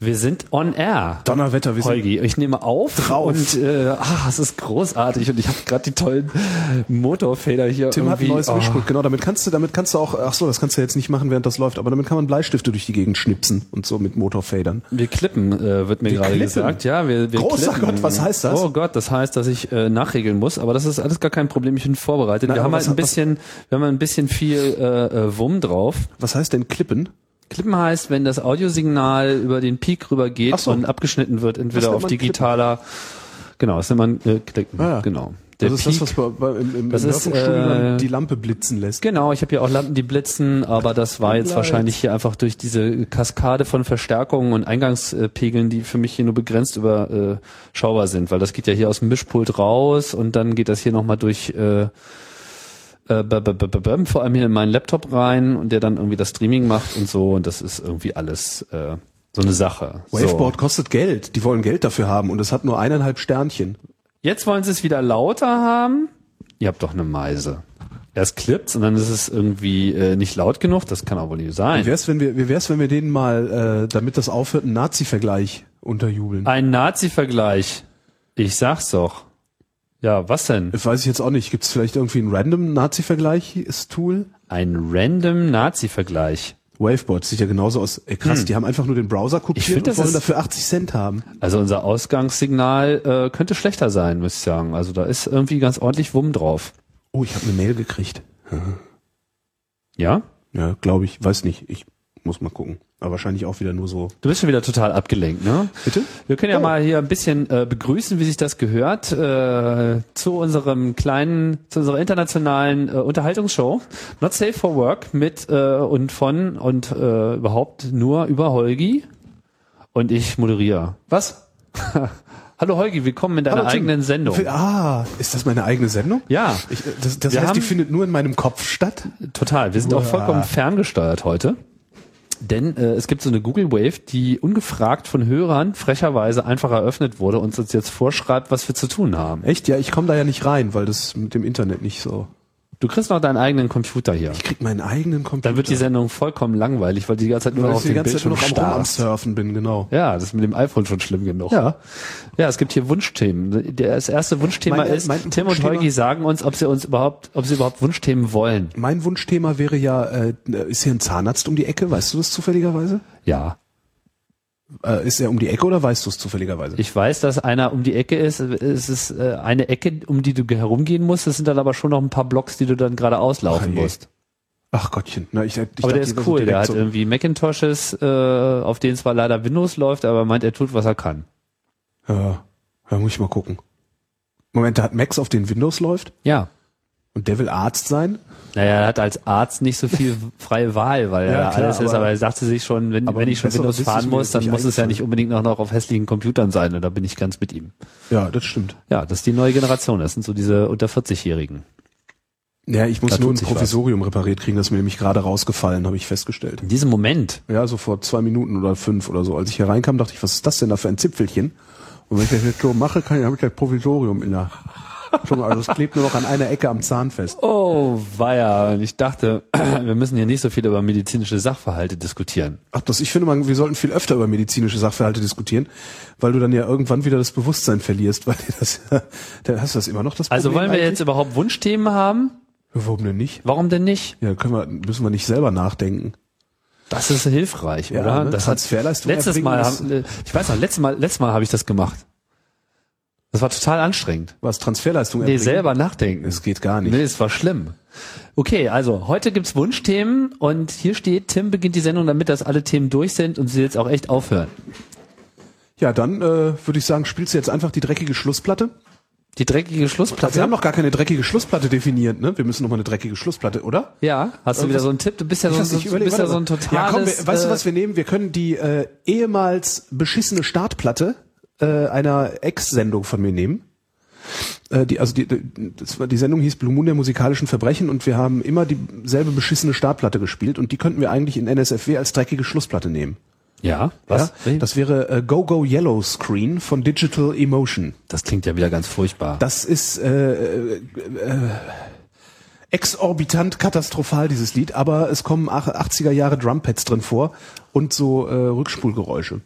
Wir sind on air. Donnerwetter, wir sind- Holgi, ich nehme auf Drauf. und äh, ah, es ist großartig und ich habe gerade die tollen Motorfeder hier Tim hat irgendwie. ein neues oh. Mischpult, genau. Damit kannst du, damit kannst du auch, ach so, das kannst du jetzt nicht machen, während das läuft, aber damit kann man Bleistifte durch die Gegend schnipsen und so mit Motorfedern. Wir klippen, äh, wird mir Wir gerade klippen? gesagt. Ja, wir, wir Großer klippen. Gott, was heißt das? Oh Gott, das heißt, dass ich äh, nachregeln muss, aber das ist alles gar kein Problem, ich bin vorbereitet. Nein, wir aber haben halt was ein hat- was- bisschen, wir haben ein bisschen viel äh, äh, Wumm drauf. Was heißt denn Klippen? Klippen heißt, wenn das Audiosignal über den Peak rüber geht Ach so. und abgeschnitten wird, entweder nennt auf man digitaler, genau, das nennt man äh, Klicken, Ah ja. genau. Der Das ist das, Peak- was bei, bei, im, im, Das im ist, Hörfunkstudio dann äh, die Lampe blitzen lässt. Genau, ich habe hier auch Lampen, die blitzen, aber das war jetzt Lights. wahrscheinlich hier einfach durch diese Kaskade von Verstärkungen und Eingangspegeln, die für mich hier nur begrenzt überschaubar sind, weil das geht ja hier aus dem Mischpult raus und dann geht das hier nochmal durch äh, äh, b- b- b- b- b- vor allem hier in meinen Laptop rein und der dann irgendwie das Streaming macht und so und das ist irgendwie alles äh, so eine Sache. Waveboard So. kostet Geld. Die wollen Geld dafür haben und es hat nur eineinhalb Sternchen. Jetzt wollen sie es wieder lauter haben. Ihr habt doch eine Meise. Erst klippt's und dann ist es irgendwie äh, nicht laut genug. Das kann aber nicht sein. Wie wär's, wenn wir, wie wär's, wenn wir denen mal, äh, damit das aufhört, einen Nazi-Vergleich unterjubeln? Ein Nazi-Vergleich. Ich sag's doch. Ja, was denn? Das weiß ich jetzt auch nicht. Gibt's vielleicht irgendwie einen random Nazi-Vergleich-Tool? Ein random Nazi-Vergleich. Waveboard sieht ja genauso aus. Ey, krass, die haben einfach nur den Browser kopiert Ich find, und das wollen ist- dafür 80 Cent haben. Also unser Ausgangssignal äh, könnte schlechter sein, muss ich sagen. Also da ist irgendwie ganz ordentlich Wumm drauf. Oh, ich habe eine Mail gekriegt. Ja? Ja, glaube ich. Weiß nicht. Ich muss mal gucken. Aber wahrscheinlich auch wieder nur so. Du bist schon wieder total abgelenkt, ne? Bitte? Wir können ja Oh. mal hier ein bisschen äh, begrüßen, wie sich das gehört, äh, zu unserem kleinen, zu unserer internationalen äh, Unterhaltungsshow Not Safe for Work mit äh, und von und äh, überhaupt nur über Holgi und ich moderiere. Was? Hallo Holgi, willkommen in deiner Hallo, Tim. eigenen Sendung. Ah, ist das meine eigene Sendung? Ja, Ich, äh, das das Wir heißt, die haben- findet nur in meinem Kopf statt? total. Wir sind auch Uah. vollkommen ferngesteuert heute. Denn äh, es gibt so eine Google Wave, die ungefragt von Hörern frecherweise einfach eröffnet wurde und uns jetzt vorschreibt, was wir zu tun haben. Echt? Ja, ich komme da ja nicht rein, weil das mit dem Internet nicht so. Du kriegst noch deinen eigenen Computer hier. Ich krieg meinen eigenen Computer. Dann wird die Sendung vollkommen langweilig, weil du die ganze Zeit nur weil noch ich auf die den ganze Zeit nur Bildschirm noch am, Rum- am starrst. Surfen bin, genau. Ja, das ist mit dem iPhone schon schlimm genug. Ja. Ja, es gibt hier Wunschthemen. Der- Das erste Wunschthema Mein- äh, ist, mein Tim und Wunschthema- Holgi sagen uns, ob sie uns überhaupt, ob sie überhaupt Wunschthemen wollen. Mein Wunschthema wäre ja, äh, ist hier ein Zahnarzt um die Ecke? Weißt du das zufälligerweise? Ja. Äh, ist er um die Ecke oder weißt du es zufälligerweise? Ich weiß, dass einer um die Ecke ist. Es ist äh, eine Ecke, um die du herumgehen musst. Es sind dann aber schon noch ein paar Blocks, die du dann gerade auslaufen Ach je. musst. Ach Gottchen. Na, ich, ich Aber dachte, der die wäre ist so cool. Der direkt hat so- irgendwie Macintoshes, äh, auf denen zwar leider Windows läuft, aber er meint, er tut, was er kann. Ja, da muss ich mal gucken. Moment, da hat Max auf den Windows läuft Ja. und der will Arzt sein. Naja, er hat als Arzt nicht so viel freie Wahl, weil Ja, er klar, alles ist, aber- aber er sagte sich schon, wenn, aber wenn ich schon besser Windows wissen ist fahren mir muss, jetzt dann nicht muss es ja eingefallen. nicht unbedingt noch, noch auf hässlichen Computern sein und da bin ich ganz mit ihm. Ja, das stimmt. Ja, das ist die neue Generation, das sind so diese unter 40-Jährigen. Ja, ich muss Da nur ein tut sich Provisorium repariert kriegen, das ist mir nämlich gerade rausgefallen, habe ich festgestellt. In diesem Moment, Ja, so vor zwei Minuten oder fünf oder so. Als ich hier reinkam, dachte ich, was ist das denn da für ein Zipfelchen? Und wenn ich das jetzt so mache, kann ich, habe ich das Provisorium in der Zunge. Also es klebt nur noch an einer Ecke am Zahn fest. oh weia, und ich dachte, wir müssen hier nicht so viel über medizinische Sachverhalte diskutieren. Ach, das, ich finde, man, wir sollten viel öfter über medizinische Sachverhalte diskutieren, weil du dann ja irgendwann wieder das Bewusstsein verlierst, weil dir das, dann hast du das immer noch das Problem. Also wollen wir eigentlich? jetzt überhaupt Wunschthemen haben? Warum denn nicht? Warum denn nicht? Ja, können wir, müssen wir nicht selber nachdenken. Das ist hilfreich, Ja, oder? ne? Das hat Transferleistung letztes erbringen Mal, ist- haben, äh, ich weiß noch, letztes Mal, letztes Mal habe ich das gemacht. Das war total anstrengend. Was Transferleistung Nee, erbringen? selber nachdenken. Es geht gar nicht. Nee, es war schlimm. Okay, also heute gibt's Wunschthemen und hier steht, Tim beginnt die Sendung damit, dass alle Themen durch sind und sie jetzt auch echt aufhören. Ja, dann äh, würde ich sagen, spielst du jetzt einfach die dreckige Schlussplatte. Die dreckige Also wir Schlussplatte. haben noch gar keine dreckige Schlussplatte definiert, ne? Wir müssen noch mal eine dreckige Schlussplatte, oder? Ja, hast du wieder so einen Tipp? Du bist ja so, weiß ein- nicht, du bist ja warte so ein mal. Ja, komm, totales... äh, wir, weißt du, was wir nehmen? Wir können die äh, ehemals beschissene Startplatte äh, einer Ex-Sendung von mir nehmen. Äh, die, also die, die- das war, die Sendung hieß Blue Moon der musikalischen Verbrechen und wir haben immer dieselbe beschissene Startplatte gespielt und die könnten wir eigentlich in NSFW als dreckige Schlussplatte nehmen. Äh, ja, was? Ja? Das wäre äh, Go Go Yellow Screen von Digital Emotion. das klingt ja wieder ganz furchtbar. Das ist äh, äh, äh, exorbitant katastrophal, dieses Lied, aber es kommen ach- 80er Jahre Drumpads drin vor und so äh, Rückspulgeräusche. Du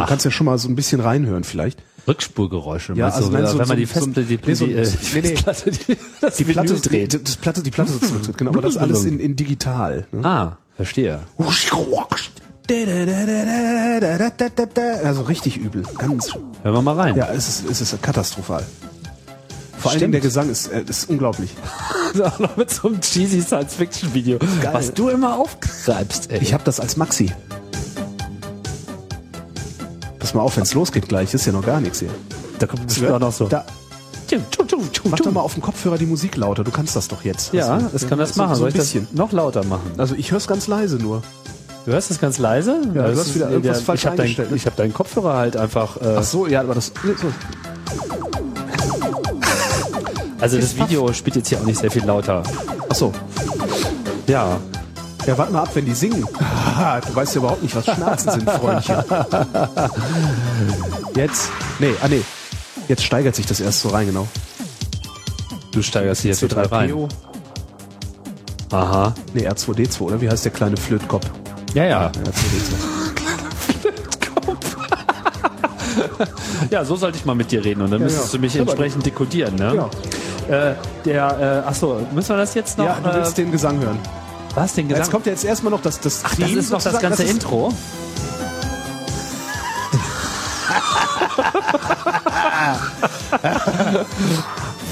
Ach. kannst ja schon mal so ein bisschen reinhören vielleicht. Rückspurgeräusche. Ja, meinst also du, nein, so- wenn so- man die so ein- Festplatte, die, nee, so- die, äh, nee, die, nee. Festplatte, die, das Die Platte, Menü die, dreht. das Platte, die Platte so zurücktritt, genau. Aber das alles in, in digital. Ne? Ah, verstehe. Also richtig übel. Ganz. Hören wir mal rein. Ja, es ist, es ist katastrophal. Vor allem Stimmt. der Gesang ist, äh, ist unglaublich. auch noch mit so einem cheesy Science-Fiction-Video, was du immer aufgreifst, ey. Ich habe das als Maxi. Pass mal auf, wenn's losgeht gleich, ist ja noch gar nichts hier. da kommt bestimmt auch noch so. Da, Tschum, tschum, tschum, tschum, mach doch tschum. mal auf dem Kopfhörer die Musik lauter, du kannst das doch jetzt. Ja, Also, es kann das so- machen. So Soll ein ich das bisschen. noch lauter machen? Also ich hör's ganz leise nur. Du hörst das ganz leise? du das hast ist- wieder irgendwas falsch ich hab dein, eingestellt. Ich habe deinen Kopfhörer halt einfach. Äh, Ach so, ja, aber das. nee, So. also das Video spielt jetzt hier auch nicht sehr viel lauter. Ach so. Ja. Ja, warte mal ab, wenn die singen. Haha, du weißt ja überhaupt nicht, was Schmerzen sind, Freundchen. Jetzt. Nee, ah nee. Jetzt steigert sich das erst so rein, genau. Du steigerst dich jetzt total rein. C3PO. Aha. Nee, R2D2, oder? Wie heißt der kleine Flötkopf? Ja, ja. R2D2. Ja, so sollte ich mal mit dir reden und dann müsstest ja. du mich Aber- entsprechend dekodieren, ne? Äh, der, äh, achso, müssen wir das jetzt noch? Ja, du willst äh, den Gesang hören. was, den Jetzt Gesang? kommt ja jetzt erstmal noch das, das, Ach, Das ist noch das ganze Intro.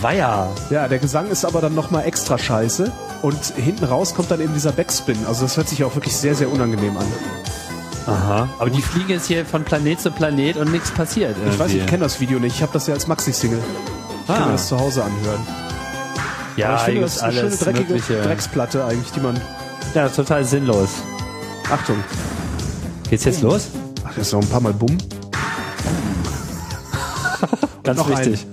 Weia. Ja, der Gesang ist aber dann nochmal extra scheiße. Und hinten raus kommt dann eben dieser Backspin. Also das hört sich ja auch wirklich sehr, sehr unangenehm an. Aha. Aber die Fliege ist hier von Planet zu Planet und nichts passiert. Ich weiß, ich irgendwie. kenne das Video nicht. Ich habe das ja als Maxi-Single. Ich kann Ah. mir das zu Hause anhören. ja, Aber ich finde, hier das gibt's ist eine schöne alles dreckige mögliche. Drecksplatte eigentlich, die man... Ja, total sinnlos. Achtung. Geht's jetzt los? Ach, das ist noch ein paar Mal Bumm. Ganz noch wichtig.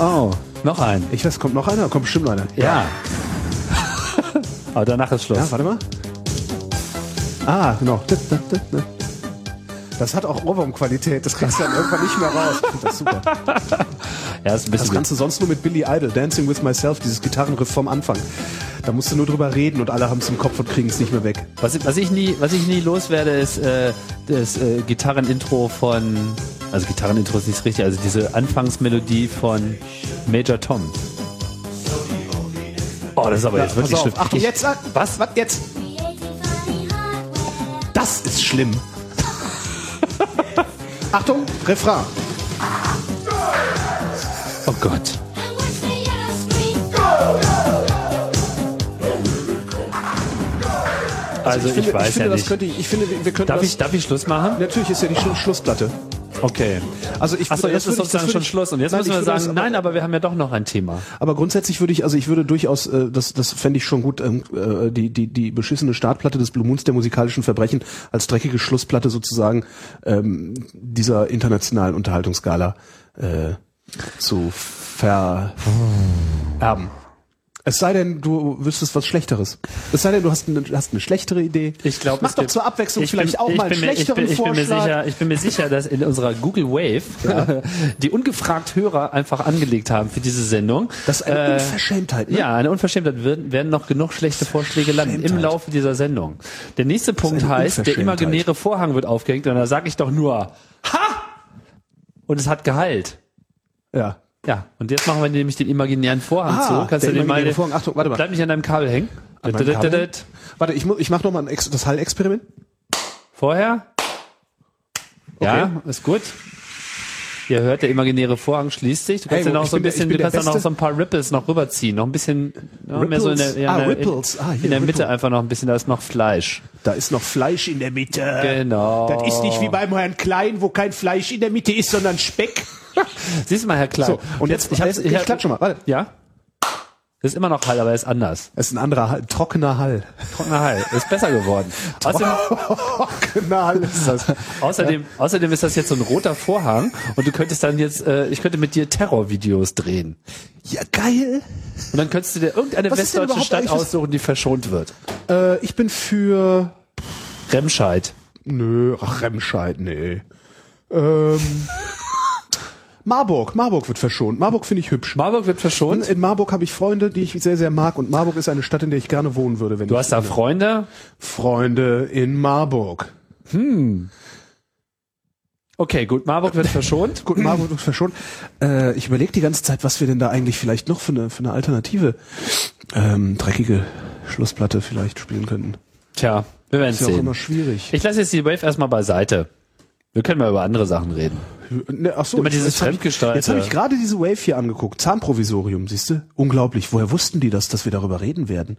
Oh, noch ein. Ich weiß, kommt noch einer? Kommt bestimmt noch einer. Ja. Aber danach ist Schluss. Ja, warte mal. Ah, genau. Das hat auch Ohrwurmqualität. Das kriegst du dann irgendwann nicht mehr raus. Ich find das super. Ja, ist ein Das bisschen. kannst du sonst nur mit Billy Idol, Dancing with Myself, dieses Gitarrenriff vom Anfang. Da musst du nur drüber reden und alle haben es im Kopf und kriegen es nicht mehr weg. Was, was, ich nie, was ich nie loswerde, ist äh, das äh, Gitarrenintro von. Also Gitarrenintro ist nicht richtig, also diese Anfangsmelodie von Major Tom. Oh, das ist aber jetzt äh, wirklich schlimm. Achtung, Ich- jetzt. ah, Was? Was jetzt? Das ist schlimm. Achtung, Refrain. Oh Gott. Also ich, finde, weiß ich finde, ja das nicht. Könnte ich, ich finde, wir wir könnten darf, das, ich, darf ich Schluss machen? Natürlich ist ja die Schlu- Schlussplatte. Okay. Also ich Achso, würde- jetzt das ist würde ich- das sozusagen würde schon ich- Schluss. Und jetzt Nein, müssen ich wir würde das sagen, aber- nein, aber wir haben ja doch noch ein Thema. Aber grundsätzlich würde ich, also ich würde durchaus, äh, das, das fände ich schon gut, ähm, äh, die, die, die beschissene Startplatte des Blue Moons der musikalischen Verbrechen als dreckige Schlussplatte sozusagen ähm, dieser internationalen Unterhaltungsgala äh, zu vererben. Es sei denn, du wüsstest was Schlechteres. Es sei denn, du hast eine, hast eine schlechtere Idee. Ich glaube, mach doch zur Abwechslung vielleicht auch mal einen schlechteren ich bin, mir Vorschlag. sicher, ich bin mir sicher, dass in unserer Google Wave die ungefragt Hörer einfach angelegt haben für diese Sendung. Das ist eine Äh, Unverschämtheit. Ne? Ja, eine Unverschämtheit wird, werden noch genug schlechte Vorschläge landen im Unverschämtheit. Laufe dieser Sendung. Der nächste Punkt eine heißt, der Unverschämtheit. imaginäre Vorhang wird aufgehängt und da sage ich doch nur Ha! Und es hat Gehalt. ja. Ja, und jetzt machen wir nämlich den imaginären Vorhang Ah, zu. Kannst der du den imaginäre mal, Vorhang. Achtung, warte mal. Bleib nicht an deinem Kabel hängen. An meinem Kabel? Warte, ich, mu- ich mache nochmal das Hall-Experiment. Vorher? Ja, ist gut. Ihr hört, der imaginäre Vorhang schließt sich. Du kannst Hey, ja noch ich so ein bin der- ich bisschen, du bin der kannst ja noch Beste. so ein paar Ripples noch rüberziehen, noch ein bisschen noch mehr so in der, Ripples? ja, Ah, in, der- Ripples. Ah, hier, in der Mitte Ripple. einfach noch ein bisschen, da ist noch Fleisch. Da ist noch Fleisch in der Mitte. Genau. Äh, Das ist nicht wie beim Herrn Klein, wo kein Fleisch in der Mitte ist, sondern Speck. Siehst du mal, Herr Klein. So, und jetzt, ich, hab- jetzt ich, hab- klatsch schon mal. Warte. Ja? Ist immer noch Hall, aber ist anders. Es ist ein anderer Hall, trockener Hall. Trockener Hall. Ist besser geworden. Außerdem, trockener Hall ist das. außerdem, außerdem ist das jetzt so ein roter Vorhang und du könntest dann jetzt, äh, ich könnte mit dir Terrorvideos drehen. Ja, geil. Und dann könntest du dir irgendeine Was ist denn westdeutsche überhaupt Stadt eigentlich das- aussuchen, die verschont wird. Äh, ich bin für. Remscheid. Nö, ach, Remscheid, nee. Ähm. Marburg, Marburg wird verschont. Marburg finde ich hübsch. Marburg wird In- verschont. In Marburg habe ich Freunde, die ich sehr, sehr mag. Und Marburg ist eine Stadt, in der ich gerne wohnen würde, wenn Du ich hast da Freunde. Freunde in Marburg. Hm. Okay, gut, Marburg wird verschont. Gut, Marburg wird verschont. Äh, ich überlege die ganze Zeit, was wir denn da eigentlich vielleicht noch für eine, für eine alternative ähm, dreckige Schlussplatte vielleicht spielen könnten. Tja, wir werden Ist ja auch immer sehen. schwierig. Ich lasse jetzt die Wave erstmal beiseite. Wir können mal über andere Sachen reden. Ne, ach so, Immer dieses jetzt hab ich- Fremdgestalter. Jetzt habe ich gerade diese Wave hier angeguckt. Zahnprovisorium, siehst du? Unglaublich. Woher wussten die das, dass wir darüber reden werden?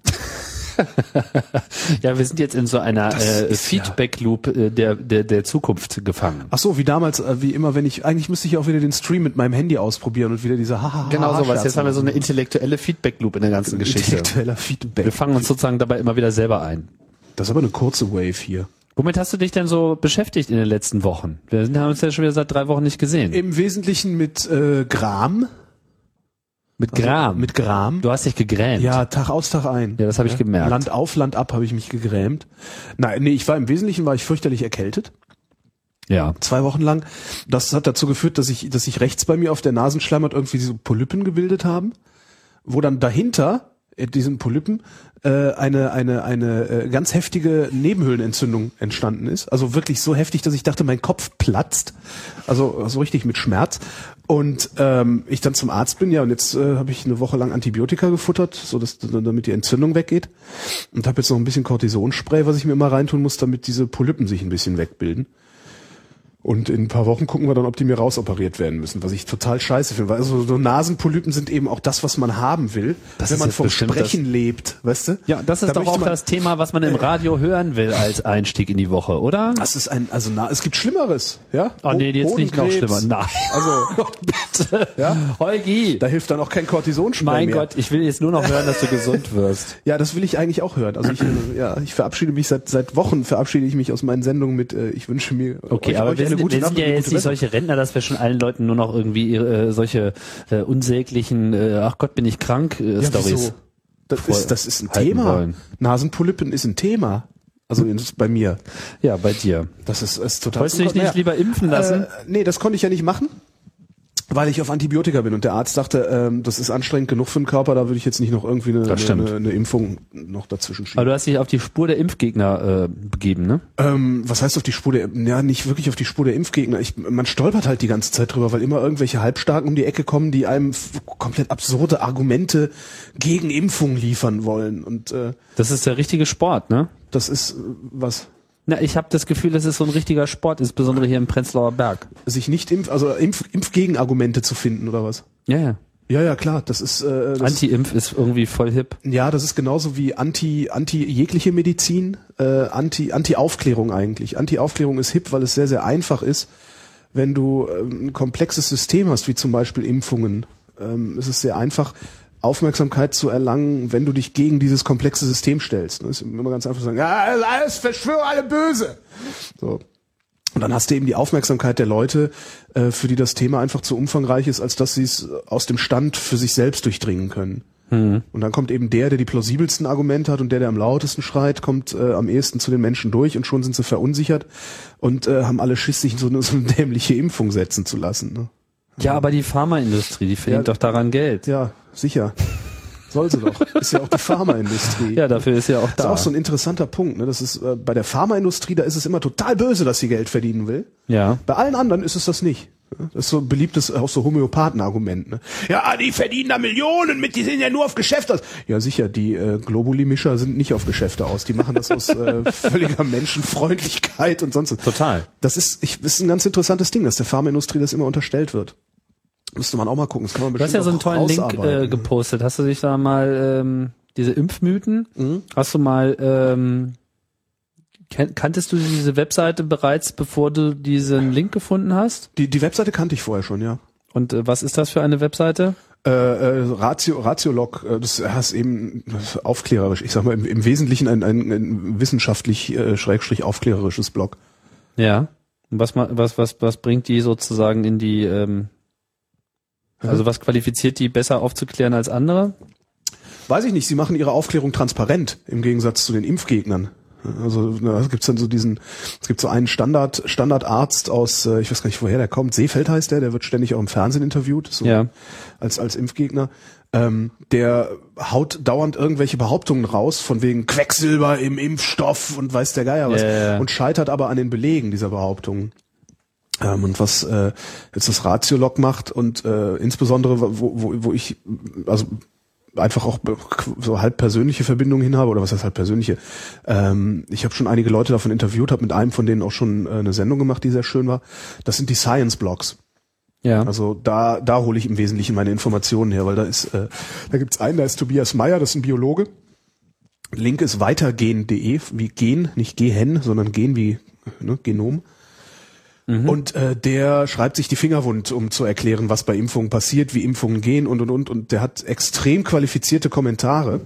Ja, wir sind jetzt in so einer Das äh, ist ja- Feedback-Loop äh, der, der, der Zukunft gefangen. Ach so, wie damals, äh, wie immer, wenn ich eigentlich müsste ich auch wieder den Stream mit meinem Handy ausprobieren und wieder diese haha. Genau sowas. Jetzt haben wir so eine intellektuelle Feedback-Loop in der ganzen Geschichte. intellektueller Wir Feedback. fangen uns sozusagen dabei immer wieder selber ein. Das ist aber eine kurze Wave hier. Womit hast du dich denn so beschäftigt in den letzten Wochen? Wir sind- haben uns ja schon wieder seit drei Wochen nicht gesehen. Im Wesentlichen mit äh, Gram, Also, mit Gram. mit Gram. du hast dich gegrämt. Ja, Tag aus, Tag ein. Ja, das habe ich gemerkt. Land auf, Land ab habe ich mich gegrämt. Nein, nee, ich war im Wesentlichen war ich fürchterlich erkältet. ja. zwei Wochen lang. Das hat dazu geführt, dass ich, dass ich rechts bei mir auf der Nasenschleimhaut irgendwie so Polypen gebildet haben, wo dann dahinter in diesem Polypen äh, eine eine eine äh, ganz heftige Nebenhöhlenentzündung entstanden ist. Also wirklich so heftig, dass ich dachte, mein Kopf platzt. Also so richtig mit Schmerz. Und ähm, ich dann zum Arzt bin, ja, und jetzt äh, habe ich eine Woche lang Antibiotika gefuttert, so dass damit die Entzündung weggeht. Und habe jetzt noch ein bisschen Cortisonspray, was ich mir immer reintun muss, damit diese Polypen sich ein bisschen wegbilden. Und in ein paar Wochen gucken wir dann, ob die mir rausoperiert werden müssen, was ich total scheiße finde. Weil also so Nasenpolypen sind eben auch das, was man haben will, Das wenn ist man jetzt vom bestimmt Sprechen lebt, weißt du? Ja, das ist Da doch möchte auch man- das Thema, was man im Radio hören will als Einstieg in die Woche, oder? Das ist ein, also na, es gibt Schlimmeres, ja? Oh nee, jetzt nicht noch schlimmer. Hodenkrebs. Nein. Oh, Also, Bitte. Ja? Holgi. da hilft dann auch kein Cortisonspray Mein mehr. Gott, ich will jetzt nur noch hören, dass du gesund wirst. Ja, das will ich eigentlich auch hören. Also ich, äh, ja, ich verabschiede mich seit seit Wochen verabschiede ich mich aus meinen Sendungen mit äh, ich wünsche mir Okay, euch, aber euch wir eine sind, gute wir Nacht sind ja und eine jetzt gute nicht Woche. solche Rentner, dass wir schon allen Leuten nur noch irgendwie ihre, äh, solche äh, unsäglichen, äh, ach Gott, bin ich krank, äh, ja, Stories. wieso? Das voll ist das ist ein halten Thema. wollen. Nasenpolypen ist ein Thema. Also ist bei mir. Ja, bei dir. Das ist, ist total Wolltest du dich zum nicht Kotzen. lieber impfen lassen? Äh, nee, das konnte ich ja nicht machen, weil ich auf Antibiotika bin und der Arzt dachte, ähm, das ist anstrengend genug für den Körper, da würde ich jetzt nicht noch irgendwie eine, Das stimmt. Also eine, eine Impfung noch dazwischen Aber schieben. du hast dich auf die Spur der Impfgegner äh, begeben, ne? Ähm, was heißt auf die Spur der, ja, nicht wirklich auf die Spur der Impfgegner. Ich, man stolpert halt die ganze Zeit drüber, weil immer irgendwelche Halbstarken um die Ecke kommen, die einem f- komplett absurde Argumente gegen Impfung liefern wollen. Und äh, Das ist der richtige Sport, ne? das ist äh, was Na, ich habe das Gefühl, das ist so ein richtiger Sport, insbesondere hier im Prenzlauer Berg. sich nicht impf, also Impf, Impfgegenargumente zu finden oder was? Ja, ja. Ja, ja, klar. Das ist äh, das Anti-Impf ist irgendwie voll hip. Ja, das ist genauso wie anti, anti jegliche Medizin, äh, anti, anti Aufklärung eigentlich. Anti Aufklärung ist hip, weil es sehr, sehr einfach ist. Wenn du ähm, ein komplexes System hast, wie zum Beispiel Impfungen, ähm, ist es sehr einfach, Aufmerksamkeit zu erlangen, wenn du dich gegen dieses komplexe System stellst. Ne? Ist immer ganz einfach zu sagen, ja, alles Verschwörung, alle böse. So. Und dann hast du eben die Aufmerksamkeit der Leute, äh, für die das Thema einfach zu umfangreich ist, als dass sie es aus dem Stand für sich selbst durchdringen können. Mhm. Und dann kommt eben der, der die plausibelsten Argumente hat und der, der am lautesten schreit, kommt äh, am ehesten zu den Menschen durch und schon sind sie verunsichert und äh, haben alle Schiss, sich in so eine, so eine dämliche Impfung setzen zu lassen. Ne? Ja, aber die Pharmaindustrie, die verdient Ja. doch daran Geld. Ja, Ja, sicher. Soll sie doch. Ist ja auch die Pharmaindustrie. dafür ist ja auch Das ist da. auch so ein interessanter Punkt. Ne? Das ist äh, bei der Pharmaindustrie, da ist es immer total böse, dass sie Geld verdienen will. ja. Bei allen anderen ist es das nicht. Das ist so ein beliebtes, auch so Homöopathen-Argument. Ne? Ja, die verdienen da Millionen mit, die sind ja nur auf Geschäfte aus. Ja, sicher, die äh, Globuli-Mischer sind nicht auf Geschäfte aus. Die machen das aus äh, völliger Menschenfreundlichkeit und sonst was. Total. Das ist, ich, das ist ein ganz interessantes Ding, dass der Pharmaindustrie das immer unterstellt wird. Müsste man auch mal gucken. Das kann man Du hast ja so einen tollen Link äh, gepostet. Hast du dich da mal ähm, diese Impfmythen? Mhm. Hast du mal ähm, ken kanntest du diese Webseite bereits, bevor du diesen Link gefunden hast? die, die Webseite kannte ich vorher schon, ja. Und äh, was ist das für eine Webseite? Äh, äh, Ratio, Ratiolog, äh, das ist eben das ist aufklärerisch. Ich sag mal, im, im Wesentlichen ein, ein, ein wissenschaftlich äh, schrägstrich aufklärerisches Blog. Ja. Und was, ma- was, was, was bringt die sozusagen in die, ähm, Mhm. also was qualifiziert die besser aufzuklären als andere? Weiß ich nicht, sie machen ihre Aufklärung transparent im Gegensatz zu den Impfgegnern. Also da gibt's dann so diesen, es gibt so einen Standard, Standardarzt aus, äh, ich weiß gar nicht, woher der kommt, Seefeld heißt der, der wird ständig auch im Fernsehen interviewt, so Ja. als, als Impfgegner. Ähm, der haut dauernd irgendwelche Behauptungen raus, von wegen Quecksilber im Impfstoff und weiß der Geier was, Ja, ja, ja. und scheitert aber an den Belegen dieser Behauptungen. Ähm, und was äh, jetzt das Ratio-Log macht und äh, insbesondere, wo, wo, wo ich also einfach auch so halb persönliche Verbindungen hin habe, oder was heißt halb persönliche? Ähm, ich habe schon einige Leute davon interviewt, habe mit einem von denen auch schon äh, eine Sendung gemacht, die sehr schön war. Das sind die Science-Blogs. Ja. Also da, da hole ich im Wesentlichen meine Informationen her, weil da ist, äh, da gibt's einen, da ist Tobias Meyer, das ist ein Biologe. Link ist weitergehen.de, wie gen, nicht gehen, sondern gen wie ne, Genom. Und äh, der schreibt sich die Finger wund, um zu erklären, was bei Impfungen passiert, wie Impfungen gehen und und und. Und der hat extrem qualifizierte Kommentare,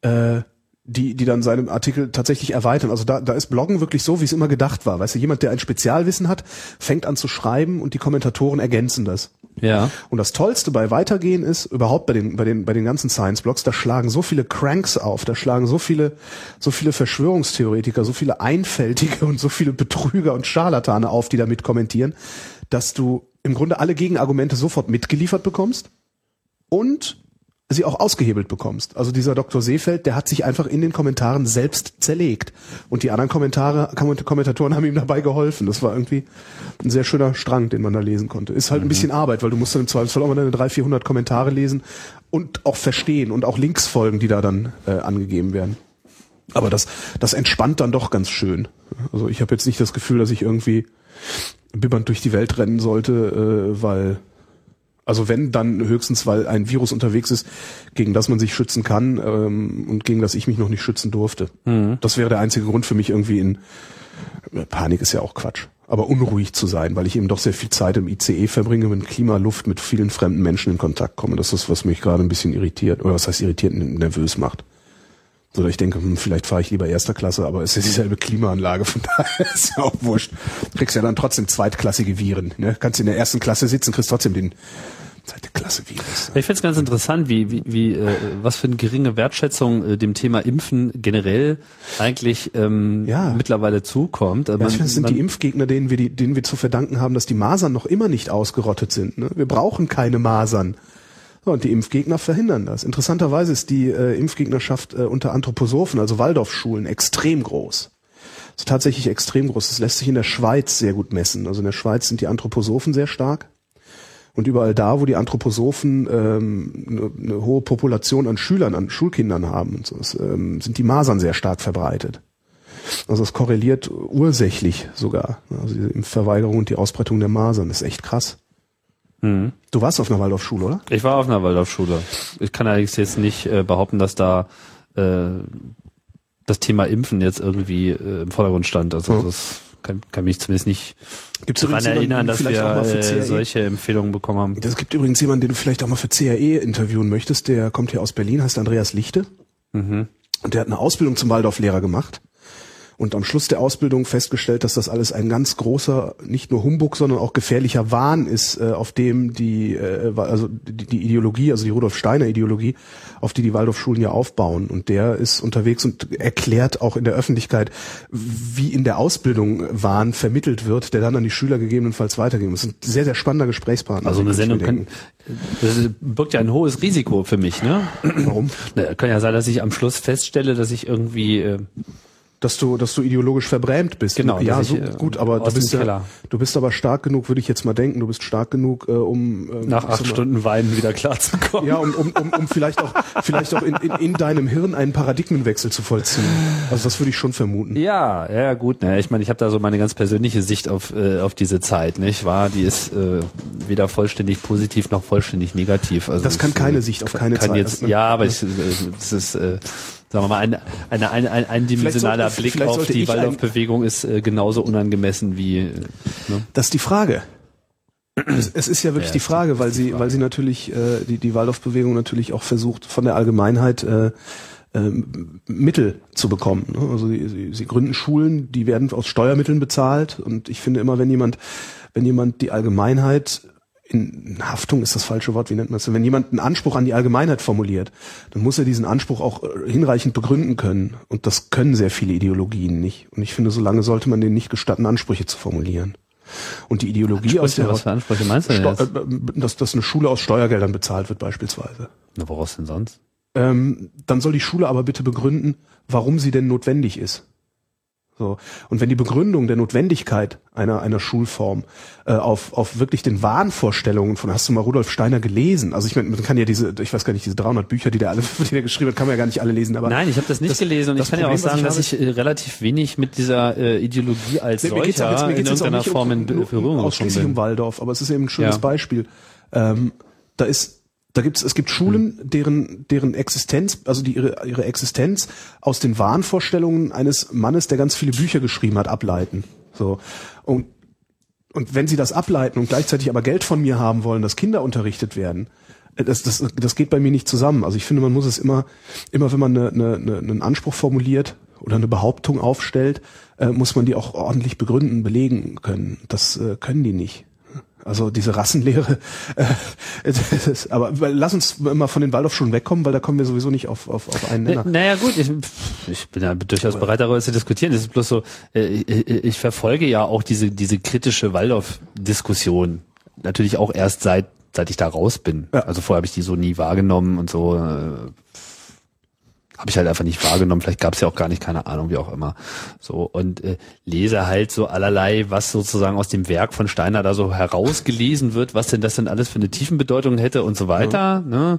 äh, die, die dann seinen Artikel tatsächlich erweitern. Also da, da ist Bloggen wirklich so, wie es immer gedacht war. Weißt du, jemand, der ein Spezialwissen hat, fängt an zu schreiben und die Kommentatoren ergänzen das. Ja. Und das Tollste bei Weitergehen ist, überhaupt bei den, bei den, bei den ganzen Science-Blogs, da schlagen so viele Cranks auf, da schlagen so viele, so viele Verschwörungstheoretiker, so viele Einfältige und so viele Betrüger und Scharlatane auf, die damit kommentieren, dass du im Grunde alle Gegenargumente sofort mitgeliefert bekommst und sie auch ausgehebelt bekommst. Also dieser Dr. Seefeld, der hat sich einfach in den Kommentaren selbst zerlegt. Und die anderen Kommentare, Komment- Kommentatoren haben ihm dabei geholfen. Das war irgendwie ein sehr schöner Strang, den man da lesen konnte. Ist halt ein bisschen Arbeit, weil du musst dann im Zweifelsfall auch mal deine 300, 400 Kommentare lesen und auch verstehen und auch Links folgen, die da dann äh, angegeben werden. Aber das, das entspannt dann doch ganz schön. Also ich habe jetzt nicht das Gefühl, dass ich irgendwie bibbernd durch die Welt rennen sollte, äh, weil also wenn, dann höchstens, weil ein Virus unterwegs ist, gegen das man sich schützen kann ähm, und gegen das ich mich noch nicht schützen durfte. Das wäre der einzige Grund für mich irgendwie in Panik ist ja auch Quatsch, aber unruhig zu sein, weil ich eben doch sehr viel Zeit im ICE verbringe, mit Klima, Luft, mit vielen fremden Menschen in Kontakt komme. Das ist, was mich gerade ein bisschen irritiert, oder was heißt irritiert, n- nervös macht. So, dass ich denke, hm, vielleicht fahre ich lieber erster Klasse, aber es ist dieselbe Klimaanlage, von daher ist ja auch wurscht. Kriegst ja dann trotzdem zweitklassige Viren. Ne? Kannst in der ersten Klasse sitzen, kriegst trotzdem den zweite Klasse Virus. Ich finde es ganz interessant, wie, wie, wie äh, was für eine geringe Wertschätzung äh, dem Thema Impfen generell eigentlich ähm, Ja. mittlerweile zukommt. Also Ja, man- ich finde, das sind man- die Impfgegner, denen wir, die, denen wir zu verdanken haben, dass die Masern noch immer nicht ausgerottet sind. Ne? Wir brauchen keine Masern. So, und die Impfgegner verhindern das. Interessanterweise ist die äh, Impfgegnerschaft äh, unter Anthroposophen, also Waldorfschulen, extrem groß. Also tatsächlich extrem groß. Das lässt sich in der Schweiz sehr gut messen. Also in der Schweiz sind die Anthroposophen sehr stark. Und überall da, wo die Anthroposophen ähm, eine eine hohe Population an Schülern, an Schulkindern haben, und so, ist, ähm, sind die Masern sehr stark verbreitet. Also es korreliert ursächlich sogar. Also diese Impfverweigerung und die Ausbreitung der Masern das ist echt krass. Mhm. Du warst auf einer Waldorfschule, oder? Ich war auf einer Waldorfschule. Ich kann allerdings jetzt nicht äh, behaupten, dass da äh, das Thema Impfen jetzt irgendwie äh, im Vordergrund stand. Also Ja. das kann, kann mich zumindest nicht Gibt's daran erinnern, dass wir äh, CRE? solche Empfehlungen bekommen haben. E- Das gibt übrigens jemanden, den du vielleicht auch mal für CRE interviewen möchtest. Der kommt hier aus Berlin, heißt Andreas Lichte. Mhm. Und der hat eine Ausbildung zum Waldorflehrer gemacht. Und am Schluss der Ausbildung festgestellt, dass das alles ein ganz großer, nicht nur Humbug, sondern auch gefährlicher Wahn ist, äh, auf dem die, äh, wa- also die, die Ideologie, also die Rudolf Steiner Ideologie, auf die die Waldorfschulen ja aufbauen. Und der ist unterwegs und erklärt auch in der Öffentlichkeit, wie in der Ausbildung Wahn vermittelt wird, der dann an die Schüler gegebenenfalls weitergeben muss. Ein sehr, sehr spannender Gesprächspartner. Also eine kann ich mir Sendung denken. kann, das birgt ja ein hohes Risiko für mich. Ne? Warum? Na, Kann ja sein, dass ich am Schluss feststelle, dass ich irgendwie äh, Dass du, dass du ideologisch verbrämt bist. Genau, Ja, dass so, ich, äh, gut, aber du aus dem bist, ja, Keller. du bist aber stark genug, würde ich jetzt mal denken. Du bist stark genug, äh, um ähm, nach so acht mal- Stunden Weinen wieder klarzukommen. Ja, um, um, um, um vielleicht auch, vielleicht auch in, in, in deinem Hirn einen Paradigmenwechsel zu vollziehen. Also das würde ich schon vermuten. Ja, ja gut. Ne? Ich meine, ich habe da so meine ganz persönliche Sicht auf, äh, auf diese Zeit, nicht wahr? Die ist äh, weder vollständig positiv noch vollständig negativ. Also Das kann ich, keine äh, Sicht auf kann- keine kann Zeit. Jetzt, Ne? ja, aber ich, äh, das ist, äh, sagen wir mal, ein, eine, ein, ein eindimensionaler sollte- Blick vielleicht auf sollte die ich ein- Waldorfbewegung ist äh, genauso unangemessen wie. äh, Ne? Das ist die Frage. Es, es ist ja wirklich Ja, die Frage, weil sie, weil sie natürlich äh, die die Waldorf-Bewegung natürlich auch versucht, von der Allgemeinheit äh, ähm, Mittel zu bekommen. Ne? Also sie, sie, sie gründen Schulen, die werden aus Steuermitteln bezahlt und ich finde immer, wenn jemand, wenn jemand die Allgemeinheit in Haftung ist das falsche Wort, wie nennt man es? denn? Wenn jemand einen Anspruch an die Allgemeinheit formuliert, dann muss er diesen Anspruch auch äh, hinreichend begründen können. Und das können sehr viele Ideologien nicht. Und ich finde, solange sollte man denen nicht gestatten, Ansprüche zu formulieren. Und die Ideologie aus der was für Ansprüche meinst du denn Steu- jetzt? äh, dass, dass eine Schule aus Steuergeldern bezahlt wird beispielsweise. Na, woraus denn sonst? Ähm, dann soll die Schule aber bitte begründen, warum sie denn notwendig ist. So. Und wenn die Begründung der Notwendigkeit einer, einer Schulform äh, auf, auf wirklich den Wahnvorstellungen von, hast du mal Rudolf Steiner gelesen? Also ich meine, man kann ja diese, ich weiß gar nicht, diese 300 Bücher, die der alle, die der geschrieben hat, kann man ja gar nicht alle lesen, aber Nein, ich habe das nicht das- gelesen und das ich kann ja auch Problem, was sagen, ich dass ich habe, äh, relativ wenig mit dieser äh, Ideologie als mir geht's auch solcher jetzt- mir in geht's jetzt auch irgendeiner nicht um- Form in um- Be- Berührung gekommen ausschließlich um bin. Waldorf, aber es ist eben ein schönes Ja. Beispiel. Ähm, da ist, da gibt's, es gibt Schulen, Hm. deren, deren Existenz, also die ihre, ihre Existenz aus den Wahnvorstellungen eines Mannes, der ganz viele Bücher geschrieben hat, ableiten. So. Und, und wenn sie das ableiten und gleichzeitig aber Geld von mir haben wollen, dass Kinder unterrichtet werden, äh, das, das, das geht bei mir nicht zusammen. Also ich finde, man muss es immer, immer wenn man eine, eine, eine, einen Anspruch formuliert oder eine Behauptung aufstellt, äh, muss man die auch ordentlich begründen, belegen können. Das äh, können die nicht. Also diese Rassenlehre. Äh, es ist, aber weil- lass uns mal von den Waldorfschulen wegkommen, weil da kommen wir sowieso nicht auf, auf, auf einen Nenner. Na- Naja gut, ich, ich bin ja durchaus bereit darüber zu diskutieren. Es ist bloß so, äh, ich, ich ich verfolge ja auch diese, diese kritische Waldorf-Diskussion. Natürlich auch erst seit, seit ich da raus bin. Ja. Also vorher habe ich die so nie wahrgenommen und so. Äh, habe ich halt einfach nicht wahrgenommen. Vielleicht gab es ja auch gar nicht, keine Ahnung, wie auch immer. So und äh, lese halt so allerlei, was sozusagen aus dem Werk von Steiner da so herausgelesen wird, was denn das denn alles für eine Tiefenbedeutung hätte und so weiter. Ne?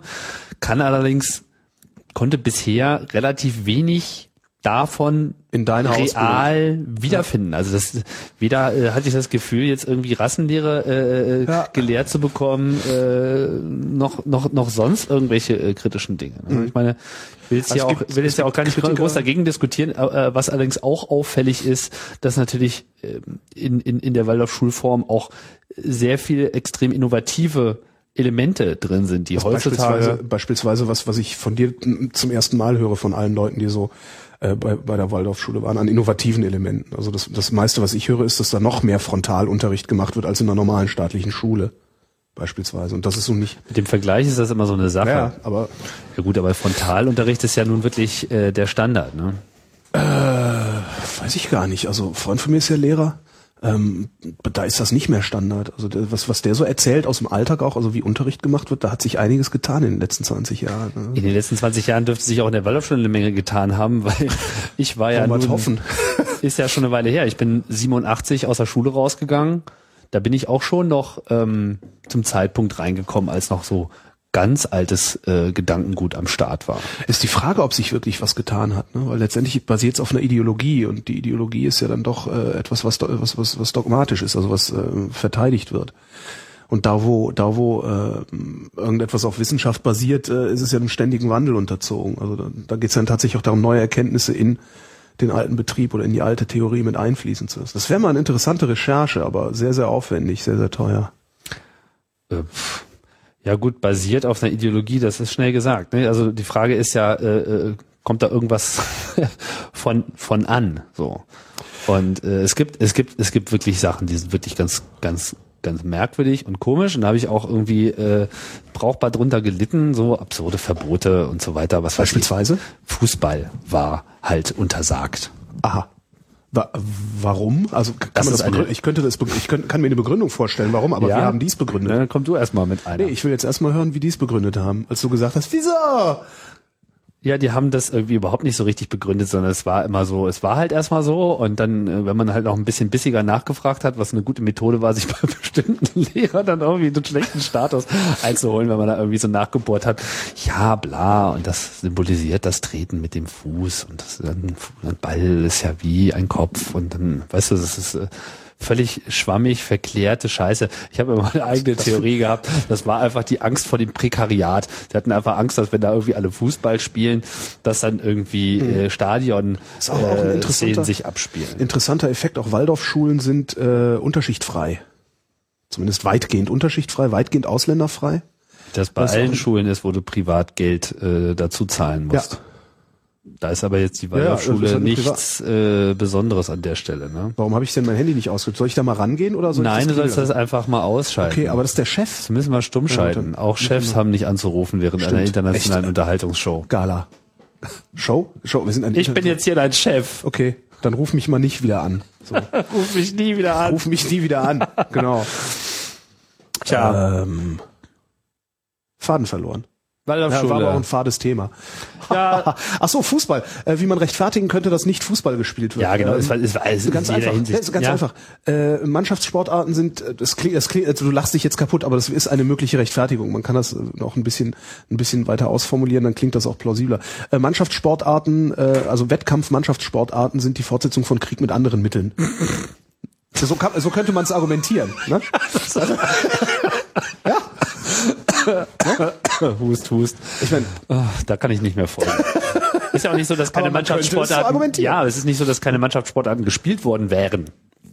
Kann allerdings konnte bisher relativ wenig davon In deiner Ausbildung. real wiederfinden. Also das weder äh, hatte ich das Gefühl, jetzt irgendwie Rassenlehre äh, äh, Ja. gelehrt zu bekommen, äh, noch noch noch sonst irgendwelche äh, kritischen Dinge. ne? Ich meine, ich will jetzt Mhm. ja Also es auch gibt- will es jetzt ja auch gar nicht Kritiker- groß dagegen diskutieren. Äh, äh, was allerdings auch auffällig ist, dass natürlich ähm, in in in der Waldorf-Schulform auch sehr viel extrem innovative Elemente drin sind, die heutzutage Beispielsweise, beispielsweise was, was ich von dir m, zum ersten Mal höre von allen Leuten, die so äh, bei, bei der Waldorfschule waren, an innovativen Elementen. Also das, das meiste, was ich höre, ist, dass da noch mehr Frontalunterricht gemacht wird als in einer normalen staatlichen Schule. Beispielsweise. Und das ist so nicht. Mit dem Vergleich ist das immer so eine Sache. Ja, aber Ja gut, aber Frontalunterricht ist ja nun wirklich äh, der Standard. Ne? weiß ich gar nicht. Also ein Freund von mir ist ja Lehrer. Ähm, da ist das nicht mehr Standard. Also der, was, was der so erzählt aus dem Alltag auch, also wie Unterricht gemacht wird, da hat sich einiges getan in den letzten 20 Jahren. Ne? In den letzten 20 Jahren dürfte sich auch in der Waldorfschule eine Menge getan haben, weil ich war ja Wollen wir nun, es Also hoffen. ist ja schon eine Weile her. Ich bin 87 aus der Schule rausgegangen. Da bin ich auch schon noch ähm, zum Zeitpunkt reingekommen, als noch so ganz altes äh, Gedankengut am Start war. Ist die Frage, ob sich wirklich was getan hat, ne? weil letztendlich basiert es auf einer Ideologie und die Ideologie ist ja dann doch äh, etwas, was, do- was, was, was dogmatisch ist, also was äh, verteidigt wird. Und da wo, da wo äh, irgendetwas auf Wissenschaft basiert, äh, ist es ja einem ständigen Wandel unterzogen. Also da, da geht es dann tatsächlich auch darum, neue Erkenntnisse in den alten Betrieb oder in die alte Theorie mit einfließen zu lassen. Das wäre mal eine interessante Recherche, aber sehr, sehr aufwendig, sehr, sehr teuer. Äh, pff. Ja gut, basiert auf einer Ideologie, das ist schnell gesagt. Ne? Also die Frage ist ja, äh, äh, kommt da irgendwas von von an? So und äh, es gibt es gibt es gibt wirklich Sachen, die sind wirklich ganz ganz ganz merkwürdig und komisch und da habe ich auch irgendwie äh, brauchbar drunter gelitten, so absurde Verbote und so weiter. Was weiß ich. Beispielsweise? Fußball war halt untersagt. Aha. Wa warum? Also kann Das man ist das begründen? eine- Ich könnte das, begrü- ich könnte, kann mir eine Begründung vorstellen, warum, aber wir haben dies begründet. Dann komm du erstmal mit einer. Nee, ich will jetzt erstmal hören, wie die es begründet haben, als du gesagt hast, wieso? Ja, die haben das irgendwie überhaupt nicht so richtig begründet, sondern es war immer so, es war halt erstmal so und dann, äh, wenn man halt noch ein bisschen bissiger nachgefragt hat, was eine gute Methode war, sich bei bestimmten Lehrern dann irgendwie einen schlechten Status einzuholen, wenn man da irgendwie so nachgebohrt hat, ja, bla, und das symbolisiert das Treten mit dem Fuß und das, dann, ein Ball ist ja wie ein Kopf und dann, weißt du, das ist äh, völlig schwammig verklärte Scheiße. Ich habe immer eine eigene Theorie gehabt. Das war einfach die Angst vor dem Prekariat. Sie hatten einfach Angst, dass wenn da irgendwie alle Fußball spielen, dass dann irgendwie äh, Stadion Hm. Ist aber auch ein äh, interessanter- Szenen sich abspielen. Interessanter Effekt, auch Waldorfschulen sind äh, unterschichtfrei. Zumindest weitgehend unterschichtfrei, weitgehend ausländerfrei. Das bei Das ist auch allen ein- Schulen ist, wo du Privatgeld äh, dazu zahlen musst. Da ist aber jetzt die das Waldorfschule ist halt eine Privat- nichts äh, Besonderes an der Stelle. Ne? Warum habe ich denn mein Handy nicht ausgedrückt? Soll ich da mal rangehen oder soll ich Nein, du das sollst kriegen das einfach mal ausschalten. lassen? Okay, aber das ist der Chef. das müssen wir stumm Ja, schalten. dann- Auch Chefs haben nicht anzurufen während einer Stimmt. internationalen Echt? Unterhaltungsshow. Gala. Show? Show, wir sind ein Ich bin jetzt hier dein Chef. Okay, dann ruf mich mal nicht wieder an. So. Ruf mich nie wieder an. Ruf mich nie wieder an. Genau. Tja. Äh, Ähm, Faden verloren. Ja, war Waldorfschule. aber auch ein fades Thema. Ja. Ach so, Fußball. Äh, wie man rechtfertigen könnte, dass nicht Fußball gespielt wird. ja, genau. Ähm, Es war, es war es Ganz in jeder einfach. Ja, Hinsicht. ist ganz ja. einfach. Äh, Mannschaftssportarten sind, äh, das klingt, das klingt, also du lachst dich jetzt kaputt, aber das ist eine mögliche Rechtfertigung. Man kann das äh, auch ein bisschen, ein bisschen weiter ausformulieren, dann klingt das auch plausibler. Äh, Mannschaftssportarten, äh, also Wettkampf-Mannschaftssportarten sind die Fortsetzung von Krieg mit anderen Mitteln. so, kann, so könnte man es argumentieren. Ne? Hust, hust. Ich meine, Ach, Ah, da kann ich nicht mehr folgen. ist ja auch nicht so, dass keine Aber man könnte es so Mannschaftssportarten. argumentieren. ja, es ist nicht so, dass keine Mannschaftssportarten gespielt worden wären.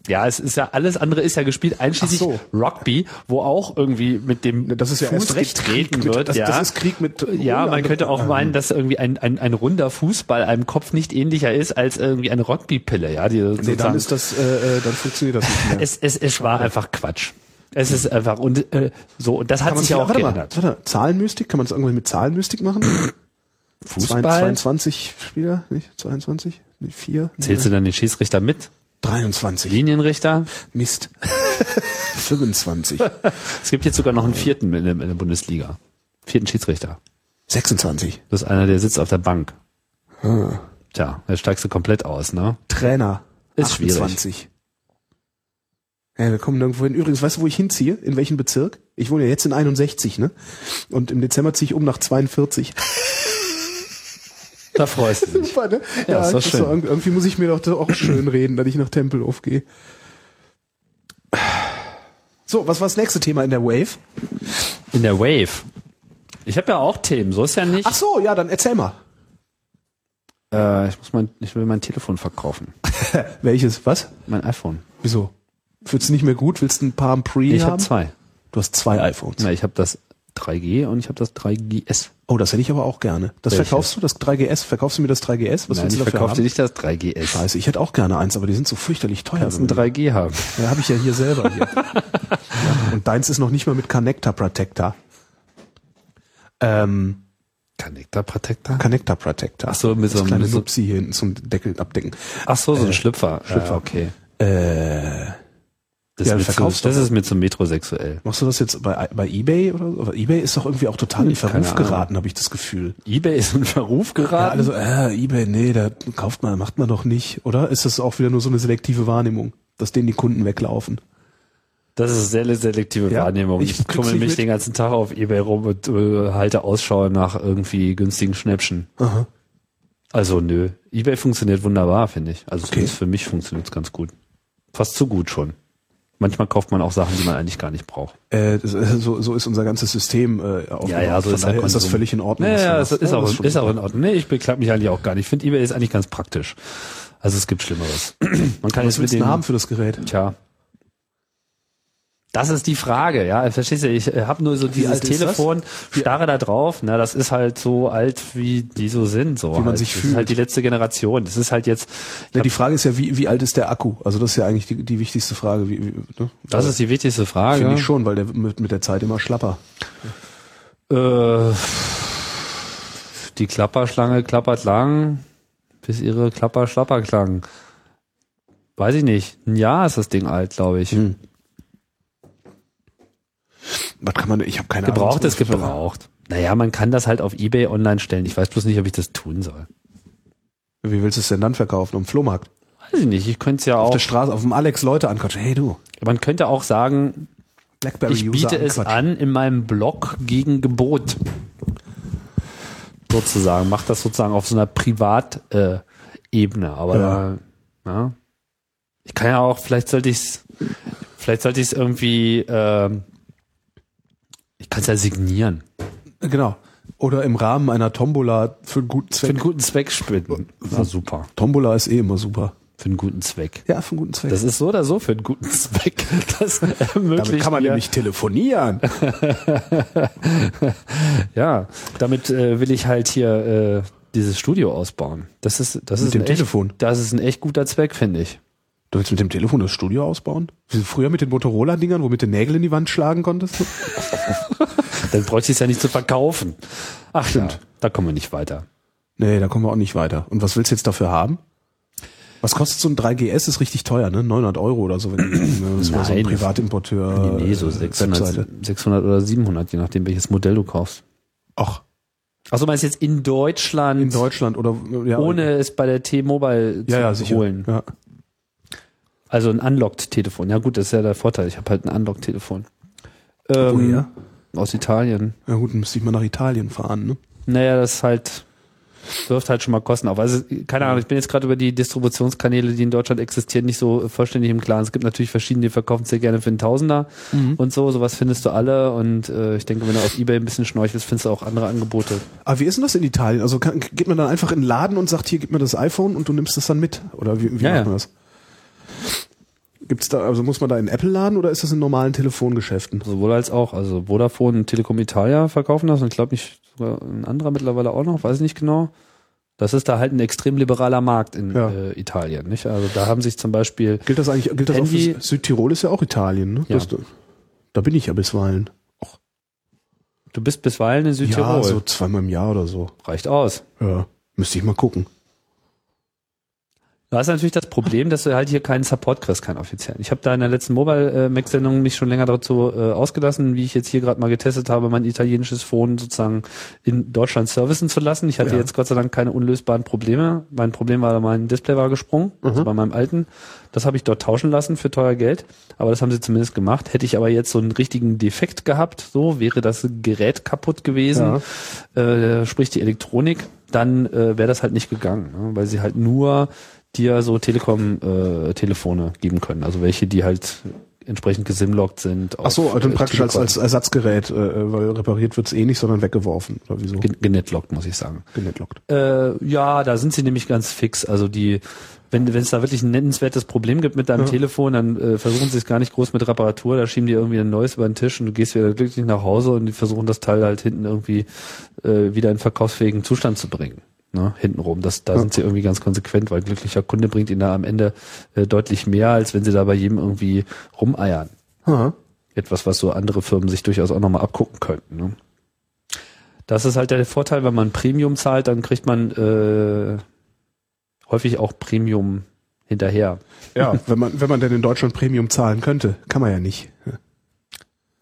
Ja, es ist ja alles andere ist ja gespielt, einschließlich Ach so. Rugby, wo auch irgendwie mit dem das ist ja Fuß erst recht getreten Krieg mit- wird. das- ja. das ist Krieg mit also ähm. Ja, man Ungarn. könnte auch meinen, dass irgendwie ein, ein, ein runder Fußball einem Kopf nicht ähnlicher ist als irgendwie eine Rugbypille. Ja, die nee, dann sozusagen- ist das, äh, äh, dann funktioniert das nicht mehr. es, es, es war einfach Quatsch. Es ist einfach und äh, so und das hat man sich ja auch warte mal, geändert. warte, mal, Zahlenmystik, kann man das irgendwann mit Zahlenmystik machen? Fußball? 22 Spieler, nicht? 22? Nicht 4? Zählst du dann den Schiedsrichter mit? 23. Linienrichter? Mist. 25. Es gibt jetzt sogar noch einen vierten in der, in der Bundesliga. Vierten Schiedsrichter. 26. Das ist einer, der sitzt auf der Bank. Hm. Tja, da steigst du komplett aus, ne? Trainer. Ist schwierig. 28. Ja, wir kommen nirgendwo hin. Übrigens, weißt du, wo ich hinziehe? In welchen Bezirk? Ich wohne ja jetzt in 61, ne? Und im Dezember ziehe ich um nach 42. Da freust du dich. Super, ne? Ja, ist doch das schön. irgendwie- irgendwie muss ich mir doch das auch schön reden, dass ich nach Tempelhof gehe. So, was war das nächste Thema in der Wave? In der Wave. Ich habe ja auch Themen, so ist ja nicht. Ach so, ja, dann erzähl mal. Äh, ich muss mein, ich will mein Telefon verkaufen. Welches? Was? Mein iPhone. Wieso? Fühlst du nicht mehr gut? Willst du ein paar am Pre Ich habe haben? zwei. Du hast zwei iPhones. Na, ich habe das 3G und ich habe das 3GS. Oh, das hätte ich aber auch gerne. Das Welches? verkaufst du, das 3GS? Verkaufst du mir das 3GS? Was Nein, willst ich du dafür verkaufte haben? nicht das 3GS. Scheiße, ich hätte auch gerne eins, aber die sind so fürchterlich teuer. Kannst ein 3G haben. Ja, habe ich ja hier selber. Hier. ja, und deins ist noch nicht mal mit Connector Protector. Ähm, Connector Protector? Connector Protector. Ach so, mit so das einem- kleine mit so- Nupsi hier hinten zum Deckel abdecken. Ach so, so ein Schlüpfer. Äh, Schlüpfer. Ja, okay. Äh, Das, Ja, ist, mir zu, verkaufst du das doch. ist mir zu metrosexuell. machst du das jetzt bei, bei eBay oder so? Aber eBay ist doch irgendwie auch total in keine Verruf Ahnung. geraten, habe ich das Gefühl. Ebay ist in Verruf Ja, geraten. alle so, äh, eBay, nee, da kauft man, macht man doch nicht, oder? Ist das auch wieder nur so eine selektive Wahrnehmung, dass denen die Kunden weglaufen? Das ist sehr selektive Ja, Wahrnehmung. ich Ich, krieg's tummel nicht mich mit. den ganzen Tag auf Ebay rum und äh, halte Ausschau nach irgendwie günstigen Schnäppchen. Aha. Also nö. Ebay funktioniert wunderbar, finde ich. Also zumindest Okay. für mich funktioniert es ganz gut. Fast zu gut schon. Manchmal kauft man auch Sachen, die man eigentlich gar nicht braucht. Äh, das, äh, so, so ist unser ganzes System äh, aufgebaut. Von daher ist das Konsum. völlig in Ordnung. halt Ja, was du ja, machst. ist, ist, auch, das schon ist auch super. in Ordnung. Nee, ich beklag mich eigentlich auch gar nicht. Ich finde Ebay ist eigentlich ganz praktisch. Also es gibt Schlimmeres. Man kann Was jetzt mit willst du denn dem haben für das Gerät? Tja. Das ist die Frage, ja. Verstehst du, ich habe nur so dieses alt ist Telefon, starre da drauf, na, das ist halt so alt, wie die so sind, so. Wie man halt. sich das fühlt. ist halt die letzte Generation. Das ist halt jetzt, Ja, die Frage ist ja, wie, wie alt ist der Akku? Also das ist ja eigentlich die, die wichtigste Frage. Wie, wie, ne? das ist die wichtigste Frage. ne? Finde ich schon, weil der wird mit der Zeit immer schlapper. Äh, die Klapperschlange klappert lang, bis ihre Klapper schlapper klang. Weiß ich nicht. Ein Jahr ist das Ding alt, glaube Hm. ich. Was kann man? Ich habe keine Gebraucht Ahnung. ist gebraucht. Naja, man kann das halt auf Ebay online stellen. Ich weiß bloß nicht, ob ich das tun soll. Wie willst du es denn dann verkaufen? Am Flohmarkt? Weiß ich nicht, ich könnte es ja Auf auch. der Straße, auf dem Alex Leute anquatschen. Hey du, Man könnte auch sagen, Blackberry ich biete es an in meinem Blog gegen Gebot. Sozusagen, macht das sozusagen auf so einer Privatebene. Aber Ja. da, ja. ich kann ja auch, vielleicht sollte ich es, vielleicht sollte ich es irgendwie, ähm, ich kann es ja signieren. Genau. Oder im Rahmen einer Tombola für einen guten Für Zweck. einen guten Zweck spenden. Na super. Tombola ist eh immer super. Für einen guten Zweck. Ja, für einen guten Zweck. Das ist so oder so für einen guten Zweck. Das Damit ermöglicht kann man mir- nämlich telefonieren. Ja, damit äh, will ich halt hier äh, dieses Studio ausbauen. Das ist, das Mit ist dem ein echt, Telefon? Das ist ein echt guter Zweck, finde ich. Du willst mit dem Telefon das Studio ausbauen? Wie früher mit den Motorola-Dingern, womit du Nägel in die Wand schlagen konntest? Dann bräuchte ich es ja nicht zu verkaufen. Ach stimmt, ja, da kommen wir nicht weiter. Nee, da kommen wir auch nicht weiter. Und was willst du jetzt dafür haben? Was kostet so ein 3GS? Ist richtig teuer, ne? 900 Euro oder so. Wenn, ne? Das war so ein Nein. Privatimporteur. Nee, so äh, Webseite. 600, 600 oder 700, je nachdem, welches Modell du kaufst. Ach, Achso, meinst du jetzt in Deutschland, in Deutschland oder ja, ohne es bei der T-Mobile zu ja, ja, sicher. holen? Ja. Also ein Unlocked-Telefon. Ja gut, das ist ja der Vorteil. Ich habe halt ein Unlocked-Telefon. Ähm, Woher? aus Italien. ja gut, dann müsste ich mal nach Italien fahren, ne? Naja, das ist halt wirft halt schon mal Kosten auf. Also keine Ahnung, ich bin jetzt gerade über die Distributionskanäle, die in Deutschland existieren, nicht so vollständig im Klaren. Es gibt natürlich verschiedene, die verkaufen sehr gerne für einen Tausender Mhm. und so. Sowas findest du alle und äh, ich denke, wenn du auf Ebay ein bisschen schnorchelst, findest du auch andere Angebote. Aber Ah, wie ist denn das in Italien? Also kann, geht man dann einfach in den Laden und sagt, hier, gib mir das iPhone und du nimmst es dann mit? Oder wie, wie Ja, macht ja. man das? Gibt's da, also muss man da in Apple laden oder ist das in normalen Telefongeschäften? Sowohl als auch. Also Vodafone und Telekom Italia verkaufen das und ich glaube nicht sogar ein anderer mittlerweile auch noch, weiß ich nicht genau. Das ist da halt ein extrem liberaler Markt in Ja. äh, Italien. Nicht? Also da haben sich zum Beispiel Gilt das eigentlich, gilt das Handy- auch für Südtirol ist ja auch Italien, ne? Ja. Das, da bin ich ja bisweilen. Du bist bisweilen in Südtirol. Ja, so zweimal im Jahr oder so. Reicht aus. Ja. Müsste ich mal gucken. Du hast natürlich das Problem, dass du halt hier keinen Support kriegst, keinen offiziellen. Ich habe da in der letzten Mobile-Mac-Sendung mich schon länger dazu äh, ausgelassen, wie ich jetzt hier gerade mal getestet habe, mein italienisches Phone sozusagen in Deutschland servicen zu lassen. Ich hatte Ja. jetzt Gott sei Dank keine unlösbaren Probleme. Mein Problem war, mein Display war gesprungen, Mhm. also bei meinem alten. Das habe ich dort tauschen lassen für teuer Geld, aber das haben sie zumindest gemacht. Hätte ich aber jetzt so einen richtigen Defekt gehabt, so wäre das Gerät kaputt gewesen äh, sprich die Elektronik, dann äh, wäre das halt nicht gegangen, ne? weil sie halt nur dir so Telekom-Telefone geben können, also welche, die halt entsprechend gesimlockt sind. Ach so, also äh, praktisch als, Telekom. als Ersatzgerät, äh, weil repariert wird's eh nicht, sondern weggeworfen. Oder wieso? Gen- genetlockt, muss ich sagen. Genetlockt. Äh, ja, da sind sie nämlich ganz fix. Also die, wenn wenn es da wirklich ein nennenswertes Problem gibt mit deinem Telefon, dann äh, versuchen sie es gar nicht groß mit Reparatur. Da schieben die irgendwie ein neues über den Tisch und du gehst wieder glücklich nach Hause und die versuchen das Teil halt hinten irgendwie äh, wieder in verkaufsfähigen Zustand zu bringen. Ne, hintenrum. Das, da sind sie irgendwie ganz konsequent, weil glücklicher Kunde bringt ihnen da am Ende äh, deutlich mehr, als wenn sie da bei jedem irgendwie rumeiern Aha. etwas, was so andere Firmen sich durchaus auch nochmal abgucken könnten. Ne? Das ist halt der Vorteil, wenn man Premium zahlt, dann kriegt man äh, häufig auch Premium hinterher. Ja, wenn man, wenn man denn in Deutschland Premium zahlen könnte, kann man ja nicht.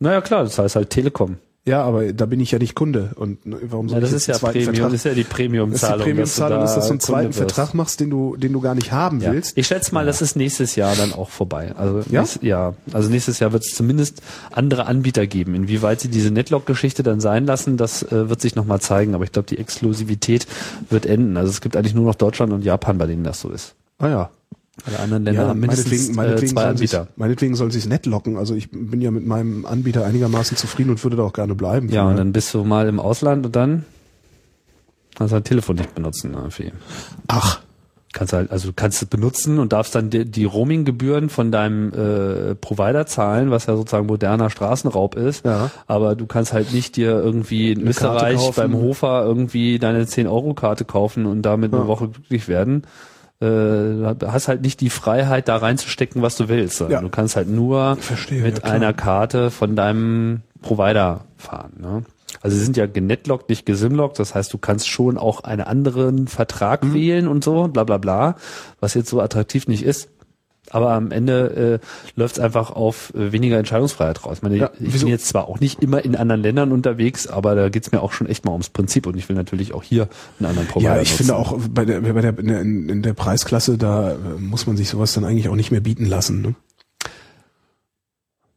Naja klar, das heißt halt Telekom. Ja, aber da bin ich ja nicht Kunde. Und ne, warum soll Ja, das ich ist jetzt ja einen zweiten Premium, Vertrag? das ist ja die Das ist die Premium-Zahlung. Premiumzahlung, ist, dass du einen Kunde zweiten wirst. Vertrag machst, den du, den du gar nicht haben Ja. willst. Ich schätze mal, das ist nächstes Jahr dann auch vorbei. Also Ja? Nächstes, ja. Also nächstes Jahr wird es zumindest andere Anbieter geben. Inwieweit sie diese Netlock-Geschichte dann sein lassen, das äh, wird sich nochmal zeigen. Aber ich glaube, die Exklusivität wird enden. Also es gibt eigentlich nur noch Deutschland und Japan, bei denen das so ist. Ah ja. Alle anderen Länder Genau, haben mindestens äh, zwei sollen sie's- Anbieter. meinetwegen sollen sie es nett locken. Also ich bin ja mit meinem Anbieter einigermaßen zufrieden und würde da auch gerne bleiben. Ja, und dann bist du mal im Ausland und dann kannst du dein Telefon nicht benutzen. Irgendwie. Ach, Kannst halt, also du kannst es benutzen und darfst dann die, die Roaming-Gebühren von deinem äh, Provider zahlen, was ja sozusagen moderner Straßenraub ist. Ja. Aber du kannst halt nicht dir irgendwie in Eine Karte Österreich kaufen. beim Hofer irgendwie deine 10-Euro-Karte kaufen und damit eine Ja. Woche glücklich werden. Äh, du hast halt nicht die Freiheit, da reinzustecken, was du willst. sondern Ja. Du kannst halt nur verstehe, ja, mit klar. einer Karte von deinem Provider fahren. Ne? Also sie sind ja genetlockt, nicht gesimlockt. Das heißt, du kannst schon auch einen anderen Vertrag Mhm. wählen und so, bla bla bla, was jetzt so attraktiv nicht ist. Aber am Ende äh, läuft es einfach auf äh, weniger Entscheidungsfreiheit raus. Ich, meine, Ja, ich wieso- bin jetzt zwar auch nicht immer in anderen Ländern unterwegs, aber da geht's mir auch schon echt mal ums Prinzip und ich will natürlich auch hier einen anderen Provider Ja, ich nutzen. finde auch bei der, bei der, in der, in der Preisklasse, da äh, muss man sich sowas dann eigentlich auch nicht mehr bieten lassen. Ne?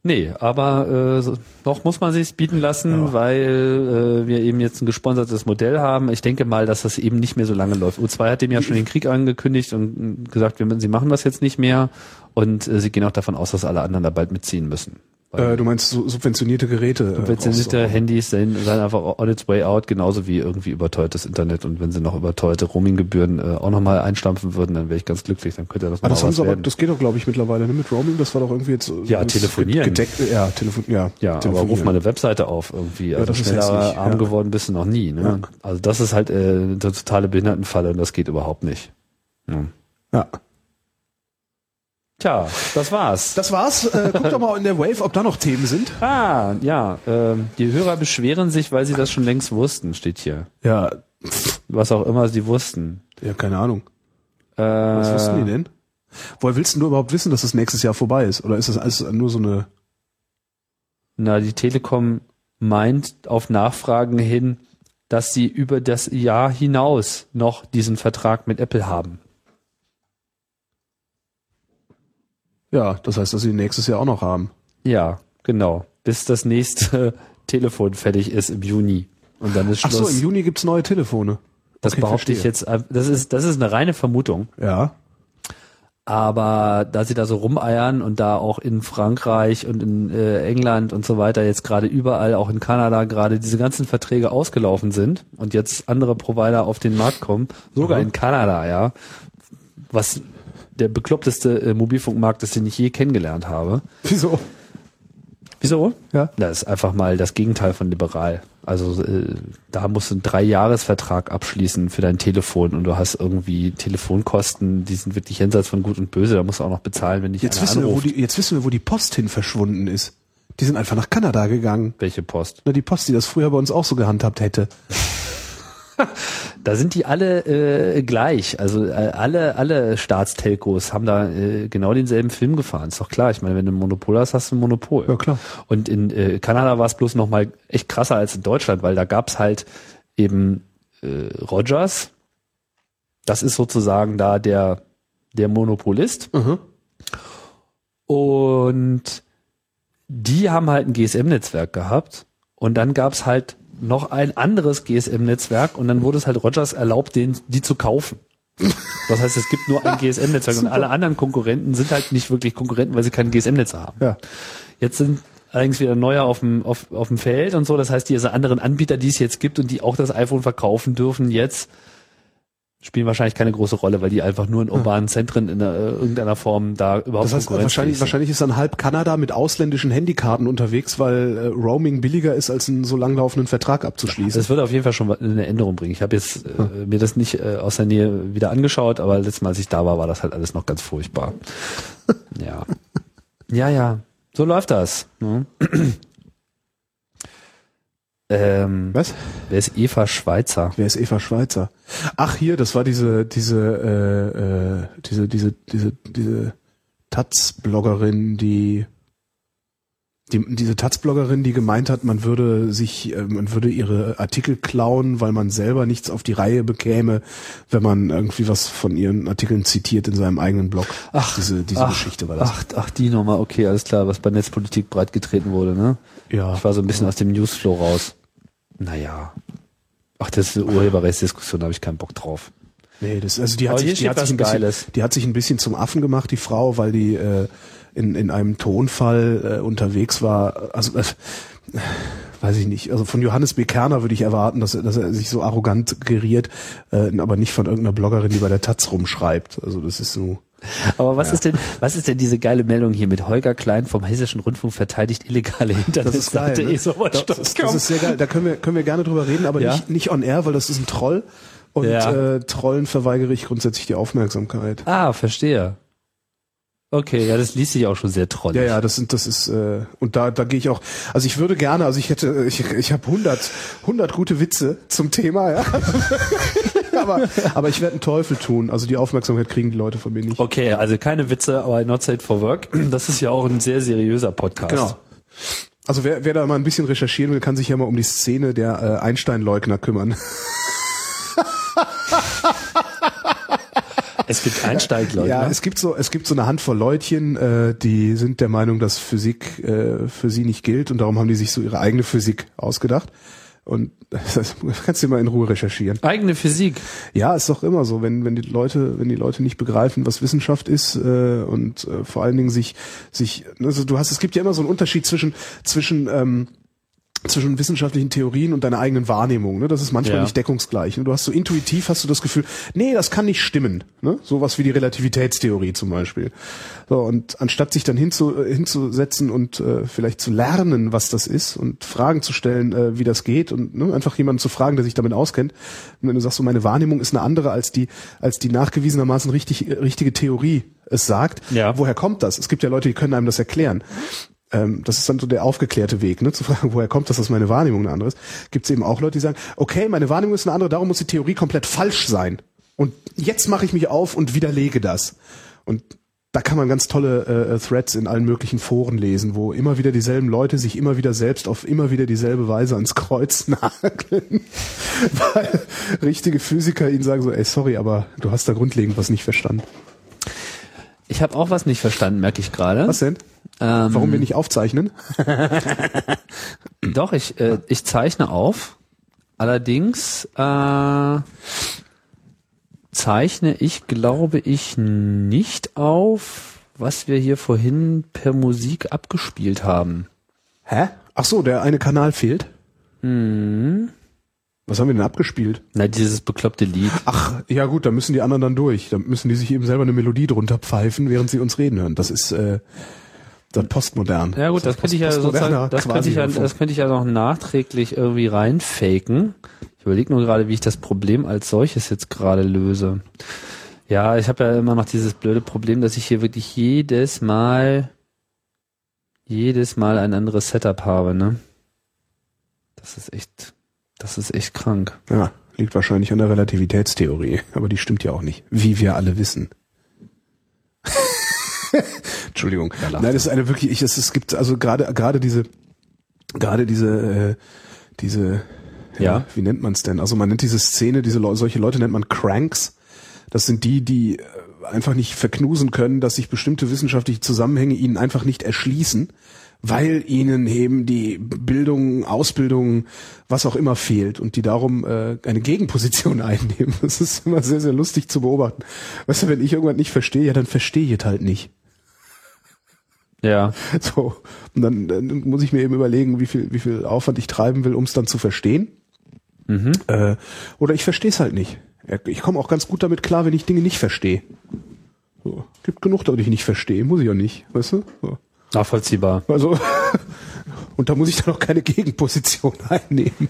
Nee, aber äh, so- noch muss man sich's bieten lassen, Ja. weil äh, wir eben jetzt ein gesponsertes Modell haben. Ich denke mal, dass das eben nicht mehr so lange läuft. U2 hat dem ja schon den Krieg angekündigt und mh, gesagt, wir, sie machen das jetzt nicht mehr. Und äh, sie gehen auch davon aus, dass alle anderen da bald mitziehen müssen. Äh, du meinst so, subventionierte Geräte. äh, Subventionierte rauszuhauen. Handys sind, sind einfach on its way out, genauso wie irgendwie überteuertes Internet. Und wenn sie noch überteuerte Roaminggebühren äh, auch nochmal einstampfen würden, dann wäre ich ganz glücklich. Dann könnte das Ah, mal das, haben was sie aber, werden. das geht doch, glaube ich, mittlerweile ne? mit Roaming. Das war doch irgendwie jetzt äh, Ja, das telefonieren. Gedeckt, ja, telefon, ja, Ja, aber telefonieren. ruf mal eine Webseite auf irgendwie. Also das ist schneller hässlich, arm ja. geworden bist du noch nie. Ne? Also das ist halt äh, eine totale Behindertenfalle und das geht überhaupt nicht. Ja. Tja, das war's. Das war's. Äh, guck doch mal in der Wave, ob da noch Themen sind. ah, ja. ähm, die Hörer beschweren sich, weil sie das schon längst wussten, steht hier. Ja, Was auch immer sie wussten. ja, keine Ahnung. Äh, Was wussten die denn? Woher willst denn du überhaupt wissen, dass das nächstes Jahr vorbei ist? Oder ist das alles nur so eine? Na, die Telekom meint auf Nachfragen hin, dass sie über das Jahr hinaus noch diesen Vertrag mit Apple haben. Ja, das heißt, dass sie nächstes Jahr auch noch haben. Ja, genau. Bis das nächste Telefon fertig ist im Juni. Und dann ist Ach Schluss. so, im Juni gibt's neue Telefone. das Okay, behaupte ich verstehe. jetzt. äh, Das ist, das ist eine reine Vermutung. Ja. Aber da sie da so rumeiern und da auch in Frankreich und in äh, England und so weiter jetzt gerade überall, auch in Kanada gerade diese ganzen Verträge ausgelaufen sind und jetzt andere Provider auf den Markt kommen, sogar Aha. in Kanada, ja, was der bekloppteste äh, Mobilfunkmarkt ist, den ich je kennengelernt habe. Wieso? Wieso? Ja. Das ist einfach mal das Gegenteil von liberal. Also äh, da musst du einen Drei-Jahres-Vertrag abschließen für dein Telefon und du hast irgendwie Telefonkosten, die sind wirklich jenseits von Gut und Böse, da musst du auch noch bezahlen, wenn dich Jetzt einer wissen, wir, wo anruft. die, jetzt wissen wir, wo die Post hin verschwunden ist. Die sind einfach nach Kanada gegangen. Welche Post? Na, die Post, die das früher bei uns auch so gehandhabt hätte. Da sind die alle äh, gleich. Also äh, alle, alle Staatstelcos haben da äh, genau denselben Film gefahren. Ist doch klar. Ich meine, wenn du ein Monopol hast, hast du ein Monopol. Ja, klar. Und in äh, Kanada war es bloß noch mal echt krasser als in Deutschland, weil da gab's halt eben äh, Rogers. Das ist sozusagen da der, der Monopolist. Mhm. Und die haben halt ein GSM-Netzwerk gehabt. Und dann gab's halt noch ein anderes GSM-Netzwerk und dann wurde es halt Rogers erlaubt, den, die zu kaufen. Das heißt, es gibt nur ein GSM-Netzwerk und alle anderen Konkurrenten sind halt nicht wirklich Konkurrenten, weil sie kein GSM-Netz haben. Ja. Jetzt sind allerdings wieder neue auf dem, auf, auf dem Feld und so. Das heißt, diese anderen Anbieter, die es jetzt gibt und die auch das iPhone verkaufen dürfen, jetzt spielen wahrscheinlich keine große Rolle, weil die einfach nur in urbanen Zentren in äh, irgendeiner Form da überhaupt Das heißt, wahrscheinlich, konkurrenzfähig sind. wahrscheinlich ist dann halb Kanada mit ausländischen Handykarten unterwegs, weil äh, Roaming billiger ist, als einen so langlaufenden Vertrag abzuschließen. Das wird auf jeden Fall schon wa- eine Änderung bringen. Ich habe jetzt äh, mir das nicht äh, aus der Nähe wieder angeschaut, aber letztes Mal, als ich da war, war das halt alles noch ganz furchtbar. ja. Ja, ja. So läuft das. Ne? ähm, Was? wer ist Eva Schweizer? Wer ist Eva Schweizer? Ach hier, das war diese diese äh, äh, diese diese diese diese Taz-Bloggerin, die die, diese Taz-Bloggerin, die gemeint hat, man würde sich, äh, man würde ihre Artikel klauen, weil man selber nichts auf die Reihe bekäme, wenn man irgendwie was von ihren Artikeln zitiert in seinem eigenen Blog. Ach, diese, diese Geschichte war das. Ach, ach, die Nummer, okay, alles klar, was bei Netzpolitik breitgetreten wurde, ne? ja. Ich war so ein bisschen aus dem Newsflow raus. Naja. Ach, das ist eine Urheberrechtsdiskussion, da habe ich keinen Bock drauf. Nee, das, also die Aber hat, hier sich, die, steht hat sich was ein bisschen, Geiles. die hat sich ein bisschen zum Affen gemacht, die Frau, weil die äh, in, in einem Tonfall äh, unterwegs war. Also äh, weiß ich nicht. Also von Johannes B. Kerner würde ich erwarten, dass, er- dass er sich so arrogant geriert, äh, aber nicht von irgendeiner Bloggerin, die bei der Taz rumschreibt. Also das ist so. Aber was ist denn, was ist denn diese geile Meldung hier mit Holger Klein vom Hessischen Rundfunk verteidigt illegale Internetseite ne? esowas.com? das, ist, das ist sehr geil. Da können wir, können wir gerne drüber reden, aber Ja. nicht, nicht on air, weil das ist ein Troll. Und Ja. äh, Trollen verweigere ich grundsätzlich die Aufmerksamkeit. Ah, verstehe. Okay, ja, das liest sich auch schon sehr trollig. Ja, ja, das sind, das ist, äh, und da, da gehe ich auch, also ich würde gerne, also ich hätte, ich, ich habe 100, 100 gute Witze zum Thema, ja. aber, aber ich werde einen Teufel tun, also die Aufmerksamkeit kriegen die Leute von mir nicht. Okay, also keine Witze, aber Not Safe for Work. Das ist ja auch ein sehr seriöser Podcast. Genau. Also wer, wer da mal ein bisschen recherchieren will, kann sich ja mal um die Szene der äh, Einstein-Leugner kümmern. Es gibt Einsteigleute. Ja, es gibt so, es gibt so eine Handvoll Leutchen, äh, die sind der Meinung, dass Physik äh, für sie nicht gilt und darum haben die sich so ihre eigene Physik ausgedacht. Und das kannst du mal in Ruhe recherchieren. Eigene Physik. Ja, ist doch immer so, wenn wenn die Leute, wenn die Leute nicht begreifen, was Wissenschaft ist äh, und äh, vor allen Dingen sich sich also du hast es gibt ja immer so einen Unterschied zwischen zwischen ähm, zwischen wissenschaftlichen Theorien und deiner eigenen Wahrnehmung, ne? Das ist manchmal Ja. nicht deckungsgleich. Und du hast so intuitiv hast du das Gefühl, nee, das kann nicht stimmen, ne? Sowas wie die Relativitätstheorie zum Beispiel. So und anstatt sich dann hinzu, äh, hinzusetzen und äh, vielleicht zu lernen, was das ist und Fragen zu stellen, äh, wie das geht und ne? einfach jemanden zu fragen, der sich damit auskennt. Und wenn du sagst, so meine Wahrnehmung ist eine andere als die als die nachgewiesenermaßen richtig äh, richtige Theorie es sagt, Ja. woher kommt das? Es gibt ja Leute, die können einem das erklären. Ähm, das ist dann so der aufgeklärte Weg, ne? zu fragen, woher kommt das, dass meine Wahrnehmung eine andere ist. Gibt es eben auch Leute, die sagen, okay, meine Wahrnehmung ist eine andere, darum muss die Theorie komplett falsch sein. Und jetzt mache ich mich auf und widerlege das. Und da kann man ganz tolle äh, Threads in allen möglichen Foren lesen, wo immer wieder dieselben Leute sich immer wieder selbst auf immer wieder dieselbe Weise ans Kreuz nageln, weil richtige Physiker ihnen sagen so, ey, sorry, aber du hast da grundlegend was nicht verstanden. Ich habe auch was nicht verstanden, merke ich gerade. Was denn? Ähm, Warum wir nicht aufzeichnen? Doch, ich, äh, ich zeichne auf. Allerdings äh, zeichne ich, glaube ich, nicht auf, was wir hier vorhin per Musik abgespielt haben. Hä? Ach so, der eine Kanal fehlt. Hm. Hm. Was haben wir denn abgespielt? Na, dieses bekloppte Lied. Ach, ja gut, da müssen die anderen dann durch. Da müssen die sich eben selber eine Melodie drunter pfeifen, während sie uns reden hören. Das ist äh, dann postmodern. Ja gut, das könnte ich ja sozusagen, das könnte ich ja, das könnte ich ja noch nachträglich irgendwie reinfaken. Ich überlege nur gerade, wie ich das Problem als solches jetzt gerade löse. Ja, ich habe ja immer noch dieses blöde Problem, dass ich hier wirklich jedes Mal, jedes Mal ein anderes Setup habe, ne? Das ist echt, das ist echt krank. ja, liegt wahrscheinlich an der Relativitätstheorie, aber die stimmt ja auch nicht, wie wir alle wissen. Entschuldigung. lacht Nein, das ist eine wirklich, ich, es, es gibt also gerade gerade diese gerade diese äh, diese Ja. wie nennt man es denn? Also man nennt diese Szene, diese Leu- solche Leute nennt man Cranks. Das sind die, die äh, einfach nicht verknusen können, dass sich bestimmte wissenschaftliche Zusammenhänge ihnen einfach nicht erschließen, weil ihnen eben die Bildung, Ausbildung, was auch immer fehlt und die darum äh, eine Gegenposition einnehmen. Das ist immer sehr, sehr lustig zu beobachten. Weißt du, wenn ich irgendwas nicht verstehe, ja, dann verstehe ich es halt nicht. Ja, So, und dann, dann muss ich mir eben überlegen, wie viel, wie viel Aufwand ich treiben will, um es dann zu verstehen. Mhm. Äh, oder ich verstehe es halt nicht. Ja, Ich komme auch ganz gut damit klar, wenn ich Dinge nicht verstehe. So. Gibt genug, dass ich nicht verstehe, muss ich ja nicht, weißt du? So. nachvollziehbar. Also, und da muss ich dann auch keine Gegenposition einnehmen.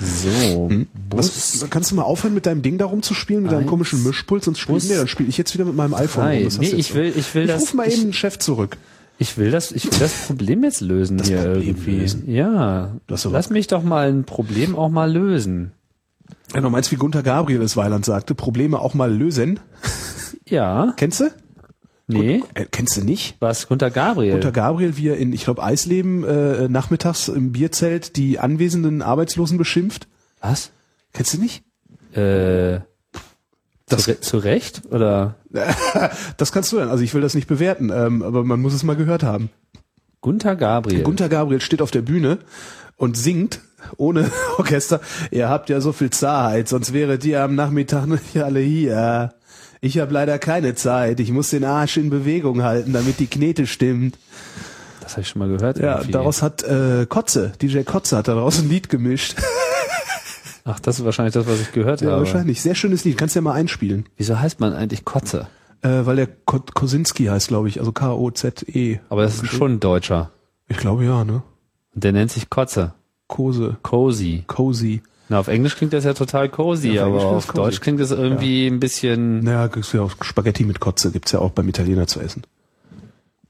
So, Was, kannst du mal aufhören, mit deinem Ding da rumzuspielen, mit deinem Eins. komischen Mischpult, sonst spielen Bus. wir, dann spiele ich jetzt wieder mit meinem iPhone. Drei. rum. Das hast Nee, du jetzt ich so. will- ich will ich das- ruf mal ich- eben den Chef zurück. Ich will das, ich will das Problem jetzt lösen hier Problem irgendwie. lösen. Ja, Das aber- lass mich doch mal ein Problem auch mal lösen. Wenn du meinst, wie Gunther Gabriel es Weiland sagte, Probleme auch mal lösen. Ja, Kennst du? nee, Äh, kennst du nicht? was unter Gabriel? Gunther Gabriel, wie er in, ich glaube, Eisleben äh, nachmittags im Bierzelt die anwesenden Arbeitslosen beschimpft. was? Kennst du nicht? Äh, Das- zu, zu Recht? Oder Das kannst du dann. Also ich will das nicht bewerten, ähm, aber man muss es mal gehört haben. Gunther Gabriel? Gunther Gabriel steht auf der Bühne und singt ohne Orchester. Ihr habt ja so viel Zeit, sonst wäret ihr am Nachmittag nicht alle hier. Ich habe leider keine Zeit. Ich muss den Arsch in Bewegung halten, damit die Knete stimmt. das habe ich schon mal gehört. Ja, irgendwie. daraus hat äh, Kotze, DJ Kotze hat daraus ein Lied gemischt. Ach, das ist wahrscheinlich das, was ich gehört Ja, habe. wahrscheinlich. Sehr schönes Lied. Kannst du ja mal einspielen. Wieso heißt man eigentlich Kotze? Äh, weil der Ko Kosinski heißt, glaube ich. Also K-O-Z-E. Aber das ist schon ein Deutscher. Ich glaube ja, ne? Und der nennt sich Kotze. Kose. Cozy. Cozy. Na, auf Englisch klingt das ja total cozy, Ja, aber auf Englisch auf klingt das cozy. Ne. Deutsch klingt das irgendwie ein bisschen. Naja, gibt's ja auch Spaghetti mit Kotze. Gibt's ja auch beim Italiener zu essen.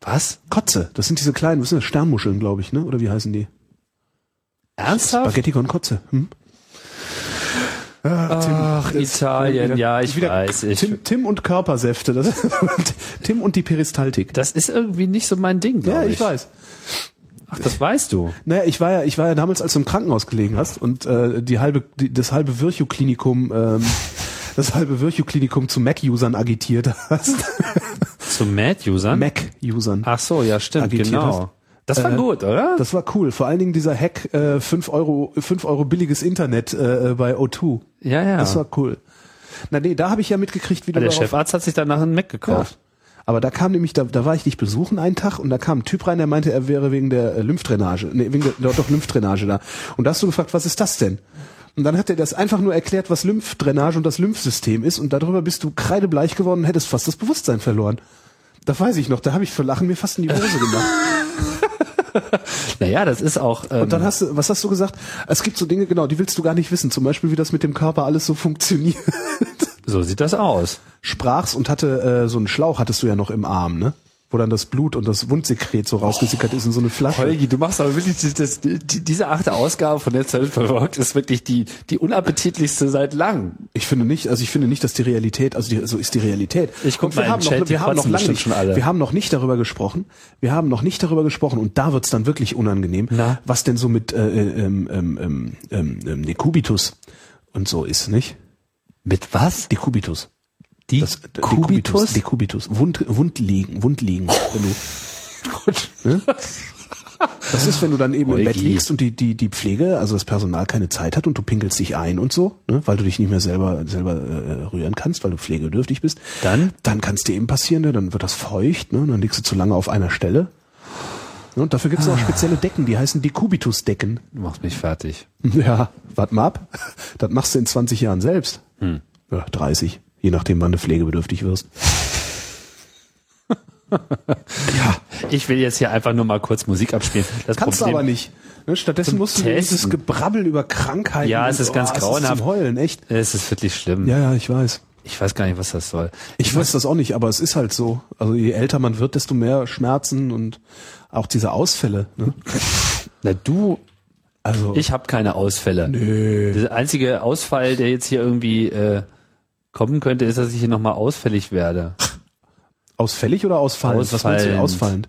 Was? Kotze. Das sind diese kleinen, was sind das? Sternmuscheln, glaube ich, ne? Oder wie heißen die? Ernsthaft? Spaghetti con Kotze. Hm? Ah, Ach, Italien, Wieder- ja, ich wieder weiß. Ich, Tim, Tim und Körpersäfte. Das Tim und die Peristaltik. das ist irgendwie nicht so mein Ding, glaub ja, ich weiß. Ach, das weißt du. Naja, ich war ja, ich war ja damals, als du im Krankenhaus gelegen hast und äh, die halbe, die, das halbe Virchow-Klinikum, ähm, das halbe Virchow-Klinikum zu Mac-Usern agitiert hast. Zu Mad-Usern? Mac-Usern. Ach so, ja, stimmt, Agitiert genau. hast. Das war Äh, gut, oder? Das war cool. Vor allen Dingen dieser Hack, äh, 5 Euro, fünf Euro billiges Internet äh, bei O2. ja, ja. Das war cool. Na nee, da habe ich ja mitgekriegt, wie du der darauf Chefarzt hat sich danach einen Mac Ja. gekauft. Aber da kam nämlich, da, da war ich dich besuchen einen Tag und da kam ein Typ rein, der meinte, er wäre wegen der äh, Lymphdrainage, nee, wegen der, doch, doch Lymphdrainage da. Und da hast du gefragt, was ist das denn? Und dann hat er das einfach nur erklärt, was Lymphdrainage und das Lymphsystem ist und darüber bist du kreidebleich geworden und hättest fast das Bewusstsein verloren. Das weiß ich noch, da habe ich für Lachen mir fast in die Hose gemacht. Naja, das ist auch. Ähm, Und dann hast du, was hast du gesagt? Es gibt so Dinge, genau, die willst du gar nicht wissen. Zum Beispiel, wie das mit dem Körper alles so funktioniert. so sieht das aus. Sprachst und hatte äh, so einen Schlauch hattest du ja noch im Arm, ne? wo dann das Blut und das Wundsekret so rausgesickert ist in so eine Flasche. Holgi, du machst aber wirklich das, das, die, diese achte Ausgabe von der Zeit verrückt ist wirklich die, die unappetitlichste seit lang. Ich finde nicht, also ich finde nicht, dass die Realität, also die, so ist die Realität. Ich guck Und mal wir in haben den Chat, noch, ne, die wir haben noch kotzen lange bestimmt nicht, schon alle. wir haben noch nicht darüber gesprochen. Wir haben noch nicht darüber gesprochen und da wird's dann wirklich unangenehm, Na? was denn so mit äh, äh, ähm, ähm, ähm, ähm, ähm, Nekubitus und so ist, nicht? Mit was? Dekubitus. Die Das, äh, Dekubitus? Dekubitus. Wund, Wundliegen. Wundliegen. Wenn du, ne? Das ist, wenn du dann eben im Eugi. Bett liegst und die, die, die Pflege, also das Personal keine Zeit hat und du pinkelst dich ein und so, ne? weil du dich nicht mehr selber, selber äh, rühren kannst, weil du pflegedürftig bist. Dann? Dann kann es dir eben passieren, ne? dann wird das feucht, ne? und dann liegst du zu lange auf einer Stelle. Ne? Und dafür gibt es Ah. auch spezielle Decken, die heißen Dekubitus-Decken. Du machst mich fertig. Ja, warte mal ab. Das machst du in 20 Jahren selbst. Hm. Ja, 30, je nachdem, wann du pflegebedürftig wirst. Ich will jetzt hier einfach nur mal kurz Musik abspielen. Das Kannst du Problem- aber nicht. Ne? Stattdessen musst du Testen. dieses Gebrabbel über Krankheiten. Ja, es und- oh, ist ganz grauenhaft. Es ist zum Heulen, echt. Es ist wirklich schlimm. Ja, ja, ich weiß. Ich weiß gar nicht, was das soll. Ich weiß das auch nicht, aber es ist halt so. Also je älter man wird, desto mehr Schmerzen und auch diese Ausfälle. Ne? Na du, Also ich habe keine Ausfälle. äh, Der einzige Ausfall, der jetzt hier irgendwie äh, kommen könnte, ist, dass ich hier nochmal ausfällig werde. ausfällig oder ausfallend? Was meinst du Ausfallend. ausfallend?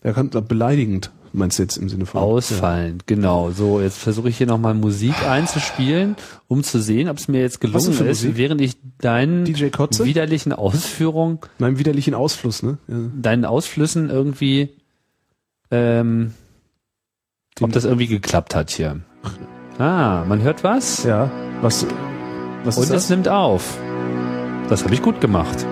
Wer kann äh, beleidigend meinst du jetzt im Sinne von? Ausfallend, genau. So, jetzt versuche ich hier nochmal Musik einzuspielen, um zu sehen, ob es mir jetzt Ah. Was gelungen denn ist, für Musik? während ich deinen DJ Kotze? widerlichen Ausführungen, Nein, widerlichen Ausfluss, ne? Ja. deinen Ausflüssen irgendwie, ähm, ob das irgendwie geklappt hat hier. Ah, man hört was? Ja, was, was Und ist es das? nimmt auf. Das habe ich gut gemacht.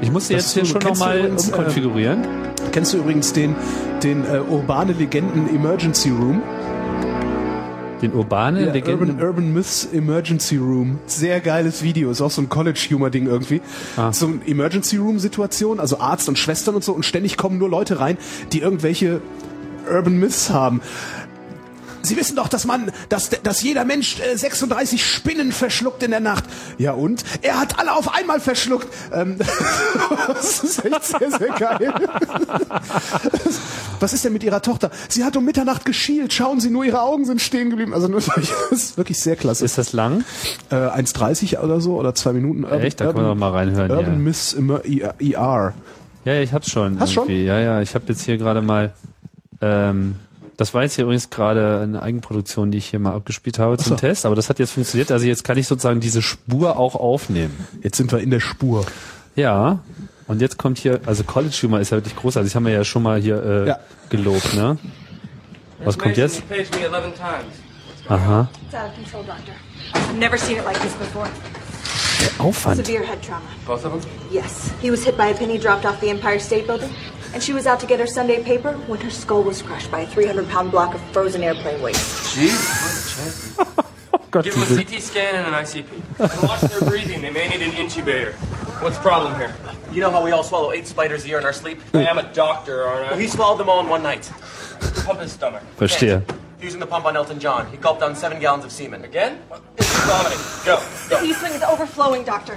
Ich musste Das jetzt hier ist so- schon kennst du äh, nochmal übrigens, umkonfigurieren. Kennst du übrigens den, den äh, urbane Legenden Emergency Room? Den urbane Ja, Legenden. Urban, Urban Myths Emergency Room. Sehr geiles Video. Ist auch so ein College-Humor-Ding irgendwie. So ein Emergency Room-Situation, also Arzt und Schwestern und so. Und ständig kommen nur Leute rein, die irgendwelche Urban Myths haben. Sie wissen doch, dass man, dass, dass jeder Mensch äh, 36 Spinnen verschluckt in der Nacht. Ja und? Er hat alle auf einmal verschluckt. Ähm, das ist echt sehr, sehr geil. Was ist denn mit ihrer Tochter? Sie hat um Mitternacht geschielt. Schauen Sie nur, ihre Augen sind stehen geblieben. Also nur solche- das ist wirklich sehr klasse. ist das lang? Äh, 1,30 oder so oder zwei Minuten. Urban, Echt? Da können wir doch mal reinhören. Urban hier. Miss E- Emer- ER. Ja, ja, ich hab's schon. Hast irgendwie. Ja, ja, ich hab jetzt hier gerade mal. Ähm, das war jetzt hier übrigens gerade eine Eigenproduktion, die ich hier mal abgespielt habe zum Test, aber das hat jetzt funktioniert. Also jetzt kann ich sozusagen diese Spur auch aufnehmen. Jetzt sind wir in der Spur. Ja. Und jetzt kommt hier, also College Humor ist ja wirklich großartig. Das haben wir ja schon mal hier äh, Ja. gelobt, ne? Was kommt Mason, jetzt? you paged me 11 times. Aha. It's out of control, Doctor. I've never seen it like this before. Aufwand. Severe head trauma. Both of them? Yes. He was hit by a penny dropped off the Empire State Building, and she was out to get her Sunday paper when her skull was crushed by a 300 pound block of frozen airplane waste. Jeez. what a Gott, Give them diese, a CT scan and an ICP. Watch their breathing. They may need an intubator. What's the problem here? You know how we all swallow eight spiders a year in our sleep? I am a doctor, aren't I? Well, he swallowed them all in one night. Pump his stomach. Verstehe. Next, Using the pump on Elton John, he gulped down seven gallons of semen. Again? What is he vomiting? Go, go. Eastwing is overflowing, Doctor.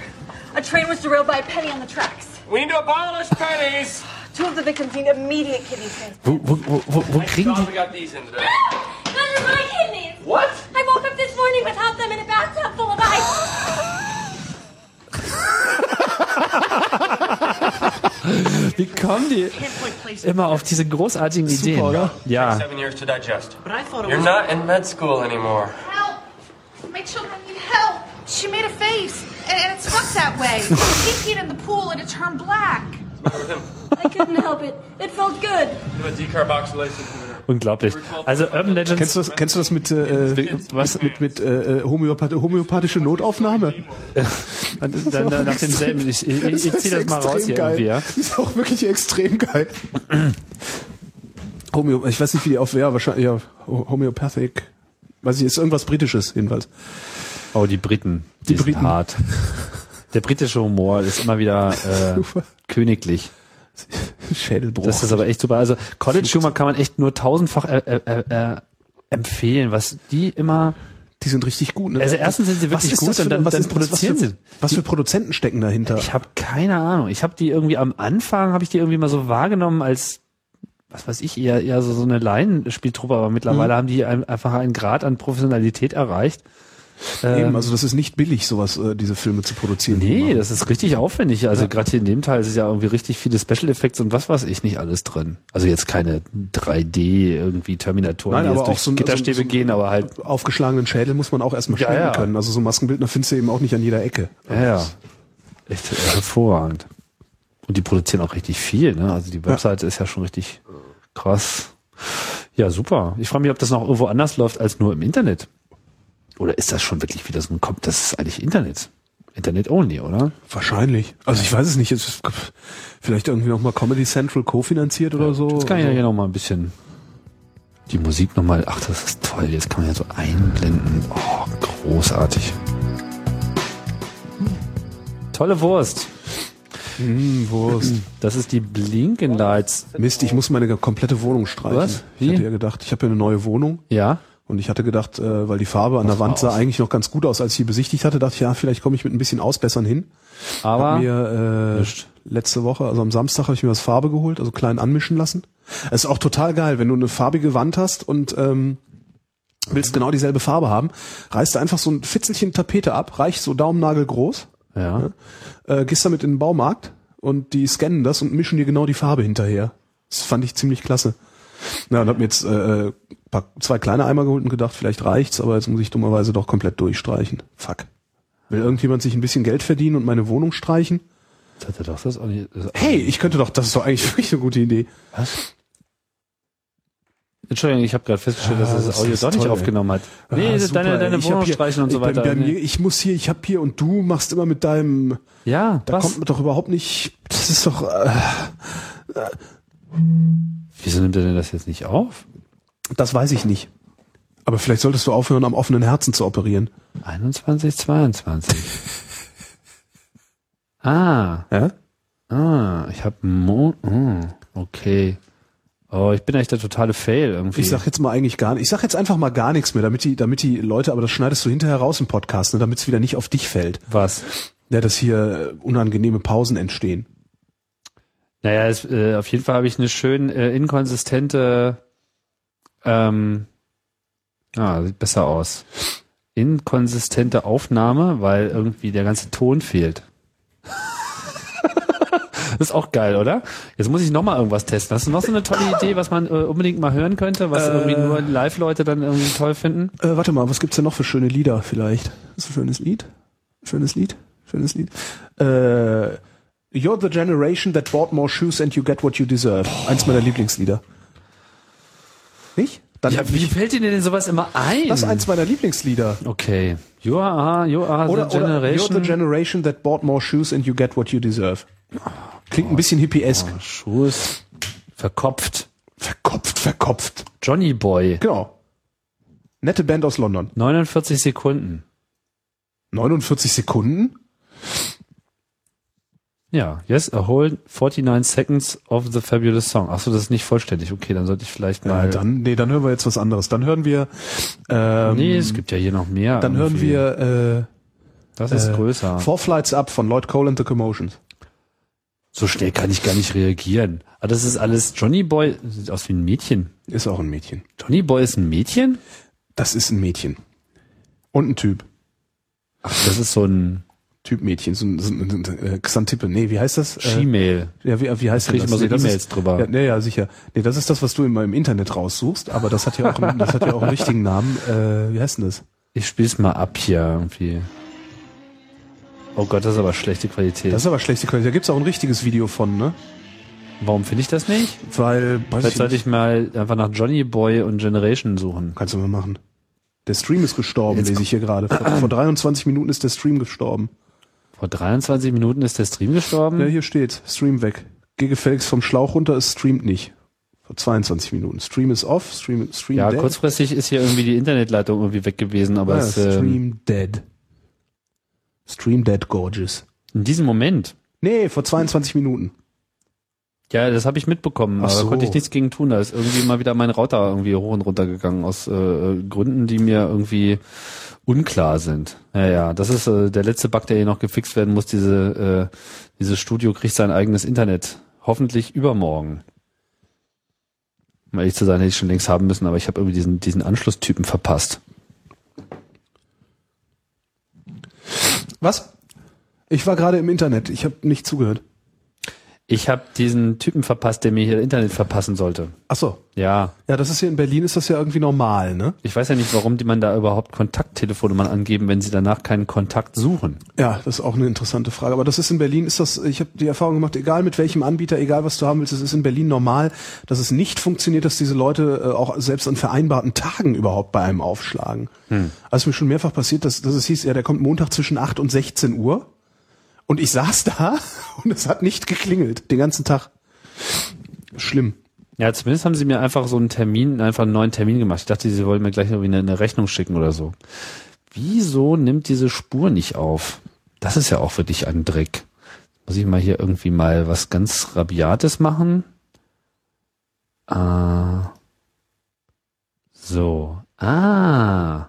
A train was derailed by a penny on the tracks. We need to abolish pennies. Two of the victims need immediate kidney transplant. wo, wo, wo, wo, wo kriegen God, die? we got these in today. Those are my kidneys. What? I woke up this morning without them in a bathtub full of ice. Wie kommen die immer auf diese großartigen Ideen? oder? Ja. Seven years to digest. But I thought it You're was. not in med school anymore. Help! My children need help! She made a face, and, and it's fucked that way. She peed in the pool and it turned black. I couldn't help it. It felt good. Do a decarboxylation inhibitor. Unglaublich. Also Urban Legends. Kennst du das, kennst du das mit, äh, was? was? mit, mit äh, äh, homöopath homöopathische Notaufnahme? Dann, dann, äh, dann nach demselben. Ich, ich, ich, ich zieh das mal raus hier geil. irgendwie. Ja. Ist auch wirklich extrem geil. Homeo, ich weiß nicht, wie die auf ja, wahrscheinlich ja, Homöopathic. Weiß ich, ist irgendwas britisches jedenfalls. Oh, die Briten. Die, Die sind Briten. hart. Der britische Humor ist immer wieder äh, königlich. Schädelbruch. Das ist aber echt super. Also College Humor kann man echt nur tausendfach äh, äh, äh, empfehlen, was äh, die immer die sind richtig gut. Ne? Also erstens sind sie Was wirklich ist das gut für- und dann- was dann ist das- was für- produzieren sie. Was für Produzenten stecken dahinter? Ich habe keine Ahnung. Ich habe die irgendwie am Anfang habe ich die irgendwie mal so wahrgenommen als was weiß ich eher eher so so eine Laienspieltruppe, aber mittlerweile Mhm. haben die ein, einfach einen Grad an Professionalität erreicht. Eben, also das ist nicht billig, sowas, äh, diese Filme zu produzieren. ähm, Nee, Immer. das ist richtig aufwendig. Also gerade hier in dem Teil ist ja irgendwie richtig viele Special Effects und was weiß ich nicht alles drin. Also jetzt keine 3D irgendwie Terminatoren, Nein, die aber jetzt auch durch so ein- Gitterstäbe so ein- so ein- gehen, aber halt aufgeschlagenen Schädel muss man auch erstmal Ja, schneiden ja. können. Also so Maskenbildner findest du eben auch nicht an jeder Ecke. Ja, ja. Echt äh, hervorragend. Und die produzieren auch richtig viel, ne? Also die Webseite ist ja schon richtig krass. Ja, super. Ich frage mich, ob das noch irgendwo anders läuft als nur im Internet. Oder ist das schon wirklich wieder so ein Kopf? Das ist eigentlich Internet. Internet only, oder? Wahrscheinlich. Also ich weiß es nicht. Es ist vielleicht irgendwie nochmal Comedy Central kofinanziert oder so. Jetzt kann ich ja hier nochmal ein bisschen die Musik nochmal. Ach, das ist toll. Jetzt kann man ja so einblenden. Oh, großartig. Tolle Wurst. Hm, Wurst. Das ist die Blinken Lights. Mist, ich muss meine komplette Wohnung streichen. Was? Ich Wie? hatte ja gedacht, ich habe ja eine neue Wohnung Ja. und ich hatte gedacht, äh, weil die Farbe an der Wand sah aus. eigentlich noch ganz gut aus, als ich sie besichtigt hatte, dachte ich, ja, vielleicht komme ich mit ein bisschen Ausbessern hin. Aber Hab mir äh, letzte Woche, also am Samstag, habe ich mir das Farbe geholt, also klein anmischen lassen. Es ist auch total geil, wenn du eine farbige Wand hast und ähm, willst genau dieselbe Farbe haben, reißt du einfach so ein Fitzelchen Tapete ab, reicht so Daumennagel groß, ja. äh, gehst damit in den Baumarkt und die scannen das und mischen dir genau die Farbe hinterher. Das fand ich ziemlich klasse. Na, und hab mir jetzt äh, äh, paar, zwei kleine Eimer geholt und gedacht, vielleicht reicht's, aber jetzt muss ich dummerweise doch komplett durchstreichen. Fuck. Will irgendjemand sich ein bisschen Geld verdienen und meine Wohnung streichen? Das hat er doch das auch nicht. Das Hey, ich könnte doch, das ist doch eigentlich wirklich eine gute Idee. Entschuldigung, ich habe gerade festgestellt, dass Ah, das, das Audio ist doch nicht toll, ey. aufgenommen hat. Nee, Ah, das super, deine, ey. deine Ich hab Wohnung hier- streichen und ich so bin weiter. ne? Bei mir, Nee. ich muss hier, ich hab hier und du machst immer mit deinem, Ja, da was? kommt man doch überhaupt nicht, das ist doch, äh, Wieso nimmt er denn das jetzt nicht auf? das weiß ich nicht. Aber vielleicht solltest du aufhören, am offenen Herzen zu operieren. 21, 22. ah, Ja? ah, ich habe Mond. Mm, okay. Oh, ich bin echt der totale Fail irgendwie. Ich sag jetzt mal eigentlich gar nicht, ich sag jetzt einfach mal gar nichts mehr, damit die, damit die Leute, aber das schneidest du hinterher raus im Podcast, ne, damit es wieder nicht auf dich fällt. was? Ja, dass hier äh, unangenehme Pausen entstehen. Naja, es, äh, auf jeden Fall habe ich eine schön äh, inkonsistente. Ähm, ah, sieht besser aus. Inkonsistente Aufnahme, weil irgendwie der ganze Ton fehlt. das ist auch geil, oder? Jetzt muss ich noch mal irgendwas testen. Hast du noch so eine tolle Idee, was man äh, unbedingt mal hören könnte, was irgendwie nur Live-Leute dann irgendwie toll finden? Äh, warte mal, was gibt's denn noch für schöne Lieder vielleicht? Ist ein schönes Lied? Schönes Lied? Schönes Lied? Äh, You're the generation that bought more shoes and you get what you deserve. Eins meiner Lieblingslieder. Nicht? Dann Ja, wie fällt dir denn sowas immer ein? das ist eins meiner Lieblingslieder. okay. You are, you are Oder, the oder generation. You're the generation that bought more shoes and you get what you deserve. Ah, Klingt ein bisschen hippiesk. Schuss. Verkopft. Verkopft, verkopft. Johnny Boy. Genau. Nette Band aus London. 49 Sekunden. 49 Sekunden? Ja, yes, a whole 49 seconds of the fabulous song. Achso, das ist nicht vollständig. Okay, dann sollte ich vielleicht mal. Ja, dann, nee, dann hören wir jetzt was anderes. Dann hören wir, ähm, nee, es gibt ja hier noch mehr. dann hören irgendwie. wir, Das ist äh, größer. äh, Four Flights Up von Lloyd Cole and the Commotions. So schnell kann ich gar nicht reagieren. Aber das ist alles. Johnny Boy sieht aus wie ein Mädchen. Ist auch ein Mädchen. Johnny Boy ist ein Mädchen? Das ist ein Mädchen. Und ein Typ. Ach, das ist so ein Typ Mädchen. So ein, so ein, so ein äh, Xantippe. Nee, wie heißt das? Äh, Gmail. ja, wie, wie heißt krieg ich denn das? immer so das E-Mails ist- drüber. Ja, nee, ja, sicher. Nee, das ist das, was du immer im Internet raussuchst, aber das hat ja auch, einen- das hat ja auch einen richtigen Namen. Äh, wie heißt denn das? Ich spiel's mal ab hier irgendwie. Oh Gott, das ist aber schlechte Qualität. Das ist aber schlechte Qualität. Da gibt's auch ein richtiges Video von, ne? Warum finde ich das nicht? Weil, weiß Vielleicht sollte nicht. ich mal einfach nach Johnny Boy und Generation suchen. Kannst du mal machen. Der Stream ist gestorben, lese ich hier gerade. Vor, vor 23 Minuten ist der Stream gestorben. Vor 23 Minuten ist der Stream gestorben. Ja, hier steht, Stream weg. Geh gefälligst vom Schlauch runter, es streamt nicht. Vor 22 Minuten. Stream ist off, Stream, stream Ja, dead. kurzfristig ist hier irgendwie die Internetleitung irgendwie weg gewesen, aber ja, es, ähm, Ah, Stream dead. Stream dead gorgeous. in diesem Moment, Nee, vor 22 Minuten. ja, das habe ich mitbekommen, Ach aber so. da konnte ich nichts gegen tun. Da ist irgendwie mal wieder mein Router irgendwie hoch und runter gegangen aus äh, Gründen, die mir irgendwie unklar sind. Ja, ja, das ist äh, der letzte Bug, der hier noch gefixt werden muss. Diese, äh, dieses Studio kriegt sein eigenes Internet. Hoffentlich übermorgen. Um ehrlich zu sein, hätte ich schon längst haben müssen, aber ich habe irgendwie diesen, diesen Anschlusstypen verpasst. Was? Ich war gerade im Internet. Ich habe nicht zugehört. Ich habe diesen Typen verpasst, der mir hier Internet verpassen sollte. Ach so. Ja, Ja, das ist hier in Berlin ist das ja irgendwie normal, ne? ich weiß ja nicht, warum die man da überhaupt Kontakttelefonnummern angeben, wenn sie danach keinen Kontakt suchen. Ja, das ist auch eine interessante Frage. Aber das ist in Berlin, ist das, ich habe die Erfahrung gemacht, egal mit welchem Anbieter, egal was du haben willst, es ist in Berlin normal, dass es nicht funktioniert, dass diese Leute äh, auch selbst an vereinbarten Tagen überhaupt bei einem aufschlagen. Hm. Also ist mir schon mehrfach passiert, dass, dass es hieß, ja, der kommt Montag zwischen 8 und 16 Uhr. Und ich saß da und es hat nicht geklingelt, den ganzen Tag. Schlimm. Ja, zumindest haben sie mir einfach so einen Termin, einfach einen neuen Termin gemacht. Ich dachte, sie wollen mir gleich irgendwie eine, eine Rechnung schicken oder so. Wieso nimmt diese Spur nicht auf? Das ist ja auch wirklich ein Dreck. Muss ich mal hier irgendwie mal was ganz Rabiates machen? Ah. So. Ah.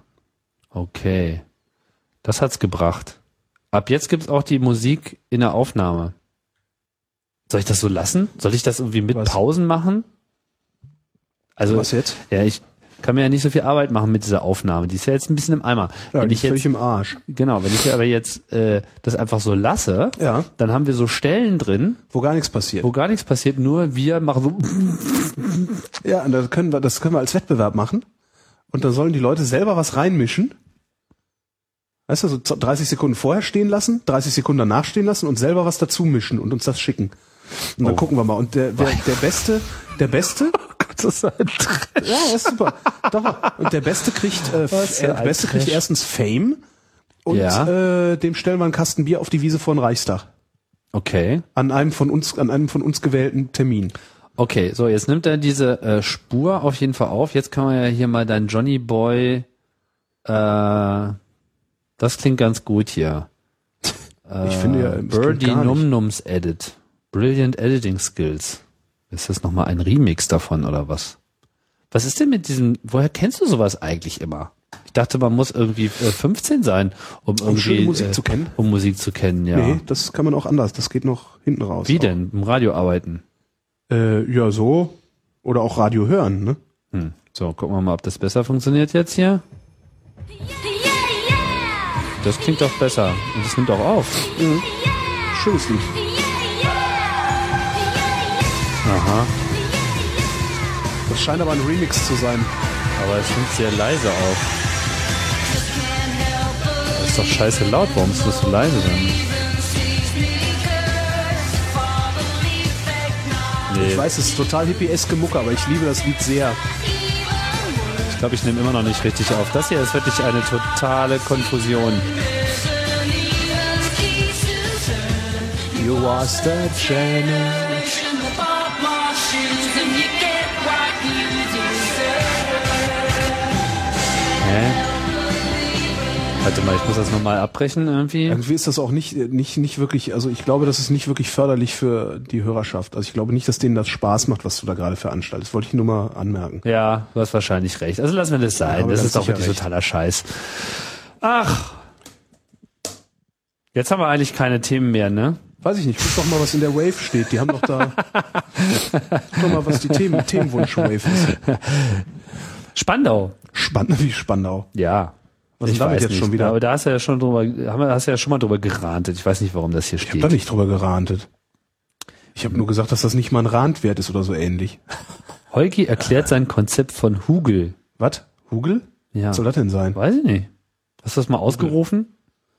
Okay. Das hat's gebracht. Ab jetzt gibt's auch die Musik in der Aufnahme. Soll ich das so lassen? Soll ich das irgendwie mit Was? Pausen machen? Also, Was jetzt? ja, ich kann mir ja nicht so viel Arbeit machen mit dieser Aufnahme. Die ist ja jetzt ein bisschen im Eimer. Ja, wenn die ich ist völlig jetzt, im Arsch. genau, wenn ich aber jetzt äh, das einfach so lasse, Ja. dann haben wir so Stellen drin, Wo gar nichts passiert. wo gar nichts passiert, nur wir machen so Ja, und das können wir, das können wir als Wettbewerb machen. Und da sollen die Leute selber was reinmischen. Weißt du, so 30 Sekunden vorher stehen lassen, 30 Sekunden danach stehen lassen und selber was dazu mischen und uns das schicken. Und dann gucken wir mal. Und der, der, der Beste, der Beste, Oh. Gott, das ist ein Dreck. Oh, ja, ist super. Doch, doch. und der Beste kriegt, äh, Was für äh, der ein Beste kriegt Trash. erstens Fame und Ja. äh, dem stellen wir einen Kasten Bier auf die Wiese vor den Reichstag. Okay. An einem von uns, an einem von uns gewählten Termin. Okay, so, jetzt nimmt er diese äh, Spur auf jeden Fall auf. Jetzt kann man ja hier mal dein Johnny Boy. Äh, das klingt ganz gut hier. Äh, Ich finde ja, das klingt Birdie gar nicht. Num Nums Edit. Brilliant Editing Skills. Ist das nochmal ein Remix davon oder was? Was ist denn mit diesem, woher kennst du sowas eigentlich immer? Ich dachte, man muss irgendwie äh, 15 sein, um irgendwie schöne Musik äh, zu kennen? Um Musik zu kennen, ja. Nee, das kann man auch anders. Das geht noch hinten raus. Wie denn? Im Radio arbeiten. Äh, ja, so. Oder auch Radio hören, ne? Hm. So, gucken wir mal, ob das besser funktioniert jetzt hier. Yeah, yeah. Das klingt doch besser. Und das nimmt auch auf. Schönes Lied. Yeah, yeah. Das scheint aber ein Remix zu sein. Aber es nimmt sehr leise auf. Das ist doch scheiße laut. Warum ist das so leise dann? Nee, Ich ich, weiß, es ist total hippieske Mucke, aber ich liebe das Lied sehr. glaube, ich nehme immer noch nicht richtig auf. Das hier ist wirklich eine totale Konfusion. You was the channel. Hä? Warte mal, ich muss das nochmal abbrechen irgendwie. Irgendwie ist das auch nicht, äh, nicht, nicht wirklich, also ich glaube, das ist nicht wirklich förderlich für die Hörerschaft. Also ich glaube nicht, dass denen das Spaß macht, was du da gerade veranstaltest. Wollte ich nur mal anmerken. Ja, du hast wahrscheinlich recht. Also lassen wir das sein. aber das ganz ist doch sicher wirklich recht. totaler Scheiß. Ach. Jetzt haben wir eigentlich keine Themen mehr, ne? Weiß ich nicht, guck doch mal, was in der Wave steht. Die haben doch da. guck doch mal, was die Themen, Themenwunsch-Wave ist. Spandau. Spannend, wie Spandau. Ja. Was ist damit jetzt schon wieder? Aber da hast du ja schon drüber, haben wir- hast du ja schon mal drüber gerantet. Ich weiß nicht, warum das hier Ich habe steht. da nicht drüber gerantet. Ich habe nur gesagt, dass das nicht mal ein Randwert ist oder so ähnlich. Holgi erklärt sein Konzept von Hugel. Was? Hugel? Ja. Was soll das denn sein? Weiß ich nicht. Hast du das mal ausgerufen?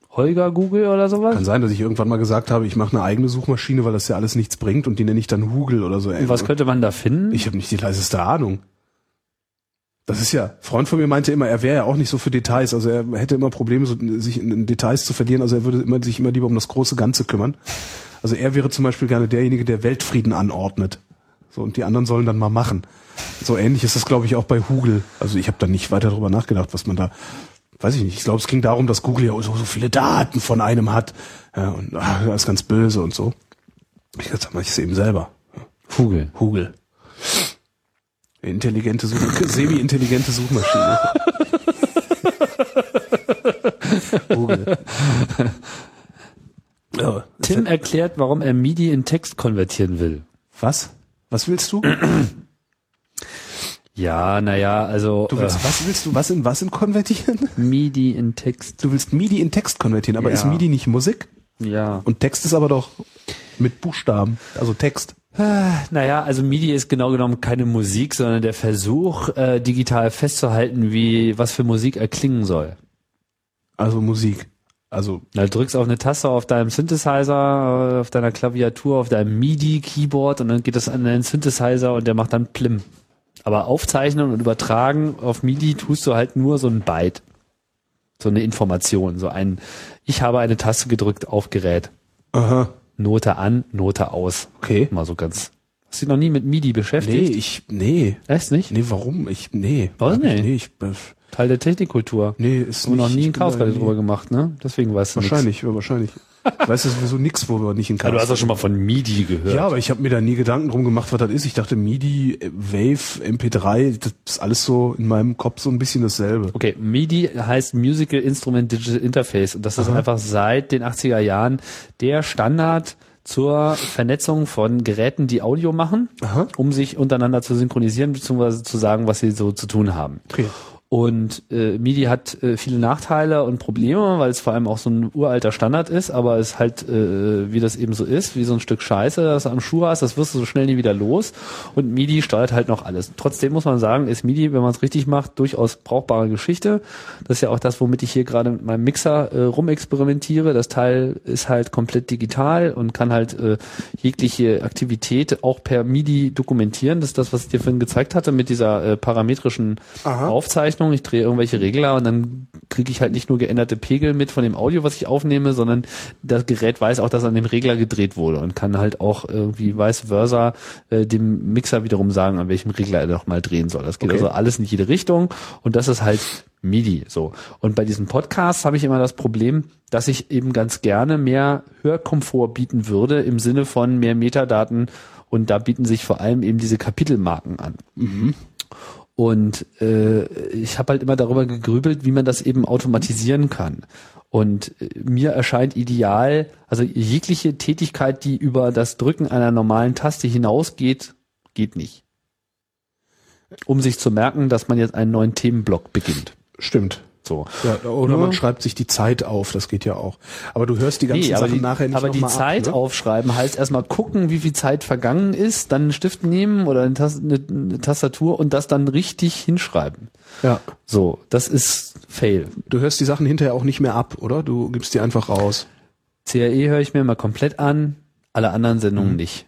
Holger Google oder sowas? Kann sein, dass ich irgendwann mal gesagt habe, ich mache eine eigene Suchmaschine, weil das ja alles nichts bringt und die nenne ich dann Hugel oder so. Was könnte man da finden? ich habe nicht die leiseste Ahnung. Das ist ja, Freund von mir meinte immer, er wäre ja auch nicht so für Details, also er hätte immer Probleme, so, sich in in Details zu verlieren, also er würde immer, sich immer lieber um das große Ganze kümmern. Also er wäre zum Beispiel gerne derjenige, der Weltfrieden anordnet. So, und die anderen sollen dann mal machen. So ähnlich ist das, glaube ich, auch bei Hugel. Also ich habe da nicht weiter drüber nachgedacht, was man da, weiß ich nicht. Ich glaube, es ging darum, dass Google ja so, so viele Daten von einem hat. Ja, und ah, das ist ganz böse und so. Ich dachte, mach ich es eben selber. Hugel. Hugel. Intelligente Such semi-intelligente Suchmaschine. Google. oh, Tim erklärt, warum er MIDI in Text konvertieren will. was? Was willst du? Ja, naja, also Du willst, was willst du was in was in konvertieren? äh, MIDI in Text. Du willst MIDI in Text konvertieren, aber Ja. ist MIDI nicht Musik? Ja. Und Text ist aber doch mit Buchstaben, also Text. Naja, also MIDI ist genau genommen keine Musik, sondern der Versuch, äh, digital festzuhalten, wie was für Musik erklingen soll. Also Musik. Also Na, du drückst auf eine Taste auf deinem Synthesizer, äh, auf deiner Klaviatur, auf deinem MIDI-Keyboard und dann geht das an deinen Synthesizer und der macht dann Plim. Aber aufzeichnen und übertragen auf MIDI tust du halt nur so ein Byte. So eine Information, so ein, ich habe eine Taste gedrückt auf Gerät. Aha. Note an, Note aus. Okay. Mal so ganz. Hast du dich noch nie mit MIDI Nee, beschäftigt? ich nee. Echt nicht? Nee, warum? Ich nee. Warum Hab ich- nicht? Nee, ich äh, Teil der Technikkultur. nee, ist Haben wir noch nicht- nie ich einen bin da Chaosradio nie- drüber gemacht, ne? Deswegen weißt du nix. Wahrscheinlich, ja, wahrscheinlich. weißt du sowieso nix, wo wir nicht in Ja, Also, du hast Chaos- doch schon mal von MIDI gehört. Ja, aber ich habe mir da nie Gedanken drum gemacht, was das ist. Ich dachte MIDI, äh, Wave, MP3, das ist alles so in meinem Kopf so ein bisschen dasselbe. Okay, MIDI heißt Musical Instrument Digital Interface und das ist einfach seit den 80er Jahren der Standard zur Vernetzung von Geräten, die Audio machen, um sich untereinander zu synchronisieren bzw. zu sagen, was sie so zu tun haben. Okay. Und äh, MIDI hat äh, viele Nachteile und Probleme, weil es vor allem auch so ein uralter Standard ist, aber es halt, äh, wie das eben so ist, wie so ein Stück Scheiße, das du am Schuh hast, das wirst du so schnell nie wieder los. Und MIDI steuert halt noch alles. Trotzdem muss man sagen, ist MIDI, wenn man es richtig macht, durchaus brauchbare Geschichte. Das ist ja auch das, womit ich hier gerade mit meinem Mixer äh, rumexperimentiere. Das Teil ist halt komplett digital und kann halt äh, jegliche Aktivität auch per MIDI dokumentieren. Das ist das, was ich dir vorhin gezeigt hatte mit dieser äh, parametrischen Aufzeichnung. Ich drehe irgendwelche Regler und dann kriege ich halt nicht nur geänderte Pegel mit von dem Audio, was ich aufnehme, sondern das Gerät weiß auch, dass an dem Regler gedreht wurde und kann halt auch irgendwie vice versa äh, dem Mixer wiederum sagen, an welchem Regler er nochmal drehen soll. Das geht Okay. also alles in jede Richtung und das ist halt MIDI so. Und bei diesen Podcasts habe ich immer das Problem, dass ich eben ganz gerne mehr Hörkomfort bieten würde im Sinne von mehr Metadaten und da bieten sich vor allem eben diese Kapitelmarken an. Und äh, ich habe halt immer darüber gegrübelt, wie man das eben automatisieren kann. Und äh, mir erscheint ideal, also jegliche Tätigkeit, die über das Drücken einer normalen Taste hinausgeht, geht nicht. Um sich zu merken, dass man jetzt einen neuen Themenblock beginnt. Stimmt. So. Ja, oder Nur- man schreibt sich die Zeit auf, das geht ja auch. Aber du hörst die ganzen Nee, aber Sachen die, nachher nicht aber noch die mal Zeit ab, ne? aufschreiben heißt erstmal gucken, wie viel Zeit vergangen ist, dann einen Stift nehmen oder eine, Tas eine, eine Tastatur und das dann richtig hinschreiben. Ja. So, das ist Fail. Du hörst die Sachen hinterher auch nicht mehr ab, oder? Du gibst die einfach raus. CAE E höre ich mir mal komplett an, alle anderen Sendungen nicht.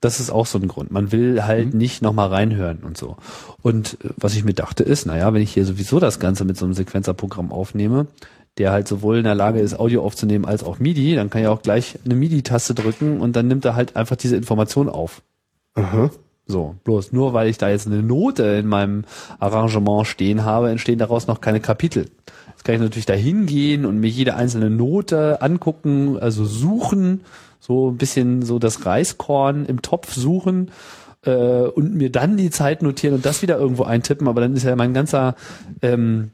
Das ist auch so ein Grund. Man will halt nicht nochmal reinhören und so. Und äh, was ich mir dachte ist, naja, wenn ich hier sowieso das Ganze mit so einem Sequenzerprogramm aufnehme, der halt sowohl in der Lage ist, Audio aufzunehmen als auch MIDI, dann kann ich auch gleich eine MIDI-Taste drücken und dann nimmt er halt einfach diese Information auf. So, bloß nur weil ich da jetzt eine Note in meinem Arrangement stehen habe, entstehen daraus noch keine Kapitel. Jetzt kann ich natürlich da hingehen und mir jede einzelne Note angucken, also suchen, so ein bisschen so das Reiskorn im Topf suchen äh, und mir dann die Zeit notieren und das wieder irgendwo eintippen, aber dann ist ja mein ganzer ähm,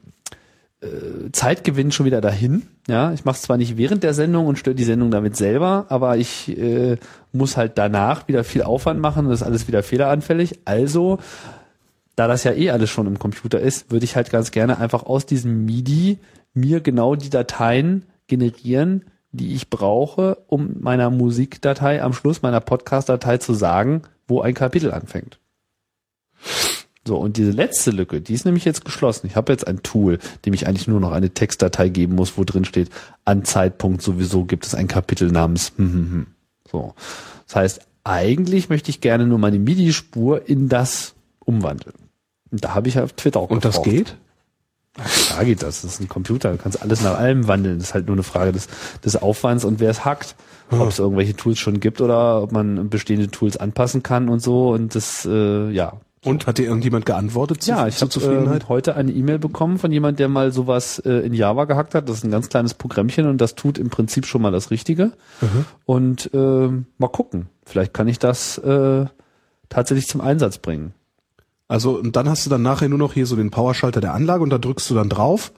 äh, Zeitgewinn schon wieder dahin. Ja, ich mache es zwar nicht während der Sendung und störe die Sendung damit selber, aber ich äh, muss halt danach wieder viel Aufwand machen und das ist alles wieder fehleranfällig. Also, da das ja eh alles schon im Computer ist, würde ich halt ganz gerne einfach aus diesem MIDI mir genau die Dateien generieren, die ich brauche, um meiner Musikdatei am Schluss meiner Podcast-Datei zu sagen, wo ein Kapitel anfängt. So, und diese letzte Lücke, die ist nämlich jetzt geschlossen. Ich habe jetzt ein Tool, dem ich eigentlich nur noch eine Textdatei geben muss, wo drin steht, an Zeitpunkt sowieso gibt es ein Kapitel namens. hm, So. Das heißt, eigentlich möchte ich gerne nur meine MIDI-Spur in das umwandeln. Und da habe ich auf Twitter auch Und das gefragt. geht? Da geht das. Das ist ein Computer. Du kannst alles nach allem wandeln. Das ist halt nur eine Frage des, des Aufwands und wer es hackt. Hm. Ob es irgendwelche Tools schon gibt oder ob man bestehende Tools anpassen kann und so. Und das, äh, ja. Und hat dir irgendjemand geantwortet zu, Ja, ich äh, zur habe Zufriedenheit? heute eine E-Mail bekommen von jemand, der mal sowas äh, in Java gehackt hat. Das ist ein ganz kleines Programmchen und das tut im Prinzip schon mal das Richtige. Und ähm, mal gucken. Vielleicht kann ich das äh, tatsächlich zum Einsatz bringen. also und dann hast du dann nachher nur noch hier so den Powerschalter der Anlage und da drückst du dann drauf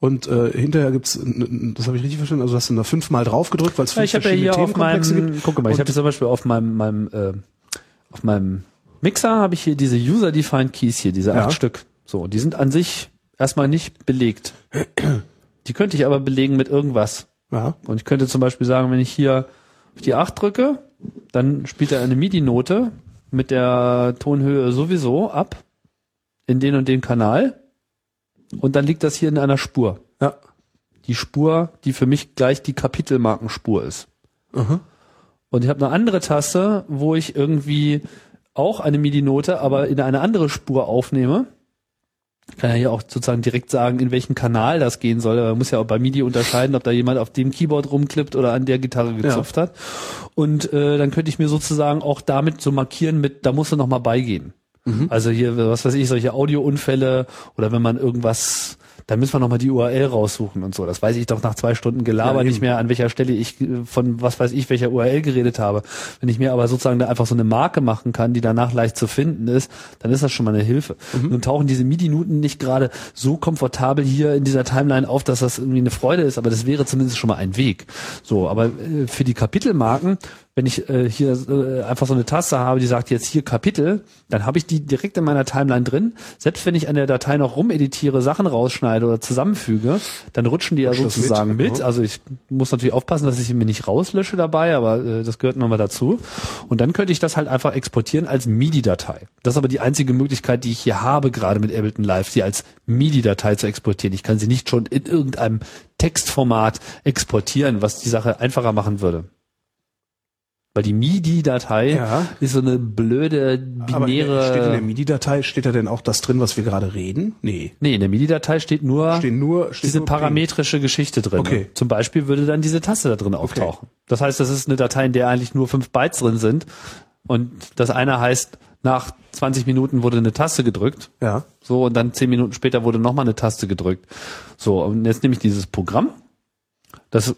Und äh, hinterher gibt's, n- n- das habe ich richtig verstanden, also hast du da fünfmal drauf gedrückt, weil es Ja, fünf ich habe ja hier verschiedene auf Themenkomplexe meinem, gibt. guck mal, ich Und- habe zum Beispiel auf meinem, meinem äh, auf meinem Mixer habe ich hier diese User-Defined Keys hier, diese Ja. acht Stück. So, die sind an sich erstmal nicht belegt. Die könnte ich aber belegen mit irgendwas. ja. Und ich könnte zum Beispiel sagen, wenn ich hier auf die 8 drücke, dann spielt er eine MIDI-Note mit der Tonhöhe sowieso ab in den und den Kanal. Und dann liegt das hier in einer Spur. Ja. Die Spur, die für mich gleich die Kapitelmarkenspur ist. Und ich habe eine andere Taste, wo ich irgendwie auch eine MIDI-Note, aber in eine andere Spur aufnehme. Ich kann ja hier auch sozusagen direkt sagen, in welchen Kanal das gehen soll. Man muss ja auch bei MIDI unterscheiden, ob da jemand auf dem Keyboard rumklippt oder an der Gitarre gezupft hat. Und äh, dann könnte ich mir sozusagen auch damit so markieren mit, da musst du nochmal beigehen. Mhm. Also hier, was weiß ich, solche Audiounfälle oder wenn man irgendwas, da müssen wir nochmal die URL raussuchen und so. Das weiß ich doch nach zwei Stunden Gelaber Ja, eben. nicht mehr, an welcher Stelle ich äh, von was weiß ich, welcher URL geredet habe. Wenn ich mir aber sozusagen da einfach so eine Marke machen kann, die danach leicht zu finden ist, dann ist das schon mal eine Hilfe. Mhm. Nun tauchen diese MIDI-Noten nicht gerade so komfortabel hier in dieser Timeline auf, dass das irgendwie eine Freude ist, aber das wäre zumindest schon mal ein Weg. So, aber äh, für die Kapitelmarken, wenn ich äh, hier äh, einfach so eine Taste habe, die sagt jetzt hier Kapitel, dann habe ich die direkt in meiner Timeline drin. Selbst wenn ich an der Datei noch rumeditiere, Sachen rausschneide oder zusammenfüge, dann rutschen die ja Rutscht das sozusagen mit, mit. ja. Also ich muss natürlich aufpassen, dass ich sie mir nicht rauslösche dabei, aber äh, das gehört nochmal dazu. Und dann könnte ich das halt einfach exportieren als MIDI-Datei. Das ist aber die einzige Möglichkeit, die ich hier habe, gerade mit Ableton Live, sie als MIDI-Datei zu exportieren. Ich kann sie nicht schon in irgendeinem Textformat exportieren, was die Sache einfacher machen würde. Weil die MIDI-Datei Ja. ist so eine blöde Aber steht in der binäre. MIDI-Datei, steht da denn auch das drin, was wir gerade reden? Nee. nee, in der MIDI-Datei steht nur, Stehen nur, steht diese nur parametrische Geschichte drin. Okay. Zum Beispiel würde dann diese Taste da drin auftauchen. Das heißt, das ist eine Datei, in der eigentlich nur fünf Bytes drin sind. Und das eine heißt, nach 20 Minuten wurde eine Taste gedrückt. Ja. So, und dann zehn Minuten später wurde nochmal eine Taste gedrückt. So, und jetzt nehme ich dieses Programm. Das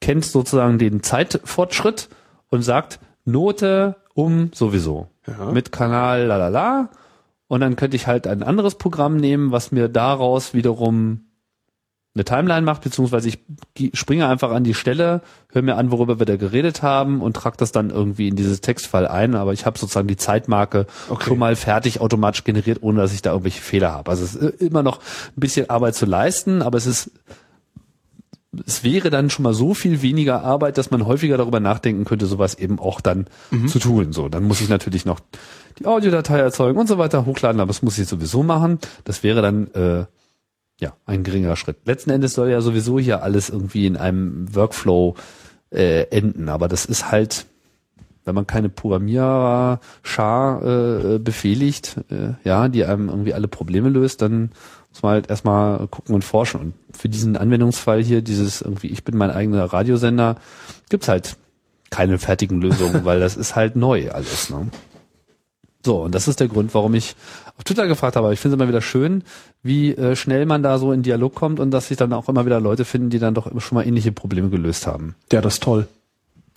kennt sozusagen den Zeitfortschritt und sagt Note um sowieso. Mit Kanal la la la. Und dann könnte ich halt ein anderes Programm nehmen, was mir daraus wiederum eine Timeline macht, beziehungsweise ich ge- springe einfach an die Stelle, höre mir an, worüber wir da geredet haben und trage das dann irgendwie in dieses Textfall ein, aber ich habe sozusagen die Zeitmarke Okay. schon mal fertig automatisch generiert, ohne dass ich da irgendwelche Fehler habe. Also es ist immer noch ein bisschen Arbeit zu leisten, aber es ist es wäre dann schon mal so viel weniger Arbeit, dass man häufiger darüber nachdenken könnte, sowas eben auch dann zu tun. So, dann muss ich natürlich noch die Audiodatei erzeugen und so weiter hochladen, aber das muss ich sowieso machen. Das wäre dann äh, ja ein geringerer Schritt. Letzten Endes soll ja sowieso hier alles irgendwie in einem Workflow äh, enden, aber das ist halt, wenn man keine Programmierer-Schar äh, äh, befehligt, äh, ja, die einem irgendwie alle Probleme löst, dann muss man halt erstmal gucken und forschen. Und für diesen Anwendungsfall hier, dieses irgendwie, ich bin mein eigener Radiosender, gibt's halt keine fertigen Lösungen, weil das ist halt neu alles. Ne? So, und das ist der Grund, warum ich auf Twitter gefragt habe. Ich finde es immer wieder schön, wie äh, schnell man da so in Dialog kommt und dass sich dann auch immer wieder Leute finden, die dann doch schon mal ähnliche Probleme gelöst haben. Ja, das ist toll.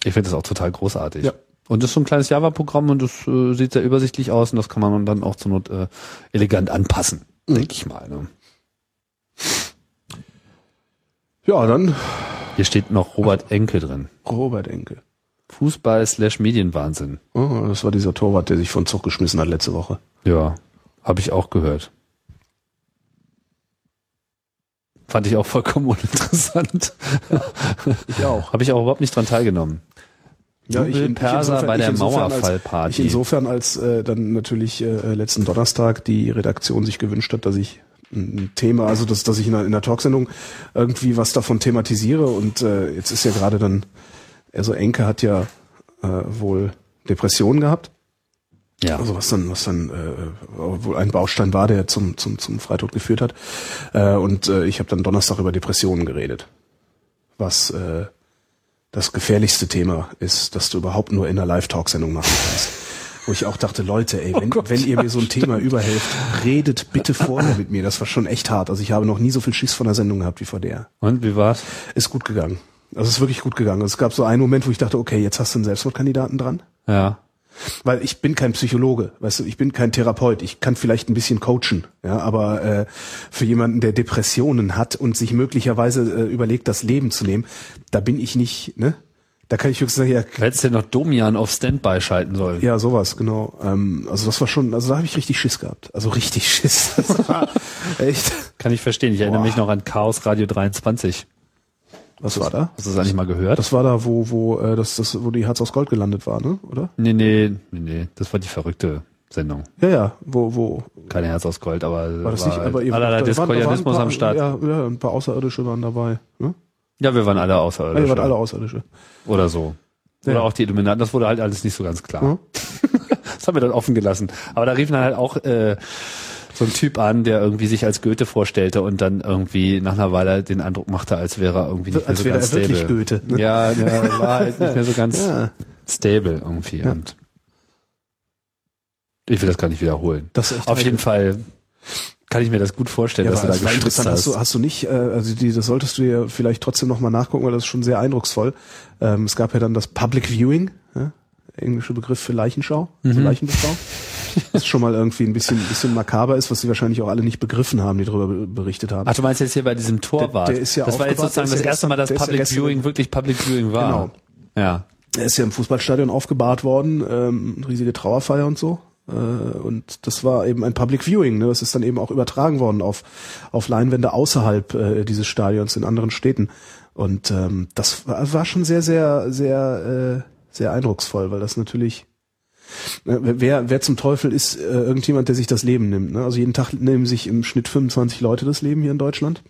Ich finde das auch total großartig. Ja. Und das ist so ein kleines Java-Programm und das äh, sieht sehr übersichtlich aus und das kann man dann auch zur Not äh, elegant anpassen, denke ich mal. Ne? Ja, dann Hier steht noch Robert Enke drin. Robert Enke. Fußball slash Medienwahnsinn. Oh, das war dieser Torwart, der sich von Zug geschmissen hat letzte Woche. Ja, habe ich auch gehört. Fand ich auch vollkommen uninteressant. Ich auch. habe ich auch überhaupt nicht dran teilgenommen. Ja, Jubel Perser bei der Mauerfallparty. Als, ich insofern, als äh, dann natürlich äh, letzten Donnerstag die Redaktion sich gewünscht hat, dass ich ein Thema, also dass, dass ich in einer, in einer Talksendung irgendwie was davon thematisiere und äh, jetzt ist ja gerade dann, also Enke hat ja äh, wohl Depressionen gehabt. Ja. Also was dann, was dann äh, wohl ein Baustein war, der zum, zum, zum Freitod geführt hat. Äh, und äh, ich habe dann Donnerstag über Depressionen geredet. Was äh, das gefährlichste Thema ist, dass du überhaupt nur in einer Live-Talk-Sendung machen kannst. Wo ich auch dachte, Leute, ey, wenn, wenn ihr mir so ein Thema überhelft, redet bitte vorher mit mir. Das war schon echt hart. Also ich habe noch nie so viel Schiss von der Sendung gehabt wie vor der. Und wie war's? Ist gut gegangen. Also es ist wirklich gut gegangen. Es gab so einen Moment, wo ich dachte, okay, jetzt hast du einen Selbstmordkandidaten dran. Ja. Weil ich bin kein Psychologe, weißt du, ich bin kein Therapeut. Ich kann vielleicht ein bisschen coachen, ja, aber äh, für jemanden, der Depressionen hat und sich möglicherweise äh, überlegt, das Leben zu nehmen, da bin ich nicht, ne? Da kann ich höchstens sagen, ja, Du hättest ja noch Domian auf Standby schalten sollen. ja, sowas, genau. Ähm, also das war schon, also da habe ich richtig Schiss gehabt. Also richtig Schiss. Das war echt. Kann ich verstehen. Ich erinnere Boah. mich noch an Chaos Radio 23. Was war da? Hast du das eigentlich mal gehört? Das war da, wo, wo, äh, das, das, wo die Herz aus Gold gelandet war, ne? Oder? nee, nee, nee, nee. Das war die verrückte Sendung. Ja, ja, wo, wo. Kein Herz aus Gold, aber War das nicht, aber eben allerlei da waren- da waren ein Diskordianismus paar, am Start. Ja. Ja, ja, ein paar Außerirdische waren dabei. Ne? wir waren alle Ja, ihr außerirdische. wart alle Außerirdische. Oder so. Oder auch die Illuminaten. Das wurde halt alles nicht so ganz klar. Mhm. das haben wir dann offen gelassen. Aber da riefen dann halt auch äh, so ein Typ an, der irgendwie sich als Goethe vorstellte und dann irgendwie nach einer Weile den Eindruck machte, als wäre er irgendwie nicht Als mehr wäre so ganz er wirklich stable. Goethe, ne? Ja, ja, er war halt nicht mehr so ganz Ja. stable irgendwie. Und ich will das gar nicht wiederholen. Das ist echt Auf jeden heikel. Fall kann ich mir das gut vorstellen, dass du da das war geschwitzt interessant. hast. Hast du, hast du nicht, äh, also die, das solltest du dir vielleicht trotzdem nochmal nachgucken, weil das ist schon sehr eindrucksvoll. Ähm, es gab ja dann das Public Viewing, ja? englischer Begriff für Leichenschau, Mhm. für Leichenbeschau. Was schon mal irgendwie ein bisschen, ein bisschen makaber ist, was sie wahrscheinlich auch alle nicht begriffen haben, die darüber be- berichtet haben. Ach, du meinst jetzt hier bei diesem Torwart? Der- der ist ja das war jetzt aufgewacht, der sozusagen ist das ja erste Mal, dass gestern- der ist ja Public gestern- Viewing wirklich Public Viewing war. Genau. Ja. Er ist ja im Fußballstadion aufgebahrt worden, ähm, riesige Trauerfeier und so. Äh, und das war eben ein Public Viewing. Ne? Das ist dann eben auch übertragen worden auf, auf Leinwände außerhalb äh, dieses Stadions in anderen Städten. Und ähm, das war, war schon sehr, sehr, sehr, äh, sehr eindrucksvoll, weil das natürlich Ne, Wer, wer zum Teufel ist äh, irgendjemand, der sich das Leben nimmt? Ne? Also jeden Tag nehmen sich im Schnitt 25 Leute das Leben hier in Deutschland.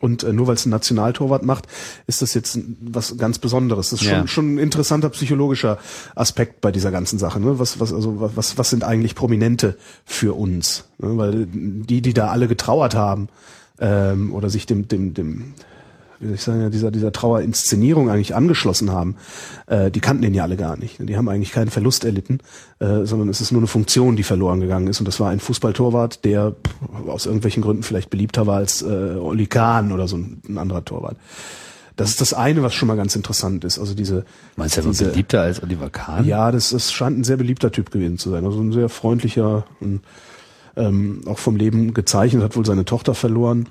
Und äh, nur weil es ein Nationaltorwart macht, ist das jetzt ein- was ganz Besonderes. Das ist schon, Ja. schon ein interessanter psychologischer Aspekt bei dieser ganzen Sache. Ne? Was, was, also, wa- was, was sind eigentlich Prominente für uns? Ne? Weil die, die da alle getrauert haben ähm, oder sich dem, dem, dem wie soll ich sagen, ja, dieser, dieser Trauerinszenierung eigentlich angeschlossen haben, äh, die kannten den ja alle gar nicht. Die haben eigentlich keinen Verlust erlitten, äh, sondern es ist nur eine Funktion, die verloren gegangen ist. Und das war ein Fußballtorwart, der pff, aus irgendwelchen Gründen vielleicht beliebter war als äh, Oli Kahn oder so ein, ein anderer Torwart. Das ist das eine, was schon mal ganz interessant ist. Also diese, Meinst du, er war diese- beliebter als Oliver Kahn? ja, das, das scheint ein sehr beliebter Typ gewesen zu sein. Also ein sehr freundlicher, ein, ähm, auch vom Leben gezeichnet, hat wohl seine Tochter verloren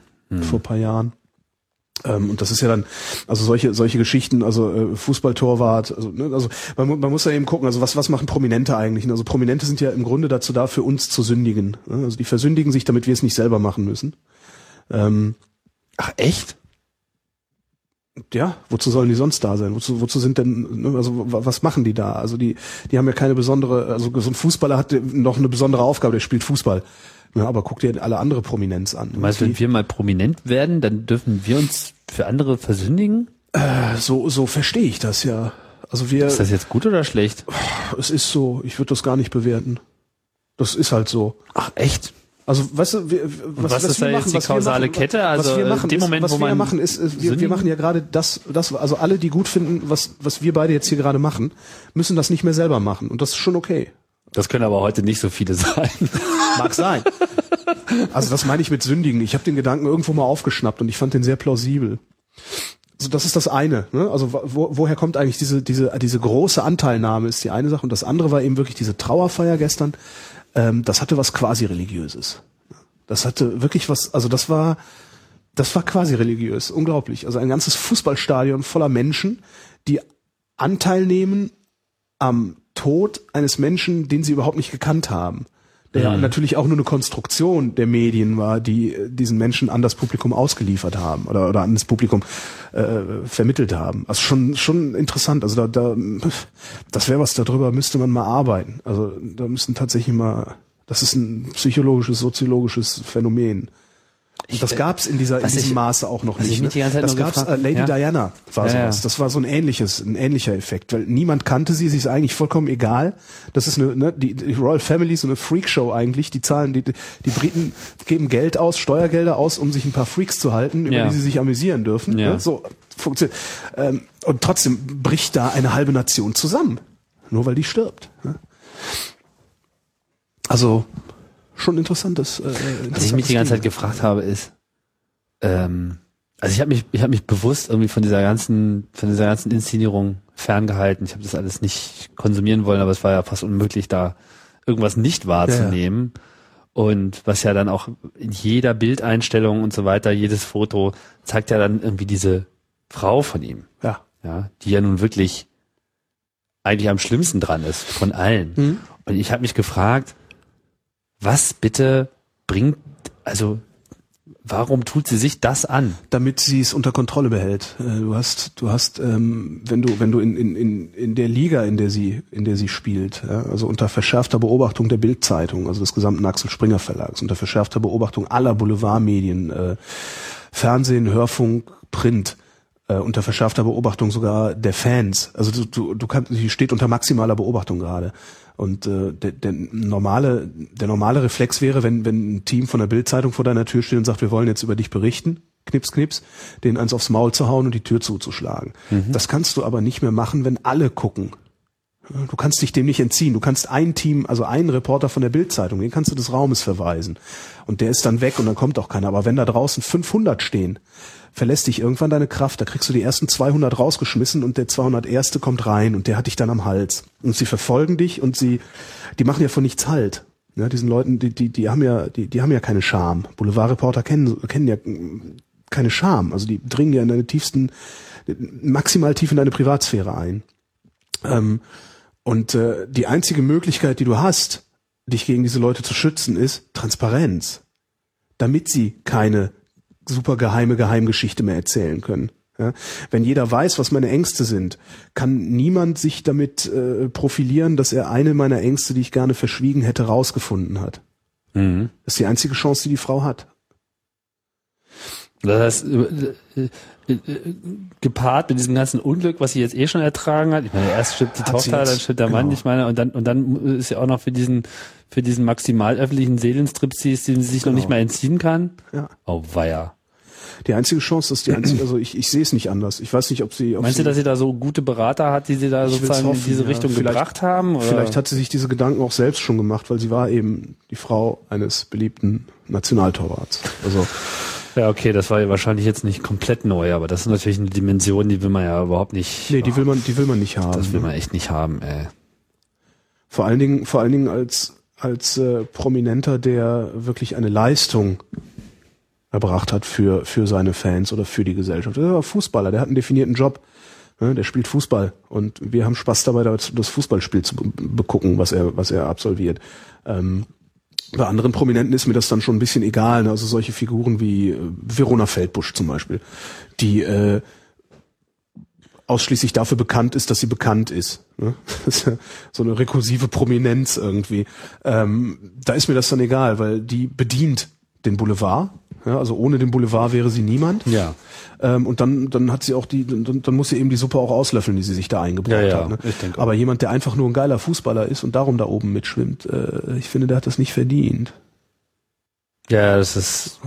vor ein paar Jahren. Ähm, und das ist ja dann, also solche, solche Geschichten, also äh, Fußballtorwart, also, ne, also man, mu- man muss ja eben gucken, also was, was machen Prominente eigentlich? ne? Also Prominente sind ja im Grunde dazu da, für uns zu sündigen. ne? Also die versündigen sich, damit wir es nicht selber machen müssen. Ähm, Ach, echt? ja, wozu sollen die sonst da sein? Wozu, wozu sind denn, ne, also wa- was machen die da? Also die, die haben ja keine besondere, also so ein Fußballer hat noch eine besondere Aufgabe, der spielt Fußball. Ja, aber guck dir alle andere Prominenz an. Du meinst, wenn wir mal prominent werden, dann dürfen wir uns für andere versündigen? so, so verstehe ich das ja. Also wir, Ist das jetzt gut oder schlecht? es ist so, ich würde das gar nicht bewerten. Das ist halt so. Ach, echt? Also, weißt du, wir, was was, was ist wir da machen, jetzt die was wir kausale machen, Kette? was Also, wir in machen, dem ist, Moment, was wo wir man machen, ist, äh, wir, wir sündigen- machen ja gerade das, das, also alle, die gut finden, was, was wir beide jetzt hier gerade machen, müssen das nicht mehr selber machen. Und das ist schon okay. Das können aber heute nicht so viele sein. Mag sein. Also das meine ich mit Sündigen. Ich habe den Gedanken irgendwo mal aufgeschnappt und ich fand den sehr plausibel. Also das ist das eine. Ne? Also wa- wo, woher kommt eigentlich diese, diese, diese große Anteilnahme ist die eine Sache. Und das andere war eben wirklich diese Trauerfeier gestern. Ähm, das hatte was quasi religiöses. Das hatte wirklich was, also das war, das war quasi religiös. Unglaublich. Also ein ganzes Fußballstadion voller Menschen, die Anteil nehmen am Tod eines Menschen, den sie überhaupt nicht gekannt haben. Der Mhm. natürlich auch nur eine Konstruktion der Medien war, die äh, diesen Menschen an das Publikum ausgeliefert haben oder, oder an das Publikum äh, vermittelt haben. Also schon, schon interessant. Also da, da das wäre was, darüber müsste man mal arbeiten. Also da müssen tatsächlich mal, das ist ein psychologisches, soziologisches Phänomen. Und das gab's in, dieser, in äh, was diesem ich- Maße auch noch was ich nicht. mich die ganze Zeit das nur gab's, gefragt- äh, Lady Ja. Diana war Ja, ja. sowas. Das war so ein ähnliches, ein ähnlicher Effekt, weil niemand kannte sie, sie ist eigentlich vollkommen egal. Das ist eine, ne, die, die Royal Family ist so eine Freakshow eigentlich. Die zahlen, die, die Briten geben Geld aus, Steuergelder aus, um sich ein paar Freaks zu halten, über Ja. die sie sich amüsieren dürfen. Ja. Ne? So funktioniert. Ähm, und trotzdem bricht da eine halbe Nation zusammen. Nur weil die stirbt. Ne? Also schon interessantes. Äh, Was ich mich die ganze Zeit gefragt habe, ist, ähm, Also ich habe mich, ich habe mich bewusst irgendwie von dieser ganzen, von dieser ganzen Inszenierung ferngehalten. Ich habe das alles nicht konsumieren wollen, aber es war ja fast unmöglich, da irgendwas nicht wahrzunehmen. Und was ja dann auch in jeder Bildeinstellung und so weiter, jedes Foto zeigt ja dann irgendwie diese Frau von ihm, Ja. ja, die ja nun wirklich eigentlich am schlimmsten dran ist von allen. Mhm. Und ich habe mich gefragt, was bitte bringt, also warum tut sie sich das an? damit sie es unter Kontrolle behält. Äh, Du hast, du hast, ähm, wenn du, wenn du in, in, in, in der Liga, in der sie, in der sie spielt, ja, also unter verschärfter Beobachtung der Bildzeitung, also des gesamten Axel Springer Verlags, unter verschärfter Beobachtung aller Boulevardmedien, äh, Fernsehen, Hörfunk, Print, äh, unter verschärfter Beobachtung sogar der Fans. Also du, du, du kannst, sie steht unter maximaler Beobachtung gerade. Und äh, der, der normale, der normale Reflex wäre, wenn, wenn ein Team von der Bildzeitung vor deiner Tür steht und sagt, wir wollen jetzt über dich berichten, knips, knips, denen eins aufs Maul zu hauen und die Tür zuzuschlagen. Das kannst du aber nicht mehr machen, wenn alle gucken. Du kannst dich dem nicht entziehen. Du kannst ein Team, also einen Reporter von der Bildzeitung, den kannst du des Raumes verweisen. Und der ist dann weg und dann kommt auch keiner. Aber wenn da draußen 500 stehen, verlässt dich irgendwann deine Kraft. Da kriegst du die ersten 200 rausgeschmissen und der 201. kommt rein und der hat dich dann am Hals. Und sie verfolgen dich und sie, die machen ja von nichts Halt. Ja, diesen Leuten, die, die, die haben ja, die, die haben ja keine Scham. Boulevardreporter kennen, kennen ja mm, keine Scham. Also die dringen ja in deine tiefsten, maximal tief in deine Privatsphäre ein. Und äh, die einzige Möglichkeit, die du hast, dich gegen diese Leute zu schützen, ist Transparenz. Damit sie keine super geheime Geheimgeschichte mehr erzählen können. Ja? Wenn jeder weiß, was meine Ängste sind, kann niemand sich damit äh, profilieren, dass er eine meiner Ängste, die ich gerne verschwiegen hätte, rausgefunden hat. Mhm. Das ist die einzige Chance, die die Frau hat. Das heißt, äh, äh, äh, gepaart mit diesem ganzen Unglück, was sie jetzt eh schon ertragen hat. Ich meine, erst stirbt die Hat sie Tochter, jetzt, dann stirbt der Mann, genau. ich meine, und dann, und dann ist ja auch noch für diesen, für diesen maximal öffentlichen Seelenstriptease, den sie sich Genau. noch nicht mal entziehen kann. Ja. Oh, weia. Die einzige Chance, dass die einzige, also ich, ich sehe es nicht anders. Ich weiß nicht, ob sie. Ob Meinst sie, du, dass sie da so gute Berater hat, die sie da Ich will's sozusagen hoffen, in diese ja. Richtung Vielleicht- gebracht haben? Oder? Vielleicht hat sie sich diese Gedanken auch selbst schon gemacht, weil sie war eben die Frau eines beliebten Nationaltorwarts. Also ja, okay, das war ja wahrscheinlich jetzt nicht komplett neu, aber das ist natürlich eine Dimension, die will man ja überhaupt nicht. nee, die will man, die will man nicht haben. das will man echt nicht haben, ey. Vor allen Dingen, vor allen Dingen als als äh, Prominenter, der wirklich eine Leistung erbracht hat für für seine Fans oder für die Gesellschaft. Er war Fußballer, der hat einen definierten Job. Ne, der spielt Fußball und wir haben Spaß dabei, das das Fußballspiel zu be- begucken, was er was er absolviert. Ähm, Bei anderen Prominenten ist mir das dann schon ein bisschen egal. Ne? Also solche Figuren wie äh, Verona Feldbusch zum Beispiel, die äh, ausschließlich dafür bekannt ist, dass sie bekannt ist. Ne? Das ist ja so eine rekursive Prominenz irgendwie. Ähm, da ist mir das dann egal, weil die bedient den Boulevard. Ja, also ohne den Boulevard wäre sie niemand. Ja. Ähm, und dann, dann hat sie auch die, dann, dann muss sie eben die Suppe auch auslöffeln, die sie sich da eingebracht Ja, ja, hat. Ne? ich denke auch. Aber jemand, der einfach nur ein geiler Fußballer ist und darum da oben mitschwimmt, äh, ich finde, der hat das nicht verdient. Ja, das ist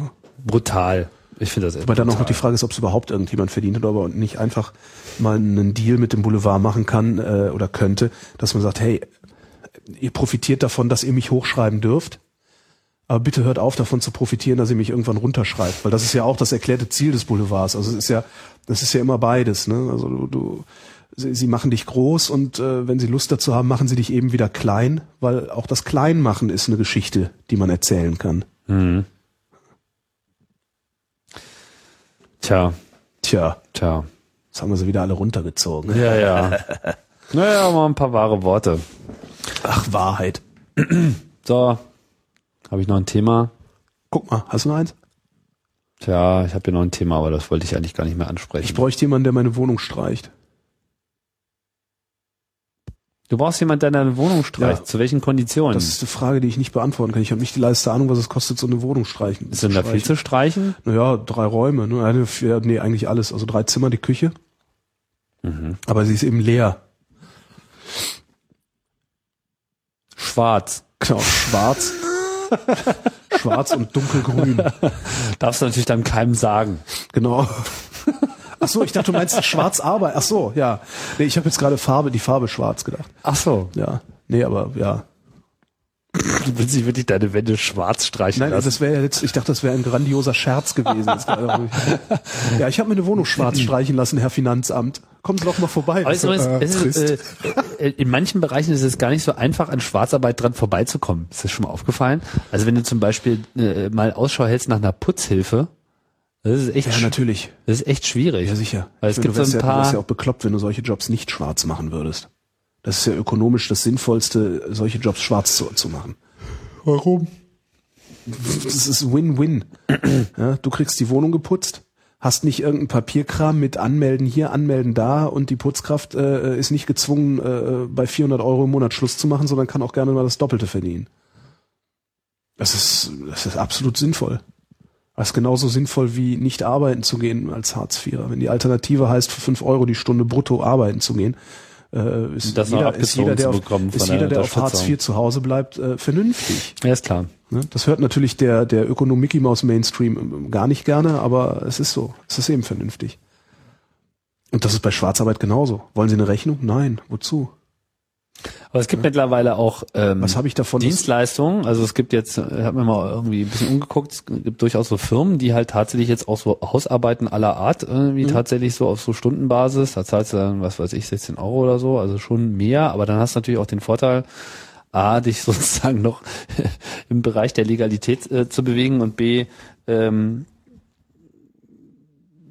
brutal. Ich finde das echt Wobei dann auch noch brutal. die Frage ist, ob es überhaupt irgendjemand verdient hat, aber nicht einfach mal einen Deal mit dem Boulevard machen kann äh, oder könnte, dass man sagt, hey, ihr profitiert davon, dass ihr mich hochschreiben dürft, aber bitte hört auf davon zu profitieren, dass ihr mich irgendwann runterschreibt, weil das ist ja auch das erklärte Ziel des Boulevards. Also es ist ja, das ist ja immer beides. Ne? Also du, du sie, sie machen dich groß und äh, wenn sie Lust dazu haben, machen sie dich eben wieder klein, weil auch das Kleinmachen ist eine Geschichte, die man erzählen kann. Tja, Tja, tja. jetzt haben wir sie wieder alle runtergezogen. Ja, ja. naja, mal ein paar wahre Worte. Ach, Wahrheit. So, habe ich noch ein Thema? Guck mal, hast du noch eins? Tja, ich habe hier noch ein Thema, aber das wollte ich eigentlich gar nicht mehr Ich ansprechen. bräuchte jemanden, der meine Wohnung streicht. Du brauchst jemanden, der deine Wohnung streicht. Ja. Zu welchen Konditionen? Das ist eine Frage, die ich nicht beantworten kann. Ich habe nicht die leiste Ahnung, was es kostet, so eine Wohnung streichen. Ist denn da viel zu streichen? Naja, drei Räume. Ne? Eine, vier, nee, eigentlich alles. Also drei Zimmer, die Küche. Mhm. Aber sie ist eben leer. Schwarz. Genau, schwarz. schwarz und dunkelgrün. Darfst du natürlich dann keinem sagen. Genau. Ach so, ich dachte, du meinst schwarz Arbeit. Ach so, ja. Nee, ich habe jetzt gerade Farbe, die Farbe schwarz gedacht. Ach so. Ja. Nee, aber ja. Du willst nicht wirklich deine Wände schwarz streichen Nein, also lassen. das wäre jetzt, ich dachte, das wäre ein grandioser Scherz gewesen. Das war- ja, ich habe meine Wohnung schwarz streichen lassen, Herr Finanzamt. Kommen Sie doch mal vorbei. Aber es ist, äh, übrigens- es trist. ist, äh, äh, in manchen Bereichen ist es gar nicht so einfach, an Schwarzarbeit dran vorbeizukommen. Ist das schon mal aufgefallen? Also wenn du zum Beispiel äh, mal Ausschau hältst nach einer Putzhilfe, das ist echt, ja, natürlich. das ist echt schwierig. Ja, sicher. Weil es Ich meine, gibt du wärst so ein ja, Du paar, wärst ja auch bekloppt, wenn du solche Jobs nicht schwarz machen würdest. Das ist ja ökonomisch das Sinnvollste, solche Jobs schwarz zu, zu machen. Warum? Das ist Win-Win. Ja, du kriegst die Wohnung geputzt, hast nicht irgendeinen Papierkram mit Anmelden hier, Anmelden da und die Putzkraft äh, ist nicht gezwungen, äh, bei 400 Euro im Monat Schluss zu machen, sondern kann auch gerne mal das Doppelte verdienen. Das ist, das ist absolut sinnvoll. Das ist genauso sinnvoll wie nicht arbeiten zu gehen als Hartz-Vierer. Wenn die Alternative heißt, für 5 Euro die Stunde brutto arbeiten zu gehen, äh, ist, Das noch jeder, ist abgezogen jeder, der zu auf, bekommen von ist der jeder, der auf Hartz Unterstützung. IV zu Hause bleibt, äh, vernünftig. ja, ist klar. Ne? Das hört natürlich der, der Ökonomicky-Maus-Mainstream ähm, gar nicht gerne, aber es ist so. Es ist eben vernünftig. Und das ist bei Schwarzarbeit genauso. Wollen Sie eine Rechnung? Nein. Wozu? Aber es gibt mittlerweile auch ähm, Was habe ich davon? Dienstleistungen. Also es gibt jetzt, ich habe mir mal irgendwie ein bisschen umgeguckt, es gibt durchaus so Firmen, die halt tatsächlich jetzt auch so Hausarbeiten aller Art, irgendwie tatsächlich so auf so Stundenbasis. Da zahlst du dann, was weiß ich, 16 Euro oder so, also schon mehr, aber dann hast du natürlich auch den Vorteil, A, dich sozusagen noch im Bereich der Legalität äh, zu bewegen und B, ähm,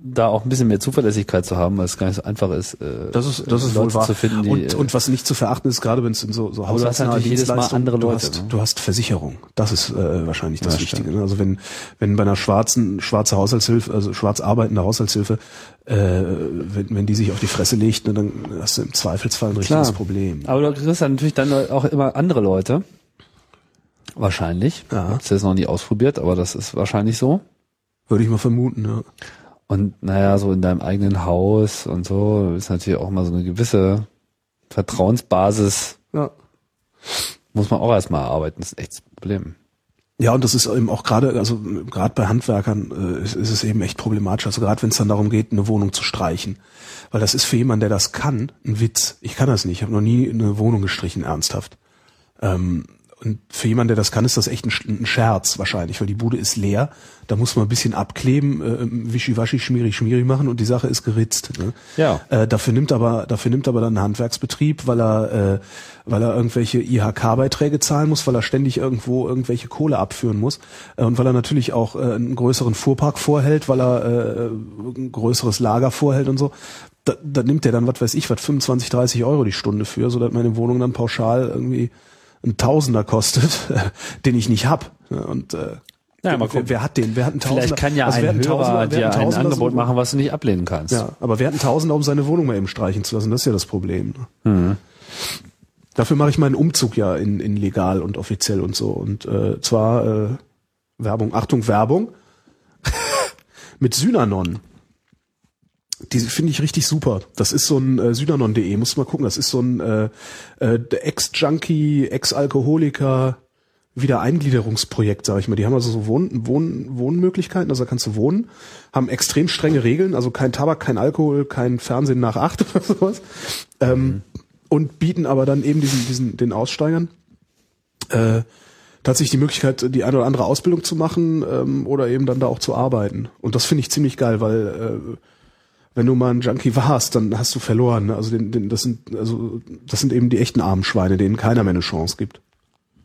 da auch ein bisschen mehr Zuverlässigkeit zu haben, weil es gar nicht so einfach ist, äh, das ist, das ist Leute wohl wahr. zu finden, die, und, äh, und was nicht zu verachten ist, gerade wenn es in so, so du hast haushaltsnahe natürlich jedes Mal Dienstleistungen, andere du Leute, hast, ne? du hast Versicherung. Das ist äh, wahrscheinlich das Ja, Wichtige. stimmt. ne? Also wenn, wenn bei einer schwarzen, schwarze Haushaltshilfe, also schwarz arbeitende Haushaltshilfe, äh, wenn, wenn die sich auf die Fresse legt, ne, dann hast du im Zweifelsfall ein richtiges Klar. Problem. Aber du kriegst dann natürlich dann auch immer andere Leute. Wahrscheinlich. Ich Ja. habe das noch nie ausprobiert, aber das ist wahrscheinlich so. Würde ich mal vermuten, ja. Und naja, so in deinem eigenen Haus und so ist natürlich auch mal so eine gewisse Vertrauensbasis, Ja. muss man auch erstmal erarbeiten. Das ist echt ein Problem. Ja, und das ist eben auch gerade, also gerade bei Handwerkern äh, ist, ist es eben echt problematisch. Also gerade wenn es dann darum geht, eine Wohnung zu streichen. Weil das ist für jemanden, der das kann, ein Witz. Ich kann das nicht. Ich habe noch nie eine Wohnung gestrichen, ernsthaft. Ähm, und für jemanden, der das kann, ist das echt ein, Sch- ein Scherz wahrscheinlich, weil die Bude ist leer. Da muss man ein bisschen abkleben, äh, wischiwaschi, schmierig, schmierig machen und die Sache ist geritzt. Ne? Ja. Äh, dafür nimmt aber dafür nimmt aber dann ein Handwerksbetrieb, weil er äh, weil er irgendwelche IHK-Beiträge zahlen muss, weil er ständig irgendwo irgendwelche Kohle abführen muss äh, und weil er natürlich auch äh, einen größeren Fuhrpark vorhält, weil er äh, ein größeres Lager vorhält und so. Da, da nimmt er dann was weiß ich was 25 30 Euro die Stunde für, so dass meine Wohnung dann pauschal irgendwie ein Tausender kostet, den ich nicht hab. Ne? Und äh, Ja, mal gucken. wer, wer hat den? Wer hat einen Tausender? Vielleicht kann ja Also wer hat ein einen Tausender? Hörer Wer dir hat einen ein Tausender? Angebot machen, was du nicht ablehnen kannst. Ja, aber wer hat einen Tausender, um seine Wohnung mal eben streichen zu lassen? Das ist ja das Problem. ne? Dafür mache ich meinen Umzug ja in, in legal und offiziell und so. Und äh, zwar äh, Werbung, Achtung, Werbung mit Synanon. Die finde ich richtig super. Das ist so ein äh, Synanon.de, musst du mal gucken. Das ist so ein äh, äh, Ex-Junkie, Ex-Alkoholiker, Wiedereingliederungsprojekt, sage ich mal. Die haben also so Wohn Wohn Wohnmöglichkeiten, also da kannst du wohnen, haben extrem strenge Regeln, also kein Tabak, kein Alkohol, kein Fernsehen nach acht oder sowas. Ähm, Und bieten aber dann eben diesen, diesen, den Aussteigern äh, tatsächlich die Möglichkeit, die eine oder andere Ausbildung zu machen ähm, oder eben dann da auch zu arbeiten. Und das finde ich ziemlich geil, weil äh, wenn du mal ein Junkie warst, dann hast du verloren. ne? Also, den, den, das sind, also das sind eben die echten armen Schweine, denen keiner mehr eine Chance gibt.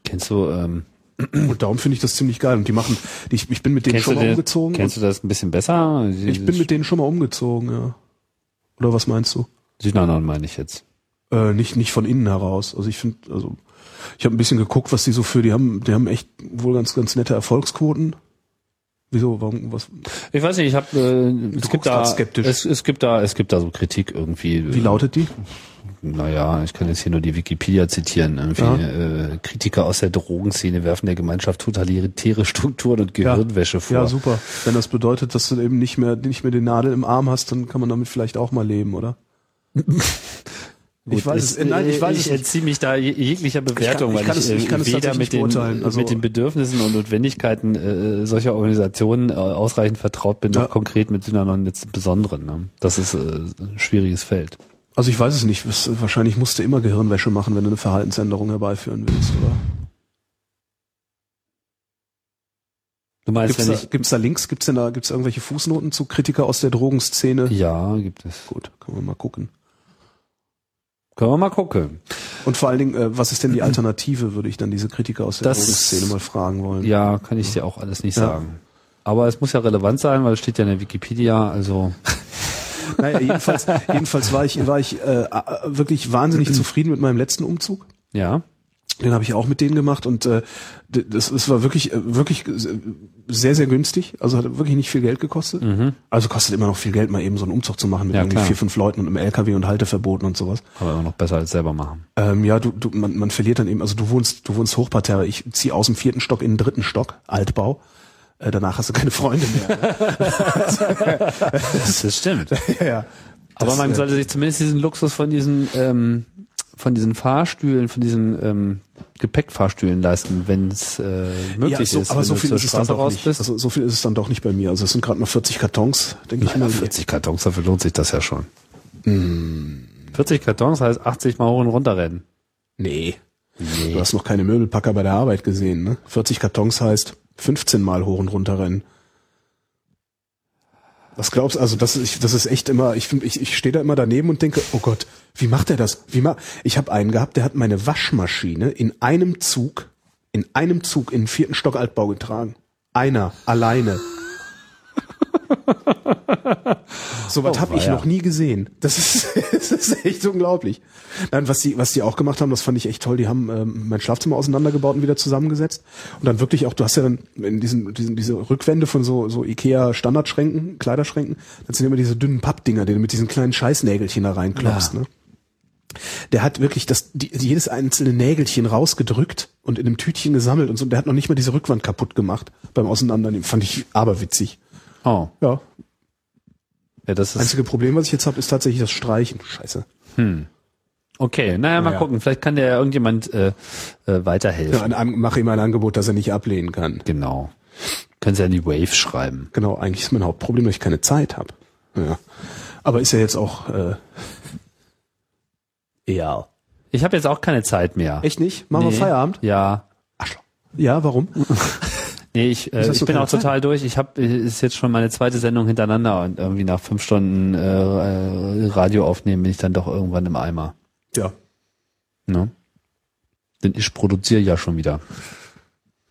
Kennst du, ähm, Und darum finde ich das ziemlich geil. Und die machen, die, ich, ich bin mit denen kennst, du schon mal den, umgezogen. kennst du das ein bisschen besser? ich bin mit denen schon mal umgezogen, ja. Oder was meinst du? Synanon meine ich jetzt. Äh, nicht, nicht von innen heraus. Also ich finde, also ich habe ein bisschen geguckt, was die so für, die haben, die haben echt wohl ganz, ganz nette Erfolgsquoten. Wieso, warum, was? Ich weiß nicht, ich habe äh, es gibt guckst da grad skeptisch. Es, es gibt da es gibt da so Kritik irgendwie. Wie lautet die? Naja, ich kann jetzt hier nur die Wikipedia zitieren. Irgendwie, äh, Kritiker aus der Drogenszene werfen der Gemeinschaft totalitäre Strukturen und Gehirnwäsche vor. Ja, super. Wenn das bedeutet, dass du eben nicht mehr, nicht mehr die Nadel im Arm hast, dann kann man damit vielleicht auch mal leben, oder? Gut, äh, ich weiß es, äh, nein, ich weiß es ich nicht. entziehe mich da je- jeglicher Bewertung, ich kann es- weil ich, ich kann äh, es weder tatsächlich mit den, beurteilen. Also- mit den Bedürfnissen und Notwendigkeiten äh, solcher Organisationen äh, ausreichend vertraut bin, Ja. noch konkret mit Synanon jetzt im Besonderen. Ne? Das ist äh, ein schwieriges Feld. Also ich weiß es nicht. Es- Wahrscheinlich musst du immer Gehirnwäsche machen, wenn du eine Verhaltensänderung herbeiführen willst, oder? Du meinst, Gibt's wenn da, ich, gibt's da Links? Gibt's denn da gibt's da irgendwelche Fußnoten zu Kritiker aus der Drogenszene? ja, gibt es. Gut, können wir mal gucken. Können wir mal gucken. Und vor allen Dingen, äh, was ist denn die Alternative, würde ich dann diese Kritiker aus der Das- Drogenszene mal fragen wollen. Ja, kann ich dir auch alles nicht Ja. sagen. Aber es muss ja relevant sein, weil es steht ja in der Wikipedia, also Naja, jedenfalls, jedenfalls war ich, war ich äh, äh, wirklich wahnsinnig zufrieden mit meinem letzten Umzug. ja. Den habe ich auch mit denen gemacht und äh, d- das, das war wirklich, äh, wirklich sehr, sehr günstig. Also hat wirklich nicht viel Geld gekostet. Also kostet immer noch viel Geld, mal eben so einen Umzug zu machen mit Mhm. Ja, irgendwie klar. vier, fünf Leuten und einem LKW und Halteverboten und sowas. Aber immer noch besser als selber machen. Ähm, ja, du, du, man, man verliert dann eben, also du wohnst, du wohnst Hochparterre, ich ziehe aus dem vierten Stock in den dritten Stock, Altbau. Äh, danach hast du keine Freunde mehr. Das stimmt. ja, ja. Aber man äh, sollte sich zumindest diesen Luxus von diesen ähm, von diesen Fahrstühlen, von diesen ähm, Gepäckfahrstühlen leisten, wenn es äh, ja, möglich so, ist. aber wenn so du viel zur ist es dann Straße doch nicht. bist. Also, so viel ist es dann doch nicht bei mir. Also es sind gerade noch 40 Kartons, denke ich mal. Ja, 40 Kartons, dafür lohnt sich das ja schon. 40 Hm. Kartons heißt 80 Mal hoch und runter rennen. Nee. Du hast noch keine Möbelpacker bei der Arbeit gesehen, ne? 40 Kartons heißt 15 Mal hoch und runter rennen. Was glaubst also das ist, das ist echt immer, ich, find- ich, ich stehe da immer daneben und denke, oh Gott, wie macht er das? Wie ma ich habe einen gehabt, der hat meine Waschmaschine in einem Zug, in einem Zug in den vierten Stock Altbau getragen. Einer, alleine. So was habe ich weia. noch nie gesehen. Das ist, das ist echt unglaublich. Nein, was die, was die auch gemacht haben, das fand ich echt toll. Die haben ähm, mein Schlafzimmer auseinandergebaut und wieder zusammengesetzt. Und dann wirklich auch, du hast ja dann in diesen, diesen diese Rückwände von so, so Ikea Standardschränken, Kleiderschränken, dann sind immer diese dünnen Pappdinger, die du mit diesen kleinen Scheißnägelchen da reinklopfst. Ja. Ne? Der hat wirklich das, die, jedes einzelne Nägelchen rausgedrückt und in einem Tütchen gesammelt und so. Und Der hat noch nicht mal diese Rückwand kaputt gemacht beim Auseinandernehmen. Fand ich aberwitzig. Oh, Ja, ja, das ist Einzige Problem, was ich jetzt habe, ist tatsächlich das Streichen. Scheiße. okay. Naja, mal Ja. gucken. Vielleicht kann dir ja irgendjemand äh, äh, weiterhelfen. Ja, ein An- mache ihm ein Angebot, das er nicht ablehnen kann. Genau. Kannst ja in die Wave schreiben. Genau, eigentlich ist mein Hauptproblem, dass ich keine Zeit habe. Ja. Aber ist ja jetzt auch äh, egal. Ich habe jetzt auch keine Zeit mehr. Echt nicht? Machen wir Feierabend? Ja. Ja, warum? Nee, ich, äh, hast ich du bin keine auch total durch. Ich habe ist jetzt schon meine zweite Sendung hintereinander und irgendwie nach fünf Stunden äh, äh, Radio aufnehmen bin ich dann doch irgendwann im Eimer. Ja. Ne? Denn ich produziere ja schon wieder.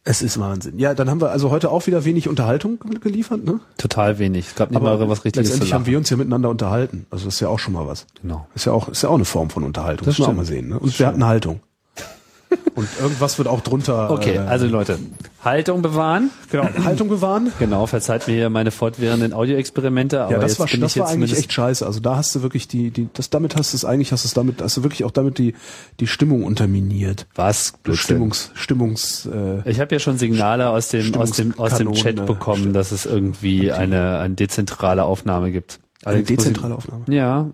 Es ist Wahnsinn. Ja, dann haben wir also heute auch wieder wenig Unterhaltung ge- geliefert, ne? Total wenig. Es gab nicht mal was richtiges zu letztendlich haben lachen. wir uns ja miteinander unterhalten. Also das ist ja auch schon mal was. Genau. Ist ja auch, ist ja auch eine Form von Unterhaltung. Das muss man auch mal stimmt. sehen. Ne? Und wir hatten Haltung. Und irgendwas wird auch drunter. Okay, äh, also Leute, Haltung bewahren. genau. Haltung bewahren. Genau, verzeiht mir hier meine fortwährenden Audioexperimente, aber Ja, das jetzt war, bin das ich war jetzt eigentlich zumindest echt scheiße. Also da hast du wirklich die, die, das damit hast du es eigentlich, hast du es damit, hast du wirklich auch damit die, die Stimmung unterminiert. was Blödsinn. Stimmungs, Stimmungs, äh, Ich habe ja schon Signale aus dem aus dem aus dem Stimmungskanone. Chat bekommen, dass es irgendwie eine eine dezentrale Aufnahme gibt. eine Allerdings muss ich- dezentrale Aufnahme. Ja.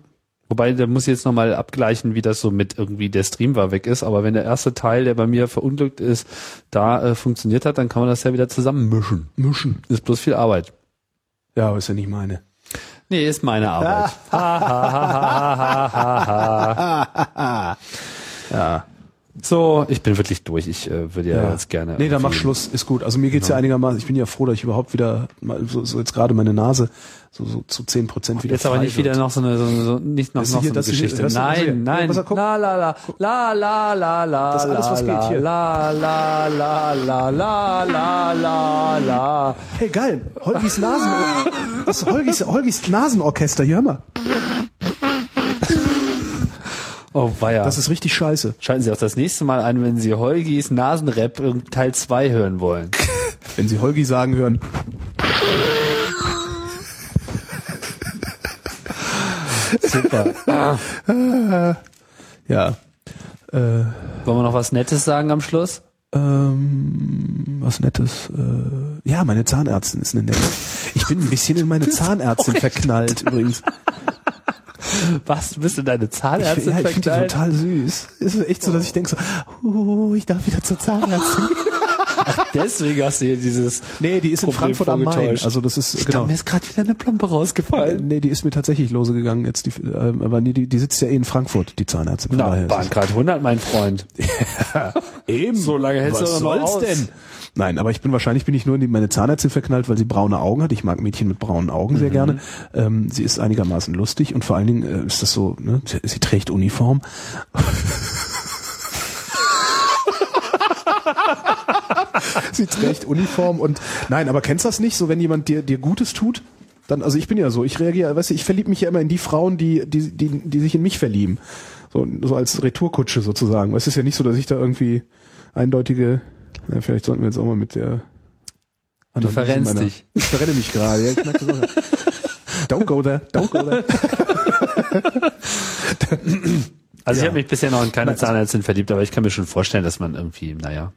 Wobei, da muss ich jetzt nochmal abgleichen, wie das so mit irgendwie der Stream war weg ist. Aber wenn der erste Teil, der bei mir verunglückt ist, da äh, funktioniert hat, dann kann man das ja wieder zusammenmischen. Mischen. Ist bloß viel Arbeit. Ja, aber ist ja nicht meine. Nee, ist meine Arbeit. Ha, ha, ha, ha, ha, ha. So, ich bin wirklich durch. Ich äh, würde ja, jetzt gerne. Nee, dann mach irgendwie- Genau. Schluss, ist gut. Also mir geht's ja einigermaßen, ich bin ja froh, dass ich überhaupt wieder, mal, so, so jetzt gerade meine Nase so, so zu 10 Prozent wieder Jetzt aber frei nicht wird. wieder noch so eine, so, so nicht noch, noch Ist so hier eine das hier- Geschichte. hörst du das hier? nein, nein. Guck mal, guck. La la la la la la la Das ist alles, was la geht hier. la la la la la la la la. Hey, geil, Holgis Nasen, das ist Holgis, Holgis Nasenorchester, hier, hör mal. Oh weia. Das ist richtig scheiße. Schalten Sie auch das nächste Mal ein, wenn Sie Holgis Nasenrap in Teil 2 hören wollen. Wenn Sie Holgi sagen hören, Super. ja, äh, Wollen wir noch was Nettes sagen am Schluss? ähm, was Nettes. Äh, ja, meine Zahnärztin ist eine nette. Ich bin ein bisschen in meine Zahnärztin verknallt übrigens. Was? Du bist in deine Ich, Zahnärztin ja, ich finde die verknallt? total süß. Es ist echt so, dass ich denke so, oh, ich darf wieder zur Zahnärztin. Deswegen hast du hier dieses. Nee, die ist in Problem Frankfurt am Main. vorgetäuscht. Also das ist, Da genau. mir ist gerade wieder eine Plombe rausgefallen. Nee, die ist mir tatsächlich lose gegangen jetzt. Die, ähm, aber nee, die, die sitzt ja eh in Frankfurt, die Zahnärztin. Von daher Na, ist waren es- gerade 100, mein Freund. Eben. So lange hältst Was du aber noch soll's aus. denn? Nein, aber ich bin wahrscheinlich bin ich nur in die, meine Zahnärztin verknallt, weil sie braune Augen hat. Ich mag Mädchen mit braunen Augen Mhm. sehr gerne. Ähm, sie ist einigermaßen lustig und vor allen Dingen äh, ist das so, ne? sie, sie trägt Uniform. sie trägt Uniform und nein, aber kennst du das nicht? So wenn jemand dir dir Gutes tut, dann also ich bin ja so, ich reagiere, weißt du, ich verliebe mich ja immer in die Frauen, die die die, die sich in mich verlieben, so, so als Retourkutsche sozusagen. Weil Es ist ja nicht so, dass ich da irgendwie eindeutige. Ja, vielleicht sollten wir jetzt auch mal mit der. Du verrennst dich. Ich verrenne mich gerade. Ja, ich merke das auch. Don't go there. Don't go there. Also ich Ja. habe mich bisher noch in keine Nein, also- Zahnärztin verliebt, aber ich kann mir schon vorstellen, dass man irgendwie, naja.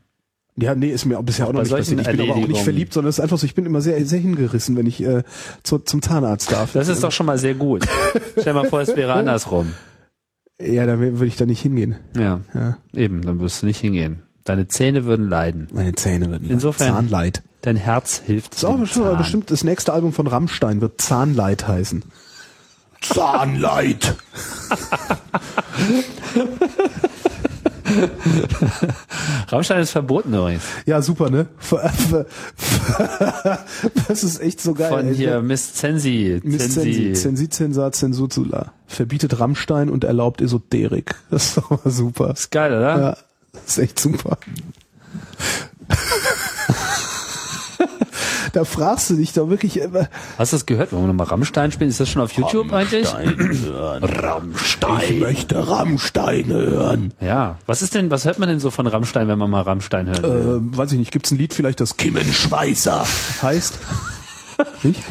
Ja, nee, ist mir bisher auch noch Bei nicht solchen passiert. Ich bin aber auch nicht Erledigungen. verliebt, sondern es ist einfach so, ich bin immer sehr, sehr hingerissen, wenn ich äh, zu, zum Zahnarzt darf. Das ist doch schon mal sehr gut. Stell mal vor, es wäre andersrum. ja, da würde ich da nicht hingehen. Ja. Ja. Eben, dann wirst du nicht hingehen. Deine Zähne würden leiden. Meine Zähne würden Insofern- Zahnleid. Dein Herz hilft. Das ist auch dem bestimmt, Zahn. bestimmt das nächste Album von Rammstein wird Zahnleid heißen. Zahnleid. Rammstein ist verboten übrigens. Ja, super, ne? Das ist echt so geil. Von ey. hier Miss Zensi. Äh, Miss Zensi, Zensi, Zensar, Zensuzula. Verbietet Rammstein und erlaubt Esoterik. Das ist doch mal super. Ist geil, oder? Ja, das ist echt super. da fragst du dich doch wirklich äh, immer. Hast du das gehört? Wollen wir nochmal Rammstein spielen? Ist das schon auf YouTube eigentlich? Rammstein. Ich möchte Rammstein hören. Ja. Was ist denn, was hört man denn so von Rammstein, wenn man mal Rammstein hört? Ähm, weiß ich nicht, gibt's ein Lied vielleicht, das Kimmenschweißer heißt? Nicht?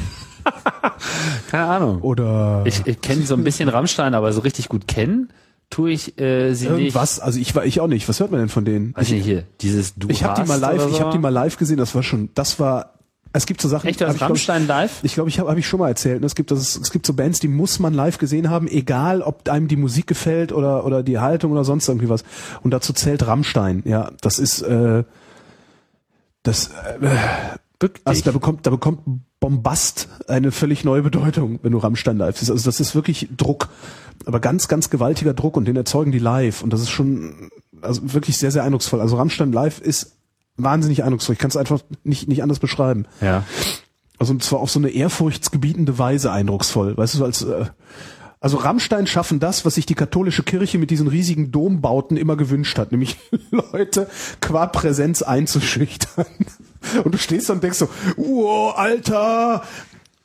Keine Ahnung. Oder Ich, ich kenne so ein bisschen Rammstein, aber so richtig gut kennen tue ich äh, sie nicht. irgendwas? Also ich war ich auch nicht. Was hört man denn von denen? Weiß nicht Also hier. Dieses Du Ich habe die hast mal live, oder ich habe so. die mal live gesehen, das war schon, das war es gibt so Sachen, Echt, du hast hab ich, glaub ich, Rammstein live? Ich glaube, ich habe hab ich schon mal erzählt, ne? es gibt das, es gibt so Bands, die muss man live gesehen haben, egal ob einem die Musik gefällt oder oder die Haltung oder sonst irgendwie was. Und dazu zählt Rammstein. Ja, das ist äh, das äh, Bück also dich. da bekommt da bekommt Bombast eine völlig neue Bedeutung, wenn du Rammstein live siehst. Also das ist wirklich Druck, aber ganz ganz gewaltiger Druck und den erzeugen die live und das ist schon also wirklich sehr sehr eindrucksvoll. Also Rammstein live ist wahnsinnig eindrucksvoll. Ich kann es einfach nicht nicht anders beschreiben. Ja. Also und zwar auf so eine ehrfurchtsgebietende Weise eindrucksvoll. Weißt du, so als äh, also Rammstein schaffen das, was sich die katholische Kirche mit diesen riesigen Dombauten immer gewünscht hat, nämlich Leute qua Präsenz einzuschüchtern. Und du stehst da und denkst so, wow, Alter!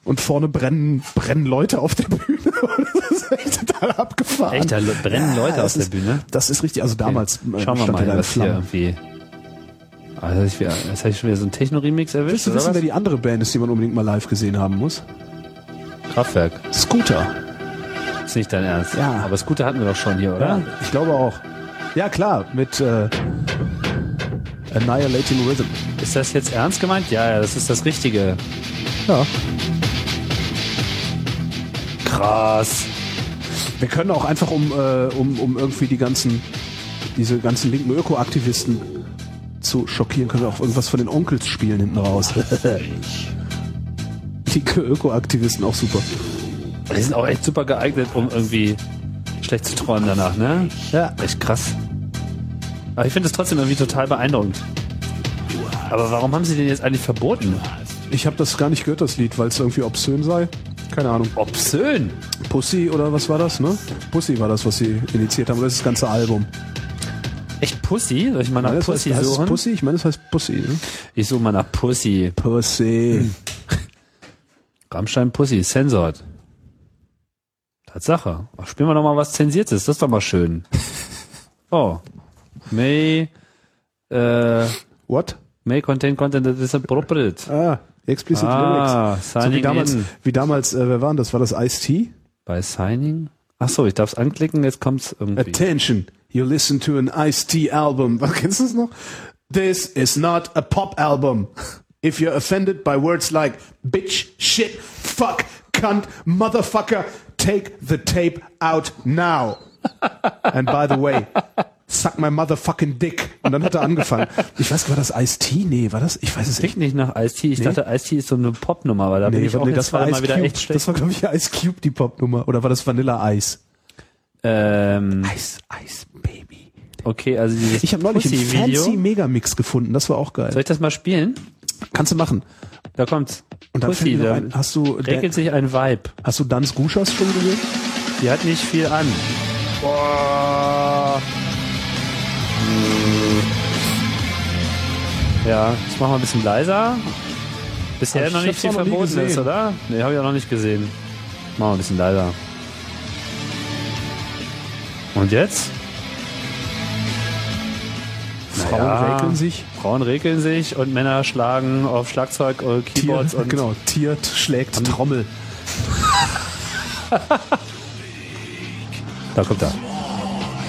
Und vorne brennen, brennen Leute auf der Bühne. Und das ist echt total abgefahren. Echt, da le- brennen Leute das auf der ist- Bühne? Das ist richtig. Also damals äh, Schauen wir stand er da mal, in was hier Flammen. irgendwie. Also ich, wieder- jetzt habe ich schon wieder so einen Techno-Remix erwischt. Willst du Oder wissen, was? wer die andere Band ist, die man unbedingt mal live gesehen haben muss? Kraftwerk. Scooter. Ist nicht dein Ernst. Ja. Aber Scooter hatten wir doch schon hier, oder? Ja, ich glaube auch. Ja, klar, mit äh, Annihilating Rhythm. Ist das jetzt ernst gemeint? Ja, ja, das ist das Richtige. Ja. Krass. Wir können auch einfach um, äh, um, um irgendwie die ganzen, diese ganzen linken Öko-Aktivisten zu schockieren, können wir auch irgendwas von den Onkels spielen hinten raus. Linke Öko-Aktivisten auch super. Die sind auch echt super geeignet, um irgendwie schlecht zu träumen danach, ne? Ja. Echt krass. Aber ich finde es trotzdem irgendwie total beeindruckend. Aber warum haben sie den jetzt eigentlich verboten? Ich habe das gar nicht gehört, das Lied, weil es irgendwie obszön sei. Keine Ahnung. Obszön. Pussy oder was war das, ne? Pussy war das, was sie initiiert haben, oder ist das ganze Album? Echt Pussy? Soll ich mal nach Nein, das heißt, Pussy heißt es suchen? Pussy? Ich meine, das heißt Pussy. Ne? Ich suche mal nach Pussy. Pussy. Rammstein Pussy, censored. Tatsache. Ach, spielen wir nochmal was Zensiertes, das ist doch mal schön. Oh. May, äh, What? may contain content that is appropriate. Ah, explicit Ah, lyrics. So signing wie damals, in. wie damals äh, wer war denn das? War das Ice-T? Bei Signing? Ach so, ich darf es anklicken, jetzt kommt's irgendwie. Attention, you listen to an Ice-T album. Was kennst du das noch? This is not a pop album. If you're offended by words like bitch, shit, fuck, cunt, motherfucker, take the tape out now. And by the way, suck my motherfucking dick. Und dann hat er angefangen. Ich weiß, war das Ice-T? Nee, war das? Ich weiß es echt Klingt nicht nach Ice-T. Ich Nee. dachte, Ice-T ist so eine Popnummer, aber da bin ich auch nee, das war mal wieder Cube. echt schlecht. Das war, glaube ich, Ice Cube, die Popnummer. Oder war das Vanilla Ice? ähm, Ice, Ice, Baby. okay, also dieses Ich habe neulich einen Pussy-Video. fancy Megamix gefunden. Das war auch geil. Soll ich das mal spielen? Kannst du machen. Da kommt's. Und dann fällt Pussy, mir noch da ein, hast du, regelt sich ein Vibe. hast du Dans Guschas schon gesehen? Die hat nicht viel an. Boah. Ja, das machen wir ein bisschen leiser. Bisher Hab ich noch nicht jetzt viel auch noch nie verboten ist, gesehen. oder? Nee, habe ich auch noch nicht gesehen. Machen wir ein bisschen leiser. Und jetzt? Frauen ja. räkeln sich. Frauen regeln sich und Männer schlagen auf Schlagzeug, äh, Tier, Keyboards und genau, Tier schlägt Trommel. Da kommt er.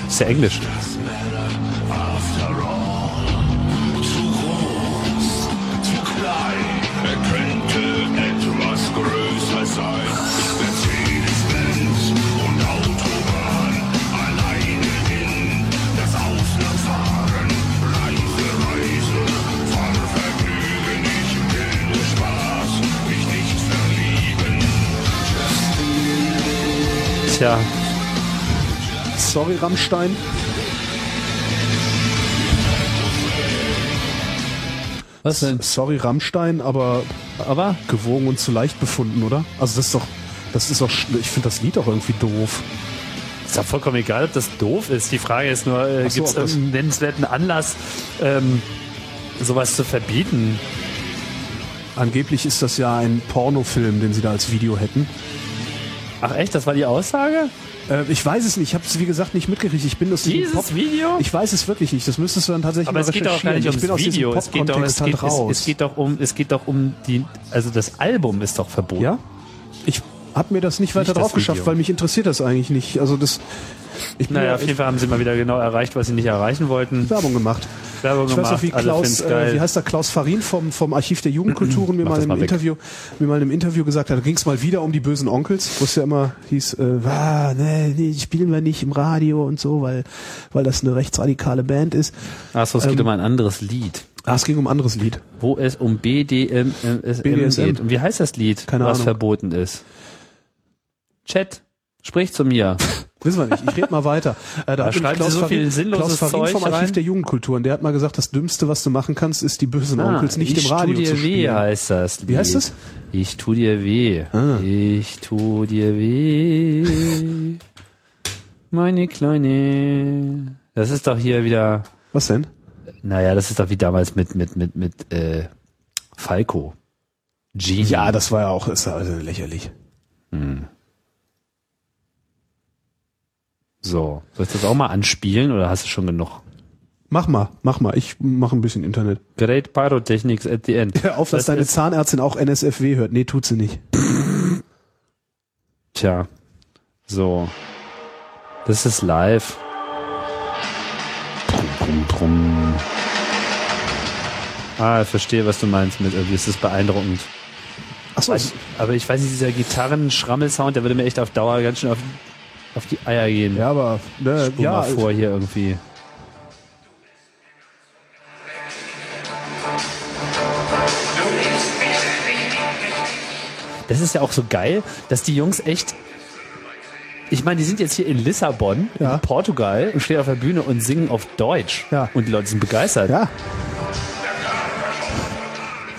Ist ja Englisch. Er könnte etwas größer sein. Mercedes-Benz und Autobahn alleine hin. Das Ausland fahren, Reise, Reise, Fahrvergnügen. Ich will nur Spaß, mich nicht verlieben. Tja, Sorry, Rammstein. was denn? Sorry, Rammstein, aber Aber gewogen und zu leicht befunden, oder? Also das ist doch, das ist doch, sch- ich finde das Lied auch irgendwie doof. Ist ja vollkommen egal, ob das doof ist. Die Frage ist nur, äh, Ach so, gibt es ob das- irgendeinen nennenswerten Anlass, ähm, sowas zu verbieten? Angeblich ist das ja ein Pornofilm, den sie da als Video hätten. Ach echt, das war die Aussage? Äh, ich weiß es nicht, ich habe es wie gesagt nicht mitgekriegt. Ich bin das Dieses Video? Ich weiß es wirklich nicht. Das müsstest du dann tatsächlich Aber mal es geht doch auch gar recherchieren. nicht ich ums bin aus diesem Video. Es geht, doch, Pop-Kontext es, halt geht, es, raus. es geht doch um, es geht doch um die, also das Album ist doch verboten. Ja? Ich habe mir das nicht weiter Nicht das drauf geschafft, Video. weil mich interessiert das eigentlich nicht. Also das. Ich bin Naja, ja- auf jeden Fall haben sie mal wieder genau erreicht, was sie nicht erreichen wollten. Werbung gemacht. Werbung ich weiß noch, gemacht, wie alle Klaus, finden's geil. Mhm. äh, wie heißt der Klaus Farin vom, vom Archiv der Jugendkulturen mir Mach mal, das im mal weg. Interview, mir mal im Interview gesagt hat, da ging es mal wieder um die bösen Onkels, wo es ja immer hieß, äh, ah, nee, nee, spielen wir nicht im Radio und so, weil, weil das eine rechtsradikale Band ist. Achso, es geht um ein anderes Lied, Ah, es ging um ein anderes Lied. wo es um BDM BDSM BDSM. geht. Und wie heißt das Lied, Keine was Ahnung. verboten ist? Chat, sprich zu mir. Wissen wir nicht, ich rede mal weiter. Äh, da hat nämlich schreiben Sie so viel sinnloses Klaus Farin vom Zeug Archiv rein. der Jugendkulturen, der hat mal gesagt, das Dümmste, was du machen kannst, ist die bösen Onkels nicht Ah, ich im Radio tu dir zu weh spielen. heißt das. Lied. heißt Ah. es? Ich tu dir weh. Ich tu dir weh. Meine kleine. Das ist doch hier wieder. Was denn? Naja, das ist doch wie damals mit mit mit mit äh, Falco. Genie. Ja, das war ja auch, ist ja also lächerlich. so. Soll ich das auch mal anspielen oder hast du schon genug? Mach mal, mach mal, ich mache ein bisschen Internet. Great Pyrotechnics at the end. Hör auf, dass deine ist, Zahnärztin auch NSFW hört. Nee, tut sie nicht. Tja. So. Das ist live. Drum, drum, drum. Ah, ich verstehe, was du meinst mit irgendwie. Es ist beeindruckend. Achso, Ich, aber ich weiß nicht, dieser Gitarren-Schrammel-Sound, der würde mir echt auf Dauer ganz schön auf, auf die Eier gehen. ja, aber ne, Spul ja, mal vor hier irgendwie. Das ist ja auch so geil, dass die Jungs echt. Ich meine, die sind jetzt hier in Lissabon, Ja. in Portugal, und stehen auf der Bühne und singen auf Deutsch. Ja. Und die Leute sind begeistert. ja.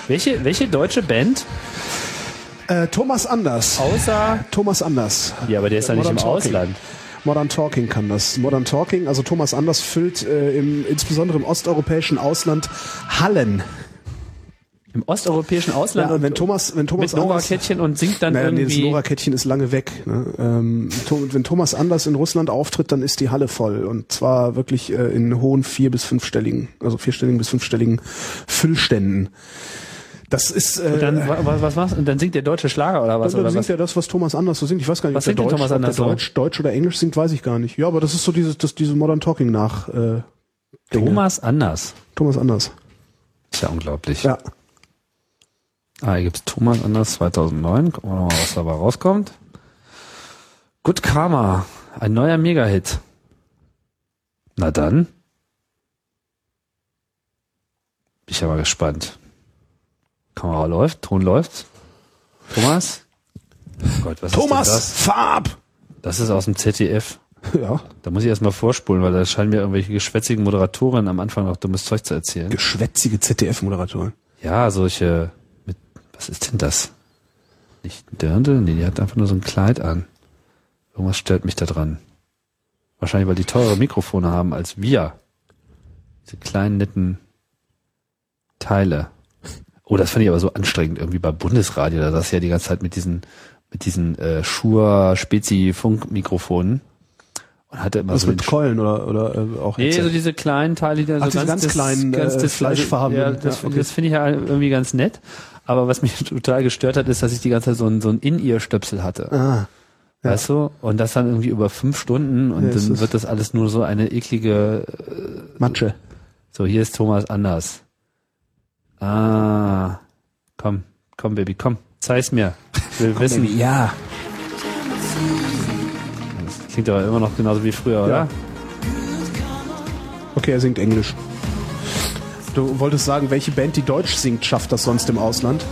Welche, welche deutsche Band Äh, Thomas Anders. außer. Thomas Anders. Ja, aber der ist ja nicht im Modern Talking. Ausland. Modern Talking kann das. Modern Talking, also Thomas Anders füllt äh, im, insbesondere im osteuropäischen Ausland Hallen. Im osteuropäischen Ausland. Ja, und wenn und- Thomas, wenn Thomas mit Nora Anders, Kettchen und singt dann naja, nee, das irgendwie. Nora-Kettchen ist lange weg. Ne? Ähm, to, wenn Thomas Anders in Russland auftritt, dann ist die Halle voll. Und zwar wirklich äh, in hohen vier- bis fünfstelligen, also vierstelligen bis fünfstelligen Füllständen. Das ist... Äh, Dann, wa- was, was machst du? Und dann singt der deutsche Schlager oder was? dann Oder singt was? er das, was Thomas Anders so singt. Ich weiß gar nicht, Was singt ob denn der, Deutsch, Thomas ob der Anders so? Deutsch, Deutsch oder Englisch singt, weiß ich gar nicht. Ja, aber das ist so dieses, das, diese Modern Talking nach äh, Thomas Anders. Thomas Anders. Ist ja unglaublich. Ja. Ah, hier gibt's Thomas Anders 2009. Gucken wir nochmal, was dabei rauskommt. Good Karma. Ein neuer Mega-Hit. Na dann. Bin ich ja mal gespannt. Kamera läuft, Ton läuft. Thomas? Oh Gott, was Thomas Ist denn Farb! das? das ist aus dem ZDF. Ja. Da muss ich erstmal vorspulen, weil da scheinen mir irgendwelche geschwätzigen Moderatoren am Anfang noch dummes Zeug zu erzählen. Geschwätzige ZDF-Moderatorin. Ja, solche mit was ist denn das? Nicht ein Dirndl? Nee, die hat einfach nur so ein Kleid an. Irgendwas stört mich da dran. Wahrscheinlich, weil die teure Mikrofone haben als wir. Diese kleinen netten Teile. Oh, das fand ich aber so anstrengend irgendwie bei Bundesradio, da saß ich ja die ganze Zeit mit diesen mit diesen äh, Schur Spezi Funkmikrofonen und hatte immer Was so mit den Keulen oder, oder äh, auch Also Nee, so Headset? diese kleinen Teile, die da Ach, so diese ganz dis- kleinen, äh, dis- also, fleischfarbenen. Ja, das, Ja, okay. das finde ich ja irgendwie ganz nett. Aber was mich total gestört hat, ist, dass ich die ganze Zeit so ein, so ein In-Ear-Stöpsel hatte. Ah, ja. Weißt du? Und das dann irgendwie über fünf Stunden und Ja, es dann ist- wird das alles nur so eine eklige, Matsche. so hier ist Thomas anders. Ah, komm, komm Baby, komm, zeig's mir. Ich will wissen. Ja. Das klingt aber immer noch genauso wie früher, oder? Okay, er singt Englisch. Du wolltest sagen, welche Band, die Deutsch singt, schafft das sonst im Ausland?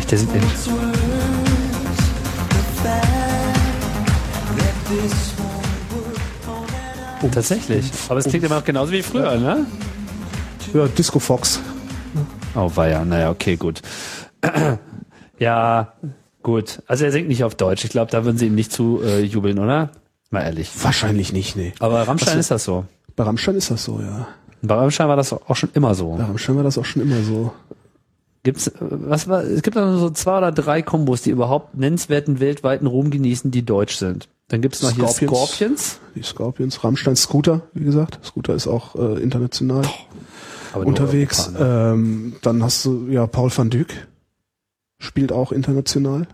Echt, der sieht echt- Tatsächlich. Oh. Aber es klingt immer noch genauso wie früher, ne? Ja, Disco Fox. Oh, war ja. Naja, okay, gut. ja, gut. Also er singt nicht auf Deutsch. Ich glaube, da würden sie ihm nicht zu äh, jubeln, oder? Mal ehrlich. Wahrscheinlich nicht, nee. Aber Rammstein Was- ist das so. Bei Rammstein ist das so, ja. Bei Rammstein war das auch schon immer so. Bei Rammstein war das auch schon immer so. Gibt's, äh, was war, es gibt dann so zwei oder drei Kombos, die überhaupt nennenswerten weltweiten Ruhm genießen, die deutsch sind. Dann gibt's noch hier Scorpions. Scorpions. Die Scorpions, Rammstein, Scooter, wie gesagt. Scooter ist auch äh, international Aber nur unterwegs. Europa, ne? ähm, dann hast du ja Paul van Dyk. Spielt auch international.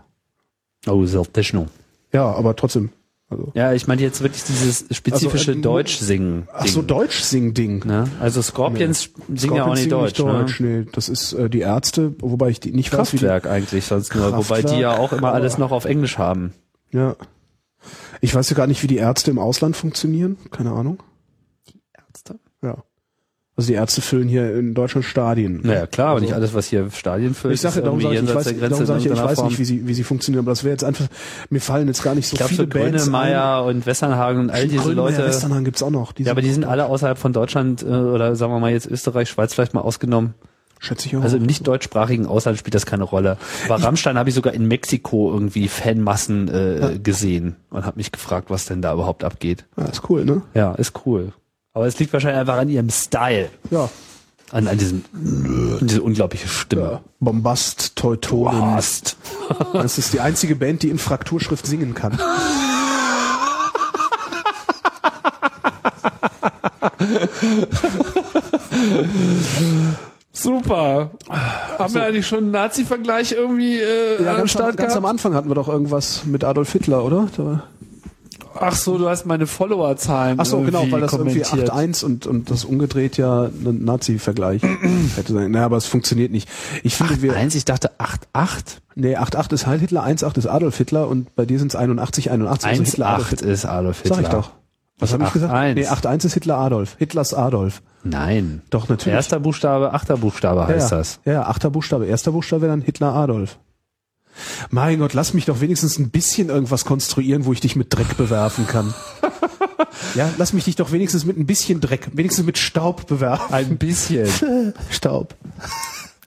Oh, self-techno. Ja, aber trotzdem. Also. Ja, ich meine jetzt wirklich dieses spezifische Also, ähm, Deutsch-Singen. Ach so, Deutsch-Sing-Ding. Ne? Also Scorpions singen ja auch Scorpions nicht singen Deutsch. ne? Nee, das ist äh, die Ärzte, wobei ich die nicht weiß, Kraftwerk eigentlich sonst nur, wobei die Kraftwerk, ja auch immer alles aber- noch auf Englisch haben. wie die, ja. Ich weiß ja gar nicht, wie die Ärzte im Ausland funktionieren. Keine Ahnung. Ärzte? Ja. Also die Ärzte füllen hier in Deutschland Stadien. Naja, klar, aber Also- nicht alles, was hier Stadien füllt, Ich sage, ist darum irgendwie sage ich, ich jenseits der weiß, Grenze darum in sag ich, ja, ich irgendeiner weiß nicht, Form. wie sie, wie sie funktionieren, aber das wäre jetzt einfach, mir fallen jetzt gar nicht so Ich glaube, viele so Bands Grönemeyer und Westernhagen und ein. all diese Grönemeyer, Leute. Westernhagen gibt's auch noch. Die Ja, sind- aber die sind alle außerhalb von Deutschland äh, oder sagen wir mal jetzt Österreich, Schweiz vielleicht mal ausgenommen. schätze ich auch. Also im nicht deutschsprachigen Ausland spielt das keine Rolle. Bei Rammstein habe ich sogar in Mexiko irgendwie Fanmassen äh, gesehen und habe mich gefragt, was denn da überhaupt abgeht. ja, ist cool, ne? Ja, ist cool. Aber es liegt wahrscheinlich einfach an ihrem Style, Ja. an, an diesem an diese unglaubliche Stimme. Bombast, Teutonen. Bombast. Das ist die einzige Band, die in Frakturschrift singen kann. Super. Haben wir eigentlich schon einen Nazi-Vergleich irgendwie äh, Ja, ganz, am, ganz am Anfang hatten wir doch irgendwas mit Adolf Hitler, oder? Da, Ach so, du hast meine Followerzahlen. ach so, genau, weil das irgendwie 8-1 und, und das umgedreht ja ein Nazi-Vergleich hätte sein. Naja, aber es funktioniert nicht. Ich finde, wir, 8-1, ich dachte 8-8. Nee, 8-8 ist Heil Hitler, 1-8 ist Adolf Hitler und bei dir sind es 81, 81. also Hitler, Adolf 1-8 Hitler. ist Adolf Hitler. Sag ich doch. Was habe ich gesagt? 8-1. Nee, 8-1 ist Hitler Adolf. Hitlers Adolf. Nein. Doch, natürlich. Erster Buchstabe, achter Buchstabe heißt ja, das. Ja, ja, achter Buchstabe. Erster Buchstabe wäre dann Hitler Adolf. Mein Gott, lass mich doch wenigstens ein bisschen irgendwas konstruieren, wo ich dich mit Dreck bewerfen kann. ja, lass mich dich doch wenigstens mit ein bisschen Dreck, wenigstens mit Staub bewerfen. Ein bisschen. Staub.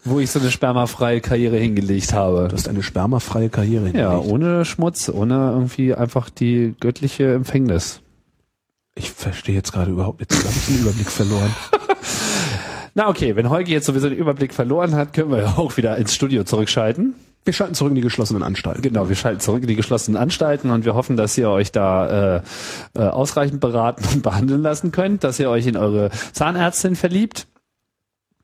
Wo ich so eine spermafreie Karriere hingelegt habe. Du hast eine spermafreie Karriere. Ja, hingelegt. ohne Schmutz, ohne irgendwie einfach die göttliche Empfängnis. Ich verstehe jetzt gerade überhaupt nicht. Jetzt habe ich den Überblick verloren. Na okay, wenn Holgi jetzt sowieso den Überblick verloren hat, können wir ja auch wieder ins Studio zurückschalten. Wir schalten zurück in die geschlossenen Anstalten. Genau, wir schalten zurück in die geschlossenen Anstalten und wir hoffen, dass ihr euch da äh, äh, ausreichend beraten und behandeln lassen könnt, dass ihr euch in eure Zahnärztin verliebt.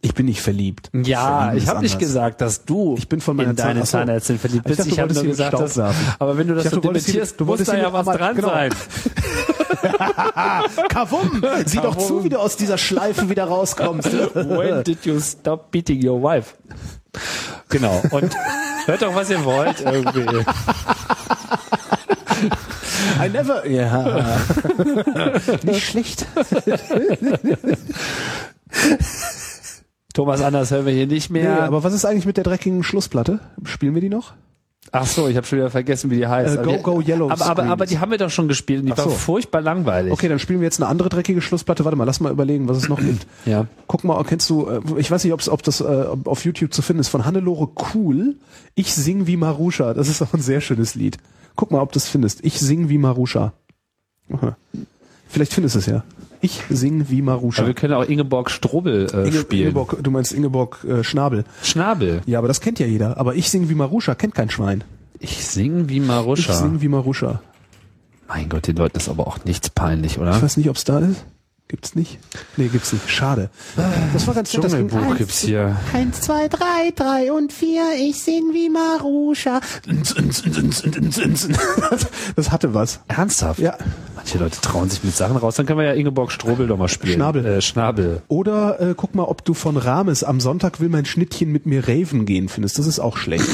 Ich bin nicht verliebt. Ja, Verlieben ich ist habe nicht anders. gesagt, dass du Ich bin von meiner in deine Zahn- Ach so. Zahnärztin verliebt Ich bist. dachte, Ich, du hab habe wolltest nur hier mit gesagt, Staub dass, werfen. aber wenn du das dachte, so du wolltest hier debattierst, mit- du muss wolltest da hier ja mit was Amat- dran genau. sein. Kavum! Sieh doch zu, wie du aus dieser Schleife wieder rauskommst. When did you stop beating your wife? Genau. Und hört doch, was ihr wollt irgendwie. I never. Ja. Nicht schlecht. Thomas Anders hören wir hier nicht Nee, mehr. aber was ist eigentlich mit der dreckigen Schlussplatte? Spielen wir die noch? Ach so, ich habe schon wieder vergessen, wie die heißt. Äh, Aber Go, die- Go, Yellow aber, aber, Screens. aber die haben wir doch schon gespielt und die Ach war so. furchtbar langweilig. Okay, dann spielen wir jetzt eine andere dreckige Schlussplatte. Warte mal, lass mal überlegen, was es noch gibt. Ja. Guck mal, kennst du, äh, ich weiß nicht, ob's, ob das äh, ob auf YouTube zu finden ist, von Hannelore Cool, Ich sing wie Marusha. Das ist auch ein sehr schönes Lied. Guck mal, ob du es findest. Ich sing wie Marusha. Aha. Vielleicht findest du es ja. Ich sing wie Marusha. Aber wir können auch Ingeborg Strobel äh, Inge- spielen. Ingeborg, du meinst Ingeborg äh, Schnabel. Schnabel. Ja, aber das kennt ja jeder. Aber ich sing wie Marusha kennt kein Schwein. Ich sing wie Ich Maruscha. sing wie Marusha. Mein Gott, den Leuten ist aber auch nichts peinlich, Ich oder? weiß nicht, ob es da ist. Gibt's nicht? Nee, gibt's nicht. Schade. Das war ganz nett. Das ging- Dschungelbuch gibt's hier. Eins, zwei, drei, drei und vier, ich sing wie Marusha. Das hatte was. Ernsthaft? Ja. Manche Leute trauen sich mit Sachen raus. Dann können wir ja Ingeborg Strobel doch mal spielen. Schnabel. Äh, Schnabel. Oder äh, guck mal, ob du von Rames am Sonntag will mein Schnittchen mit mir raven gehen findest. Das ist auch schlecht.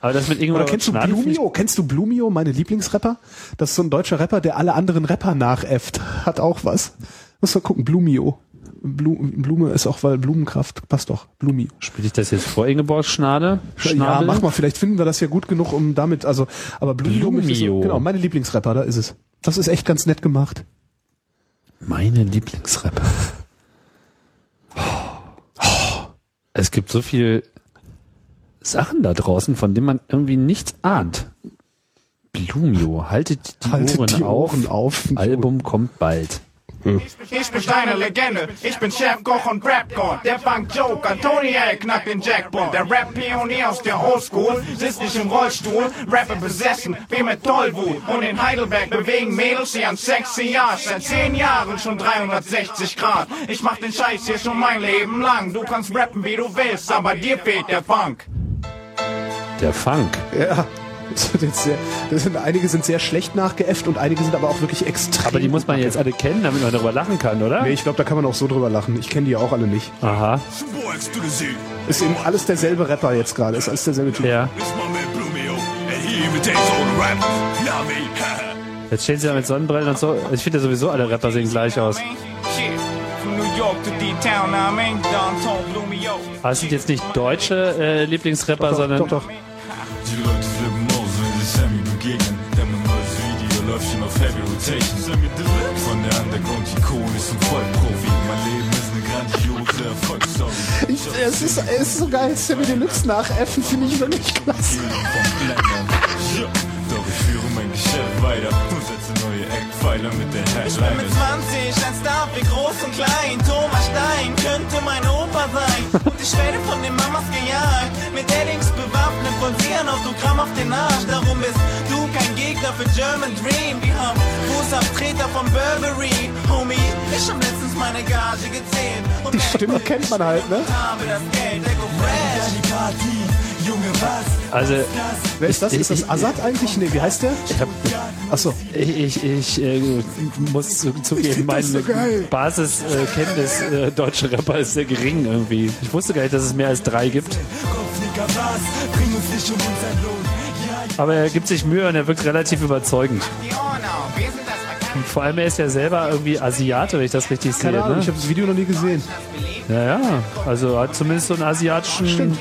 Aber das mit Ingeborg Oder kennst du Schnabel finde ich- Blumio? Kennst du Blumio, meine Lieblingsrapper? Das ist so ein deutscher Rapper, der alle anderen Rapper nachäfft. Hat auch was. Muss mal gucken, Blumio. Blu Blume ist auch, weil Blumenkraft passt doch. Blumio. Spiele ich das jetzt vor Ingeborg Schnade? Schnabel? Ja, mach mal, vielleicht finden wir das ja gut genug, um damit, also, aber Blumio, Blumio. möchtest du- genau, meine Lieblingsrapper, da ist es. Das ist echt ganz nett gemacht. Meine Lieblingsrapper. Es gibt so viel Sachen da draußen, von denen man irgendwie nichts ahnt. Blumio, haltet die Haltet Ohren die auf. Ohren auf. Album kommt bald. Ich bin deine Legende, ich bin Chefkoch und Rapgott. Der Bank Joke, Antoniak knackt den Jackpot. Der Rap-Pionier aus der Oldschool sitzt nicht im Rollstuhl. Rapper besessen, wie mit Tollwut. Und in Heidelberg bewegen Mädels ihren sexy Arsch. Seit zehn Jahren schon 360 Grad. Ich mach den Scheiß hier schon mein Leben lang. Du kannst rappen, wie du willst, aber dir fehlt der Funk. Der Funk. Ja. Das wird jetzt sehr, das sind, einige sind sehr schlecht nachgeäfft und einige sind aber auch wirklich extrem. Aber die muss man jetzt alle kennen, damit man darüber lachen kann, oder? Nee, ich glaube, da kann man auch so drüber lachen. Ich kenne die ja auch alle nicht. Aha. Boys to the sea. Ist eben alles derselbe Rapper jetzt gerade, ist alles derselbe Typ. Ja. It's my man Blumio, and he imitates all the rap. Love me, haha. Jetzt stehen sie da mit Sonnenbrillen und so. Ich finde ja sowieso alle Rapper sehen gleich aus. Shit. From New York to D-Town, I mean, Downtown Blumio. Aber es sind jetzt nicht deutsche äh, Lieblingsrapper, Doch, sondern doch, doch. Die Leute flippen aus, wenn sie Sammy begegnen. Denn mein neues Video läuft schon auf Heavy Rotation. Von der Underground-Ikone zum Vollprofi. Mein Leben ist eine grandiose Erfolgsstory. Ich, es, ist, es ist so geil, Sammy Deluxe nachäffen finde ich wirklich klasse. Vom Blender. Ja, Doch ich führe mein Geschäft weiter und setze neue Eckpfeiler mit der Headline. 20, ein Star wie groß und klein. Thomas Stein könnte mein Opa sein. Und ich werde von den Mamas gejagt. Mit Eddings bewaffnet, von sie ein Autogramm auf den Arsch. Darum bist du kein Gegner für German Dream. Wir haben Fußabtreter von Burberry. Homie, ich hab letztens meine Gage gezählt. Und Die Stimme kennt man halt, ne? habe das Geld, der Fresh. Die Party, Junge, was? also Wer ist das? Ist das Azad eigentlich? Nee, wie heißt der? ich hab, Achso. ich, ich, ich äh, muss zu- zugeben, das so meine geil. Basiskenntnis äh, Kenntnis, äh, deutscher Rapper ist sehr gering irgendwie. Ich wusste gar nicht, dass es mehr als drei gibt. Kopfnicker, was? Bring uns nicht um unseren Lohn. Ja, Aber er gibt sich Mühe und er wirkt relativ überzeugend. die Ohren auf, wir sind das Verkacken. Vor allem er ist ja selber irgendwie Asiate, wenn ich das richtig sehe. Keine Ahnung, ich Ne? habe das Video noch nie gesehen. Ja, ja. Also hat zumindest so einen asiatischen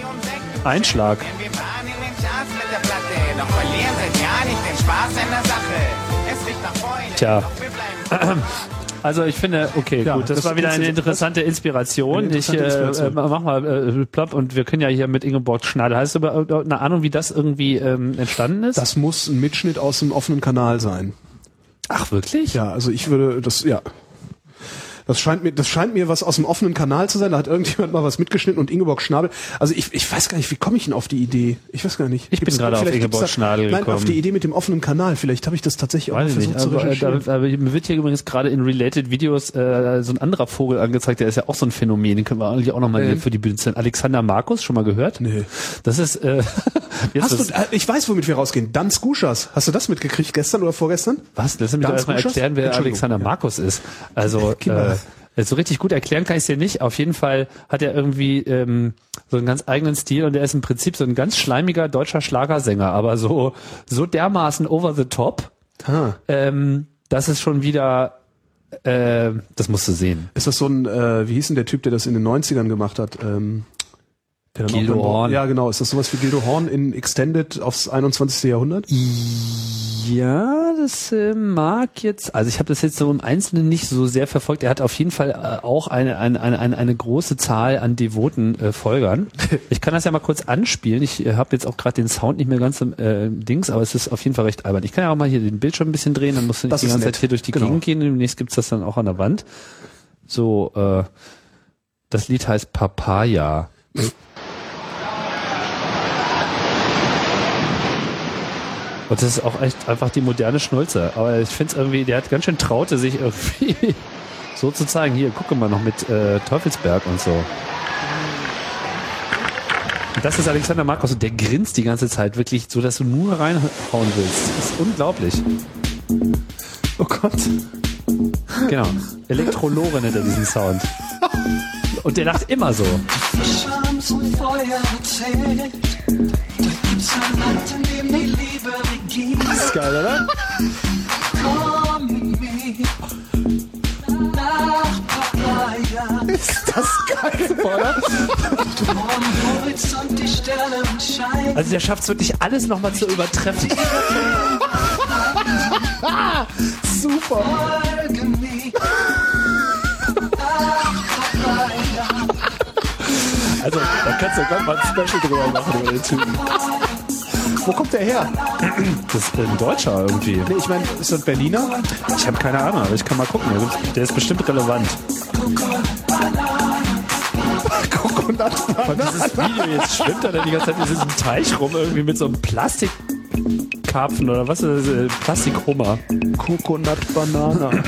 Einschlag. Wir fahren in den Charts mit der Platte, doch verlieren seit Jahren nicht den Spaß an der Sache. Es riecht nach Freude, Tja. doch wir bleiben Also ich finde, okay, Ja, gut, das, das war wieder ist- eine interessante Inspiration. Eine interessante ich äh, Inspiration. äh, mach mal äh, plopp und wir können ja hier mit Ingeborg Schneider. Hast du aber äh, eine Ahnung, wie das irgendwie ähm, entstanden ist? Das muss ein Mitschnitt aus dem offenen Kanal sein. Ach wirklich? Ja, also ich würde das, ja. Das scheint mir, das scheint mir was aus dem offenen Kanal zu sein. Da hat irgendjemand mal was mitgeschnitten und Ingeborg Schnabel. Also ich, ich weiß gar nicht, wie komme ich denn auf die Idee? Ich weiß gar nicht. Ich bin gerade auf vielleicht gibt's Ingeborg da- Schnabel Nein, gekommen. auf die Idee mit dem offenen Kanal. Vielleicht habe ich das tatsächlich auch Weiß ich versucht nicht, zu aber, äh, recherchieren. da, aber mir wird hier übrigens gerade in Related Videos äh, so ein anderer Vogel angezeigt, der ist ja auch so ein Phänomen, den können wir eigentlich auch nochmal hier für die Bühne zählen. Alexander Markus, schon mal gehört? Nee. Das ist, äh, jetzt Hast das, du, äh, ich weiß, womit wir rausgehen. Dan Skuschas. Hast du das mitgekriegt gestern oder vorgestern? Was? Lass mich doch Ganz erstmal gut, Schuss? erklären, wer Entschuldigung, Alexander ja. Markus ist. Also äh, mal. so richtig gut erklären kann ich es dir nicht. Auf jeden Fall hat er irgendwie ähm, so einen ganz eigenen Stil und er ist im Prinzip so ein ganz schleimiger deutscher Schlagersänger, aber so, so dermaßen over the top, Ah. ähm, das ist schon wieder, äh, das musst du sehen. Ist das so ein, äh, wie hieß denn der Typ, der das in den 90ern gemacht hat? Ähm, der dann Gildo auch beim- Horn. Ja, genau. Ist das sowas wie Gildo Horn in Extended aufs 21. Jahrhundert? Ja, das äh, mag jetzt, also ich habe das jetzt so im Einzelnen nicht so sehr verfolgt. Er hat auf jeden Fall äh, auch eine, eine, eine, eine, eine große Zahl an devoten äh, Folgern. Ich kann das ja mal kurz anspielen. Ich äh, habe jetzt auch gerade den Sound nicht mehr ganz im äh, Dings, aber es ist auf jeden Fall recht albern. Ich kann ja auch mal hier den Bildschirm ein bisschen drehen, dann musst du nicht Das die ist ganze nett. Zeit hier durch die Genau. Gegend gehen. Demnächst gibt's das dann auch an der Wand. So, äh, das Lied heißt Papaya. Und das ist auch echt einfach die moderne Schnulze. Aber ich finde es irgendwie, der hat ganz schön traute, sich irgendwie so zu zeigen. Hier, gucke mal noch mit äh, Teufelsberg und so. Und das ist Alexander Markus und der grinst die ganze Zeit wirklich, so dass du nur reinhauen willst. Das ist unglaublich. Oh Gott. Genau. Elektrolore nennt er diesen Sound. Und der lacht immer so. Scham zum Feuer erzählt. Da gibt's ein Land, in dem die Liebe regiert. Ist geil, oder? Komm mit mir nach Papaya. Ist das geil, oder? Am Horizont die Sterne und Schein. Also der schafft es wirklich alles nochmal zu übertreffen. Super. Folge mir nach Papaya. Also da kannst du gerade mal ein Special drüber machen über den Typen. Wo kommt der her? Das ist ein Deutscher irgendwie. Nee, ich meine, ist das Berliner? Ich habe keine Ahnung, aber ich kann mal gucken. Der ist- Der ist bestimmt relevant. Guck und das Und dieses Video, jetzt schwimmt er da die ganze Zeit in diesem Teich rum, irgendwie mit so einem Plastikkarpfen oder was ist das? Äh, Plastikhummer. Coconut Banana.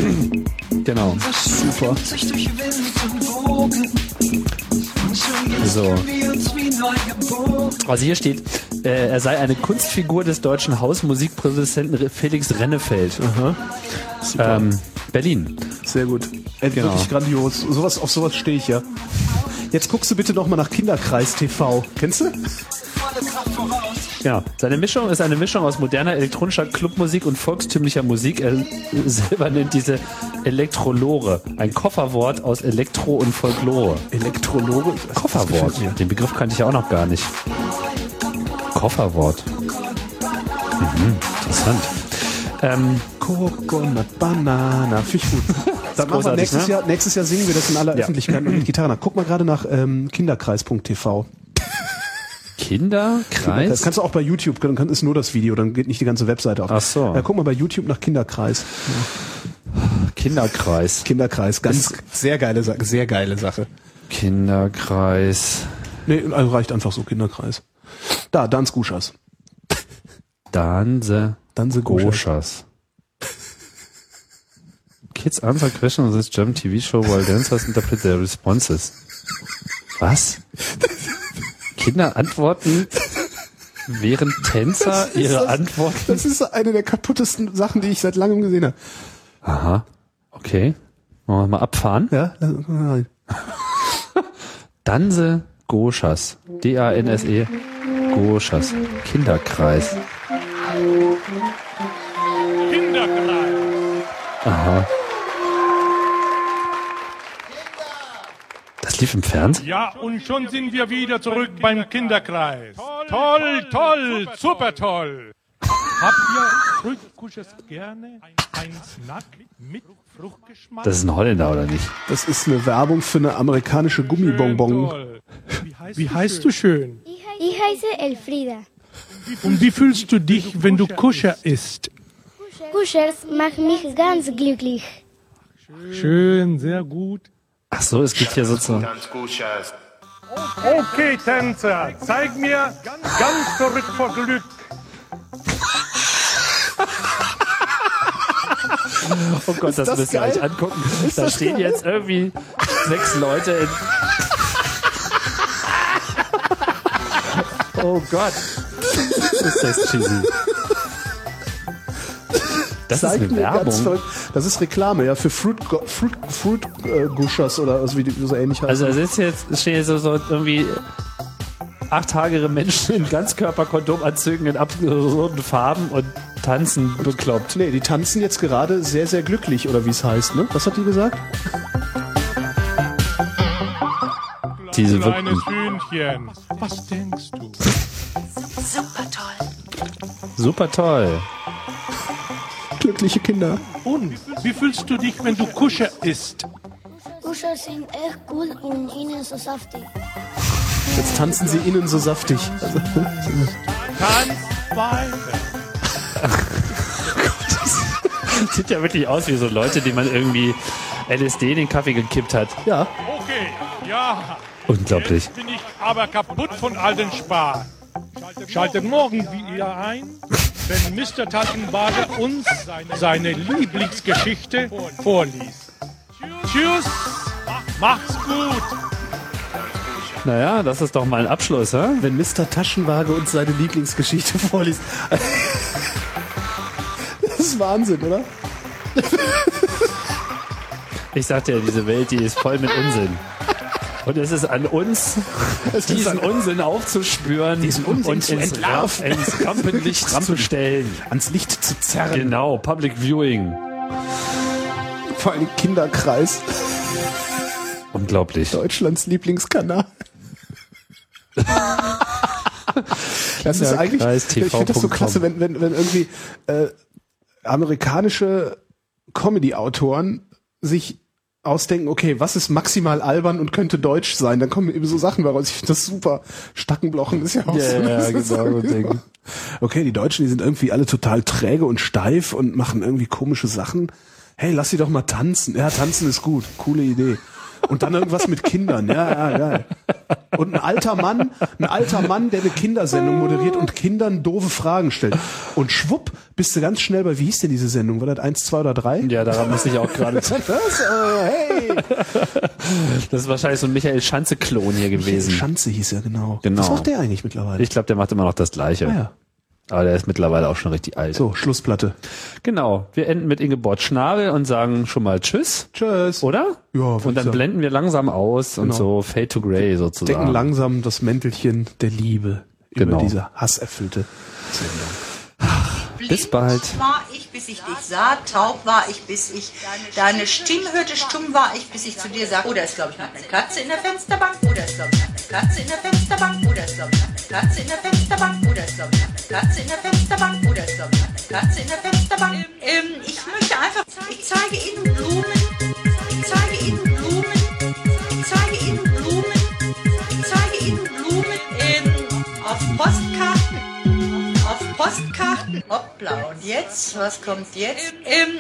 Genau. Super. Sich durch Wind und Wogen. Und schon jetzt So. fühlen wir uns wie neu geboren. Also hier steht, äh, er sei eine Kunstfigur des deutschen Hausmusikproduzenten Re- Felix Rennefeld. Super. Ähm, Berlin. Sehr gut. Ey, Genau. Wirklich grandios. Sowas, auf sowas stehe ich ja. Jetzt guckst du bitte nochmal nach Kinderkreis TV. Kennst du? Volle Kraft voraus. Genau. Seine Mischung ist eine Mischung aus moderner elektronischer Clubmusik und volkstümlicher Musik. Er äh, selber nennt diese Elektrolore. Ein Kofferwort aus Elektro und Folklore. Elektrologe. Kofferwort. Den Begriff kannte ich ja auch noch gar nicht. Kofferwort. Mhm, interessant. Ähm, Coconut Banana. Finde ich gut. Dann machen wir großartig, nächstes, ne? Jahr, nächstes Jahr singen wir das in aller Ja. Öffentlichkeit und mit Gitarre. nach. Guck mal gerade nach ähm, kinderkreis.tv. Das Kinderkreis? kannst du auch bei YouTube, dann kann- ist nur das Video, dann geht nicht die ganze Webseite auf. Ach so. Ja, guck mal bei YouTube nach Kinderkreis. Kinderkreis. Kinderkreis, ganz sehr geile Sache, sehr geile Sache. Kinderkreis. Nee, also reicht einfach so Kinderkreis. Da, Danz Guschas. Danse. Danse Oh, Guschas. Goschas. Kids answer questions on this German TV show while dancers interpret their responses. Was? Kinder antworten, während Tänzer ihre Antworten. Das ist eine der kaputtesten Sachen, die ich seit langem gesehen habe. Aha. Okay. Wollen wir mal abfahren? Ja, lass uns mal rein. Danse Goschas. D-A-N-S-E E, Goschas. Kinderkreis. Aha. Das lief im Fernsehen? Ja, und schon sind wir wieder zurück beim Kinderkreis. Toll, toll, super toll. Habt ihr Fruchtkusches gerne? Ein Snack mit Fruchtgeschmack? Das ist ein Holländer, oder nicht? Das ist eine Werbung für eine amerikanische Gummibonbon. Toll. Wie heißt du schön? Ich heiße Elfrieda. Und wie fühlst du dich, wenn du Kuscher isst? Kuschers macht mich ganz glücklich. Schön, sehr gut. Ach so, es gibt hier sozusagen. Okay, Tänzer, zeig mir ganz verrückt vor Glück. Oh Gott, das, das müsst ihr geil? euch angucken. da stehen jetzt irgendwie sechs Leute in. oh Gott. Ist das cheesy. Das ist eine Werbung. Das ist Reklame, ja, für Fruit, Go- Fruit, Fruit äh, Guschas oder also wie die so ähnlich heißt. Also es ist jetzt, es stehen jetzt so, so irgendwie acht hagere Menschen in Ganzkörperkondomanzügen in absurden Farben und tanzen bekloppt. Nee, die tanzen jetzt gerade sehr, sehr glücklich, oder wie es heißt, ne? Was hat die gesagt? Diese Kleines wirklich Hühnchen. Was denkst du? Super toll. super toll. Glückliche Kinder. Und wie fühlst du dich, wenn du Kusche isst? Kuscheln sind echt cool und innen so saftig. Jetzt tanzen sie innen so saftig. Also, Tanz weiter. Sieht ja wirklich aus wie so Leute, die man irgendwie LSD in den Kaffee gekippt hat. ja, Okay, ja. Unglaublich. Jetzt bin ich aber kaputt von all den Spar. Schaltet morgen wieder ein, wenn Mr. Talkenbader uns seine Lieblingsgeschichte vorliest. Tschüss, macht's gut. Naja, das ist doch mal ein Abschluss, hä? wenn Mr. Taschenwaage uns seine Lieblingsgeschichte vorliest. Das ist Wahnsinn, oder? Ich sagte ja, diese Welt, die ist voll mit Unsinn. Und es ist an uns, diesen Unsinn aufzuspüren Diesen Unsinn und zu ins, entlarven. Ra- ins Rampenlicht zu stellen. Ans Licht zu zerren. Genau, Public Viewing. Vor allem Kinderkreis. Unglaublich. Deutschlands Lieblingskanal. Das ist eigentlich, ich finde das so klasse, wenn, wenn, wenn irgendwie äh, amerikanische Comedy-Autoren sich ausdenken, okay, was ist maximal albern und könnte deutsch sein, dann kommen eben so Sachen bei raus. Ich finde das super. Stackenblochen ist ja auch Ja, so. ja, das ist genau, so irgendwie ein so. Ding. Okay, die Deutschen, die sind irgendwie alle total träge und steif und machen irgendwie komische Sachen. Hey, lass sie doch mal tanzen. Ja, tanzen ist gut. Coole Idee. Und dann irgendwas mit Kindern. Ja, ja, geil. Und ein alter Mann, ein alter Mann, der eine Kindersendung moderiert und Kindern doofe Fragen stellt. Und schwupp, bist du ganz schnell bei, wie hieß denn diese Sendung? War das eins, zwei oder drei? Ja, daran muss ich auch gerade. Was? Oh, hey. Das ist wahrscheinlich so ein Michael Schanze-Klon hier gewesen. Schanze hieß er, genau. Genau. Was macht der eigentlich mittlerweile? Ich glaube, der macht immer noch das Gleiche. Ah ja. Aber der ist mittlerweile auch schon richtig alt. So, Schlussplatte. Genau. Wir enden mit Ingeborg Schnabel und sagen schon mal Tschüss, Tschüss. oder? Ja, würd Und ich dann sagen. blenden wir langsam aus und Genau. so Fade to Grey sozusagen. decken langsam das Mäntelchen der Liebe Genau. über diese hasserfüllte Sendung. Bis bald. war ich, bis ich dich sah, taub war ich, bis ich deine Stimme hörte, stumm war ich, bis ich zu dir sagte, oder ist, glaube ich, noch eine Katze in der Fensterbank, oder ist, glaube ich, noch eine Katze in der Fensterbank, oder ist, glaube ich, noch eine Katze in der Fensterbank, oder ist, glaube ich, noch eine Katze in der Fensterbank, oder ist, glaube ich, noch eine Katze in der Fensterbank. Ähm, ähm, ich möchte einfach, ich zeige Ihnen Blumen, ich zeige Ihnen Blumen, ich zeige Ihnen Blumen, ich zeige Ihnen Blumen ähm, auf Postkarten. Auf Postkarten. Hoppla, und jetzt? Was kommt jetzt? Ähm,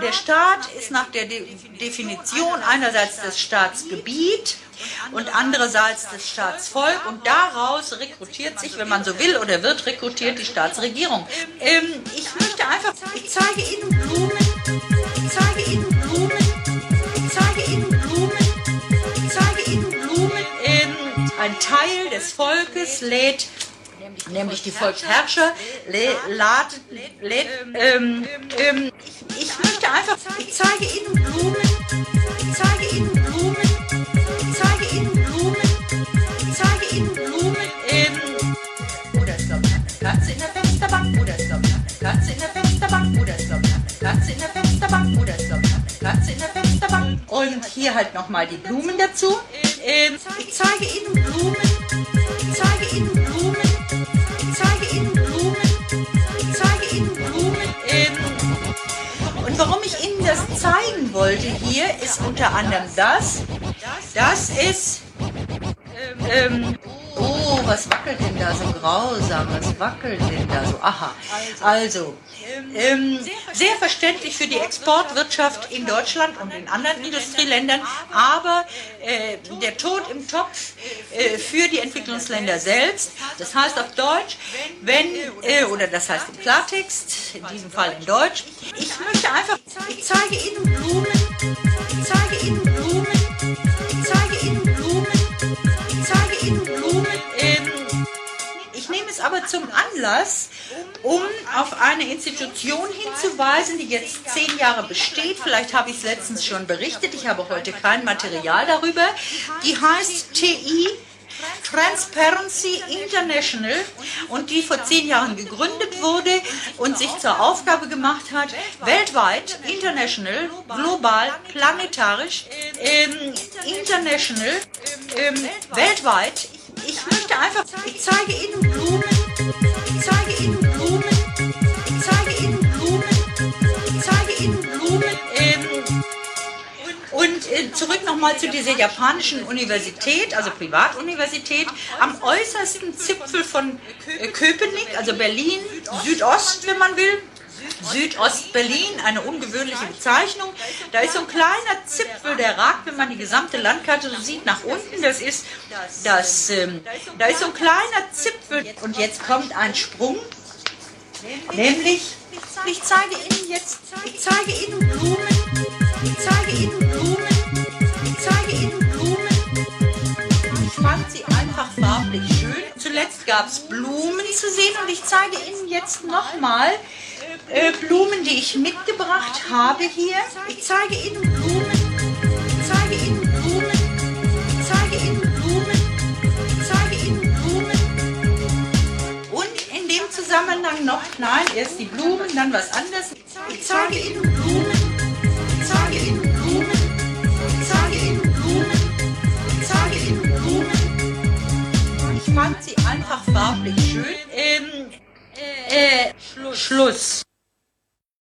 der Staat ist nach der De Definition einerseits das Staatsgebiet und andererseits das Staatsvolk und daraus rekrutiert sich, wenn man so will oder wird rekrutiert, die Staatsregierung. Ähm, ich möchte einfach, ich zeige Ihnen Blumen, ich zeige Ihnen Blumen, ich zeige Ihnen Blumen, ich zeige Ihnen Blumen. Ähm, ein Teil des Volkes lädt nämlich die Volksherrscher, lä ladet, lädt, ähm, ähm, ich, ich möchte einfach, ich zeige Ihnen Blumen, ich zeige Ihnen Blumen, ich zeige Ihnen Blumen, ich zeige Ihnen Blumen, ähm, oder es kommt eine Katze in der Fensterbank, oder es kommt eine Katze in der Fensterbank, oder es kommt eine Katze in der Fensterbank, oder es kommt eine Katze in der Fensterbank. Und hier halt nochmal die Blumen dazu. Ähm, ich zeige Ihnen Blumen, ich zeige Ihnen Blumen, ich zeige Ihnen Blumen, ich zeige Ihnen Blumen. Ähm, und warum ich Ihnen das zeigen wollte hier, ist unter anderem das, das ist... Ähm, oh, was wackelt denn da so grausam? Was wackelt denn da so? Aha. Also, ähm, sehr verständlich für die Exportwirtschaft in Deutschland und in anderen Industrieländern, aber äh, der Tod im Topf äh, für die Entwicklungsländer selbst. Das heißt auf Deutsch, wenn, äh, oder das heißt im Klartext, in diesem Fall in Deutsch, ich möchte einfach, ich zeige Ihnen Blumen, ich zeige Ihnen Blumen, ich zeige Ihnen Blumen. Ich zeige Ihnen Blumen. Ähm, ich nehme es aber zum Anlass, um auf eine Institution hinzuweisen, die jetzt zehn Jahre besteht. Vielleicht habe ich es letztens schon berichtet. Ich habe heute kein Material darüber. Die heißt TI. Transparency International und die vor zehn Jahren gegründet wurde und sich zur Aufgabe gemacht hat, weltweit, international, global, planetarisch, ähm, international, ähm, weltweit. Ich möchte einfach, ich zeige Ihnen Blumen, ich zeige Ihnen Blumen, ich zeige Ihnen Blumen, ich zeige Ihnen Blumen. Ähm, und äh, zurück nochmal zu dieser japanischen Universität, also Privatuniversität, am äußersten Zipfel von äh, Köpenick, also Berlin, Südost, wenn man will. Südost-Berlin, eine ungewöhnliche Bezeichnung. Da ist so ein kleiner Zipfel, der ragt, wenn man die gesamte Landkarte so sieht, nach unten. Das ist das, ähm, da ist so ein kleiner Zipfel. Und jetzt kommt ein Sprung, nämlich, ich zeige Ihnen jetzt, ich zeige Ihnen Blumen, ich zeige Ihnen Blumen, ich zeige Ihnen Blumen. Ich fand sie einfach farblich schön. Zuletzt gab es Blumen zu sehen und ich zeige Ihnen jetzt nochmal äh, Blumen, die ich mitgebracht habe hier. Ich zeige Ihnen Blumen, ich zeige Ihnen Blumen, ich zeige Ihnen Blumen, ich zeige Ihnen Blumen. Und in dem Zusammenhang noch, nein, erst die Blumen, dann was anderes. Ich zeige Ihnen Blumen, ich zeige Ihnen Blumen, ich zeige Ihnen Blumen, ich zeige Ihnen Blumen. Ich fand sie einfach farblich schön. Ähm, äh, Schluss.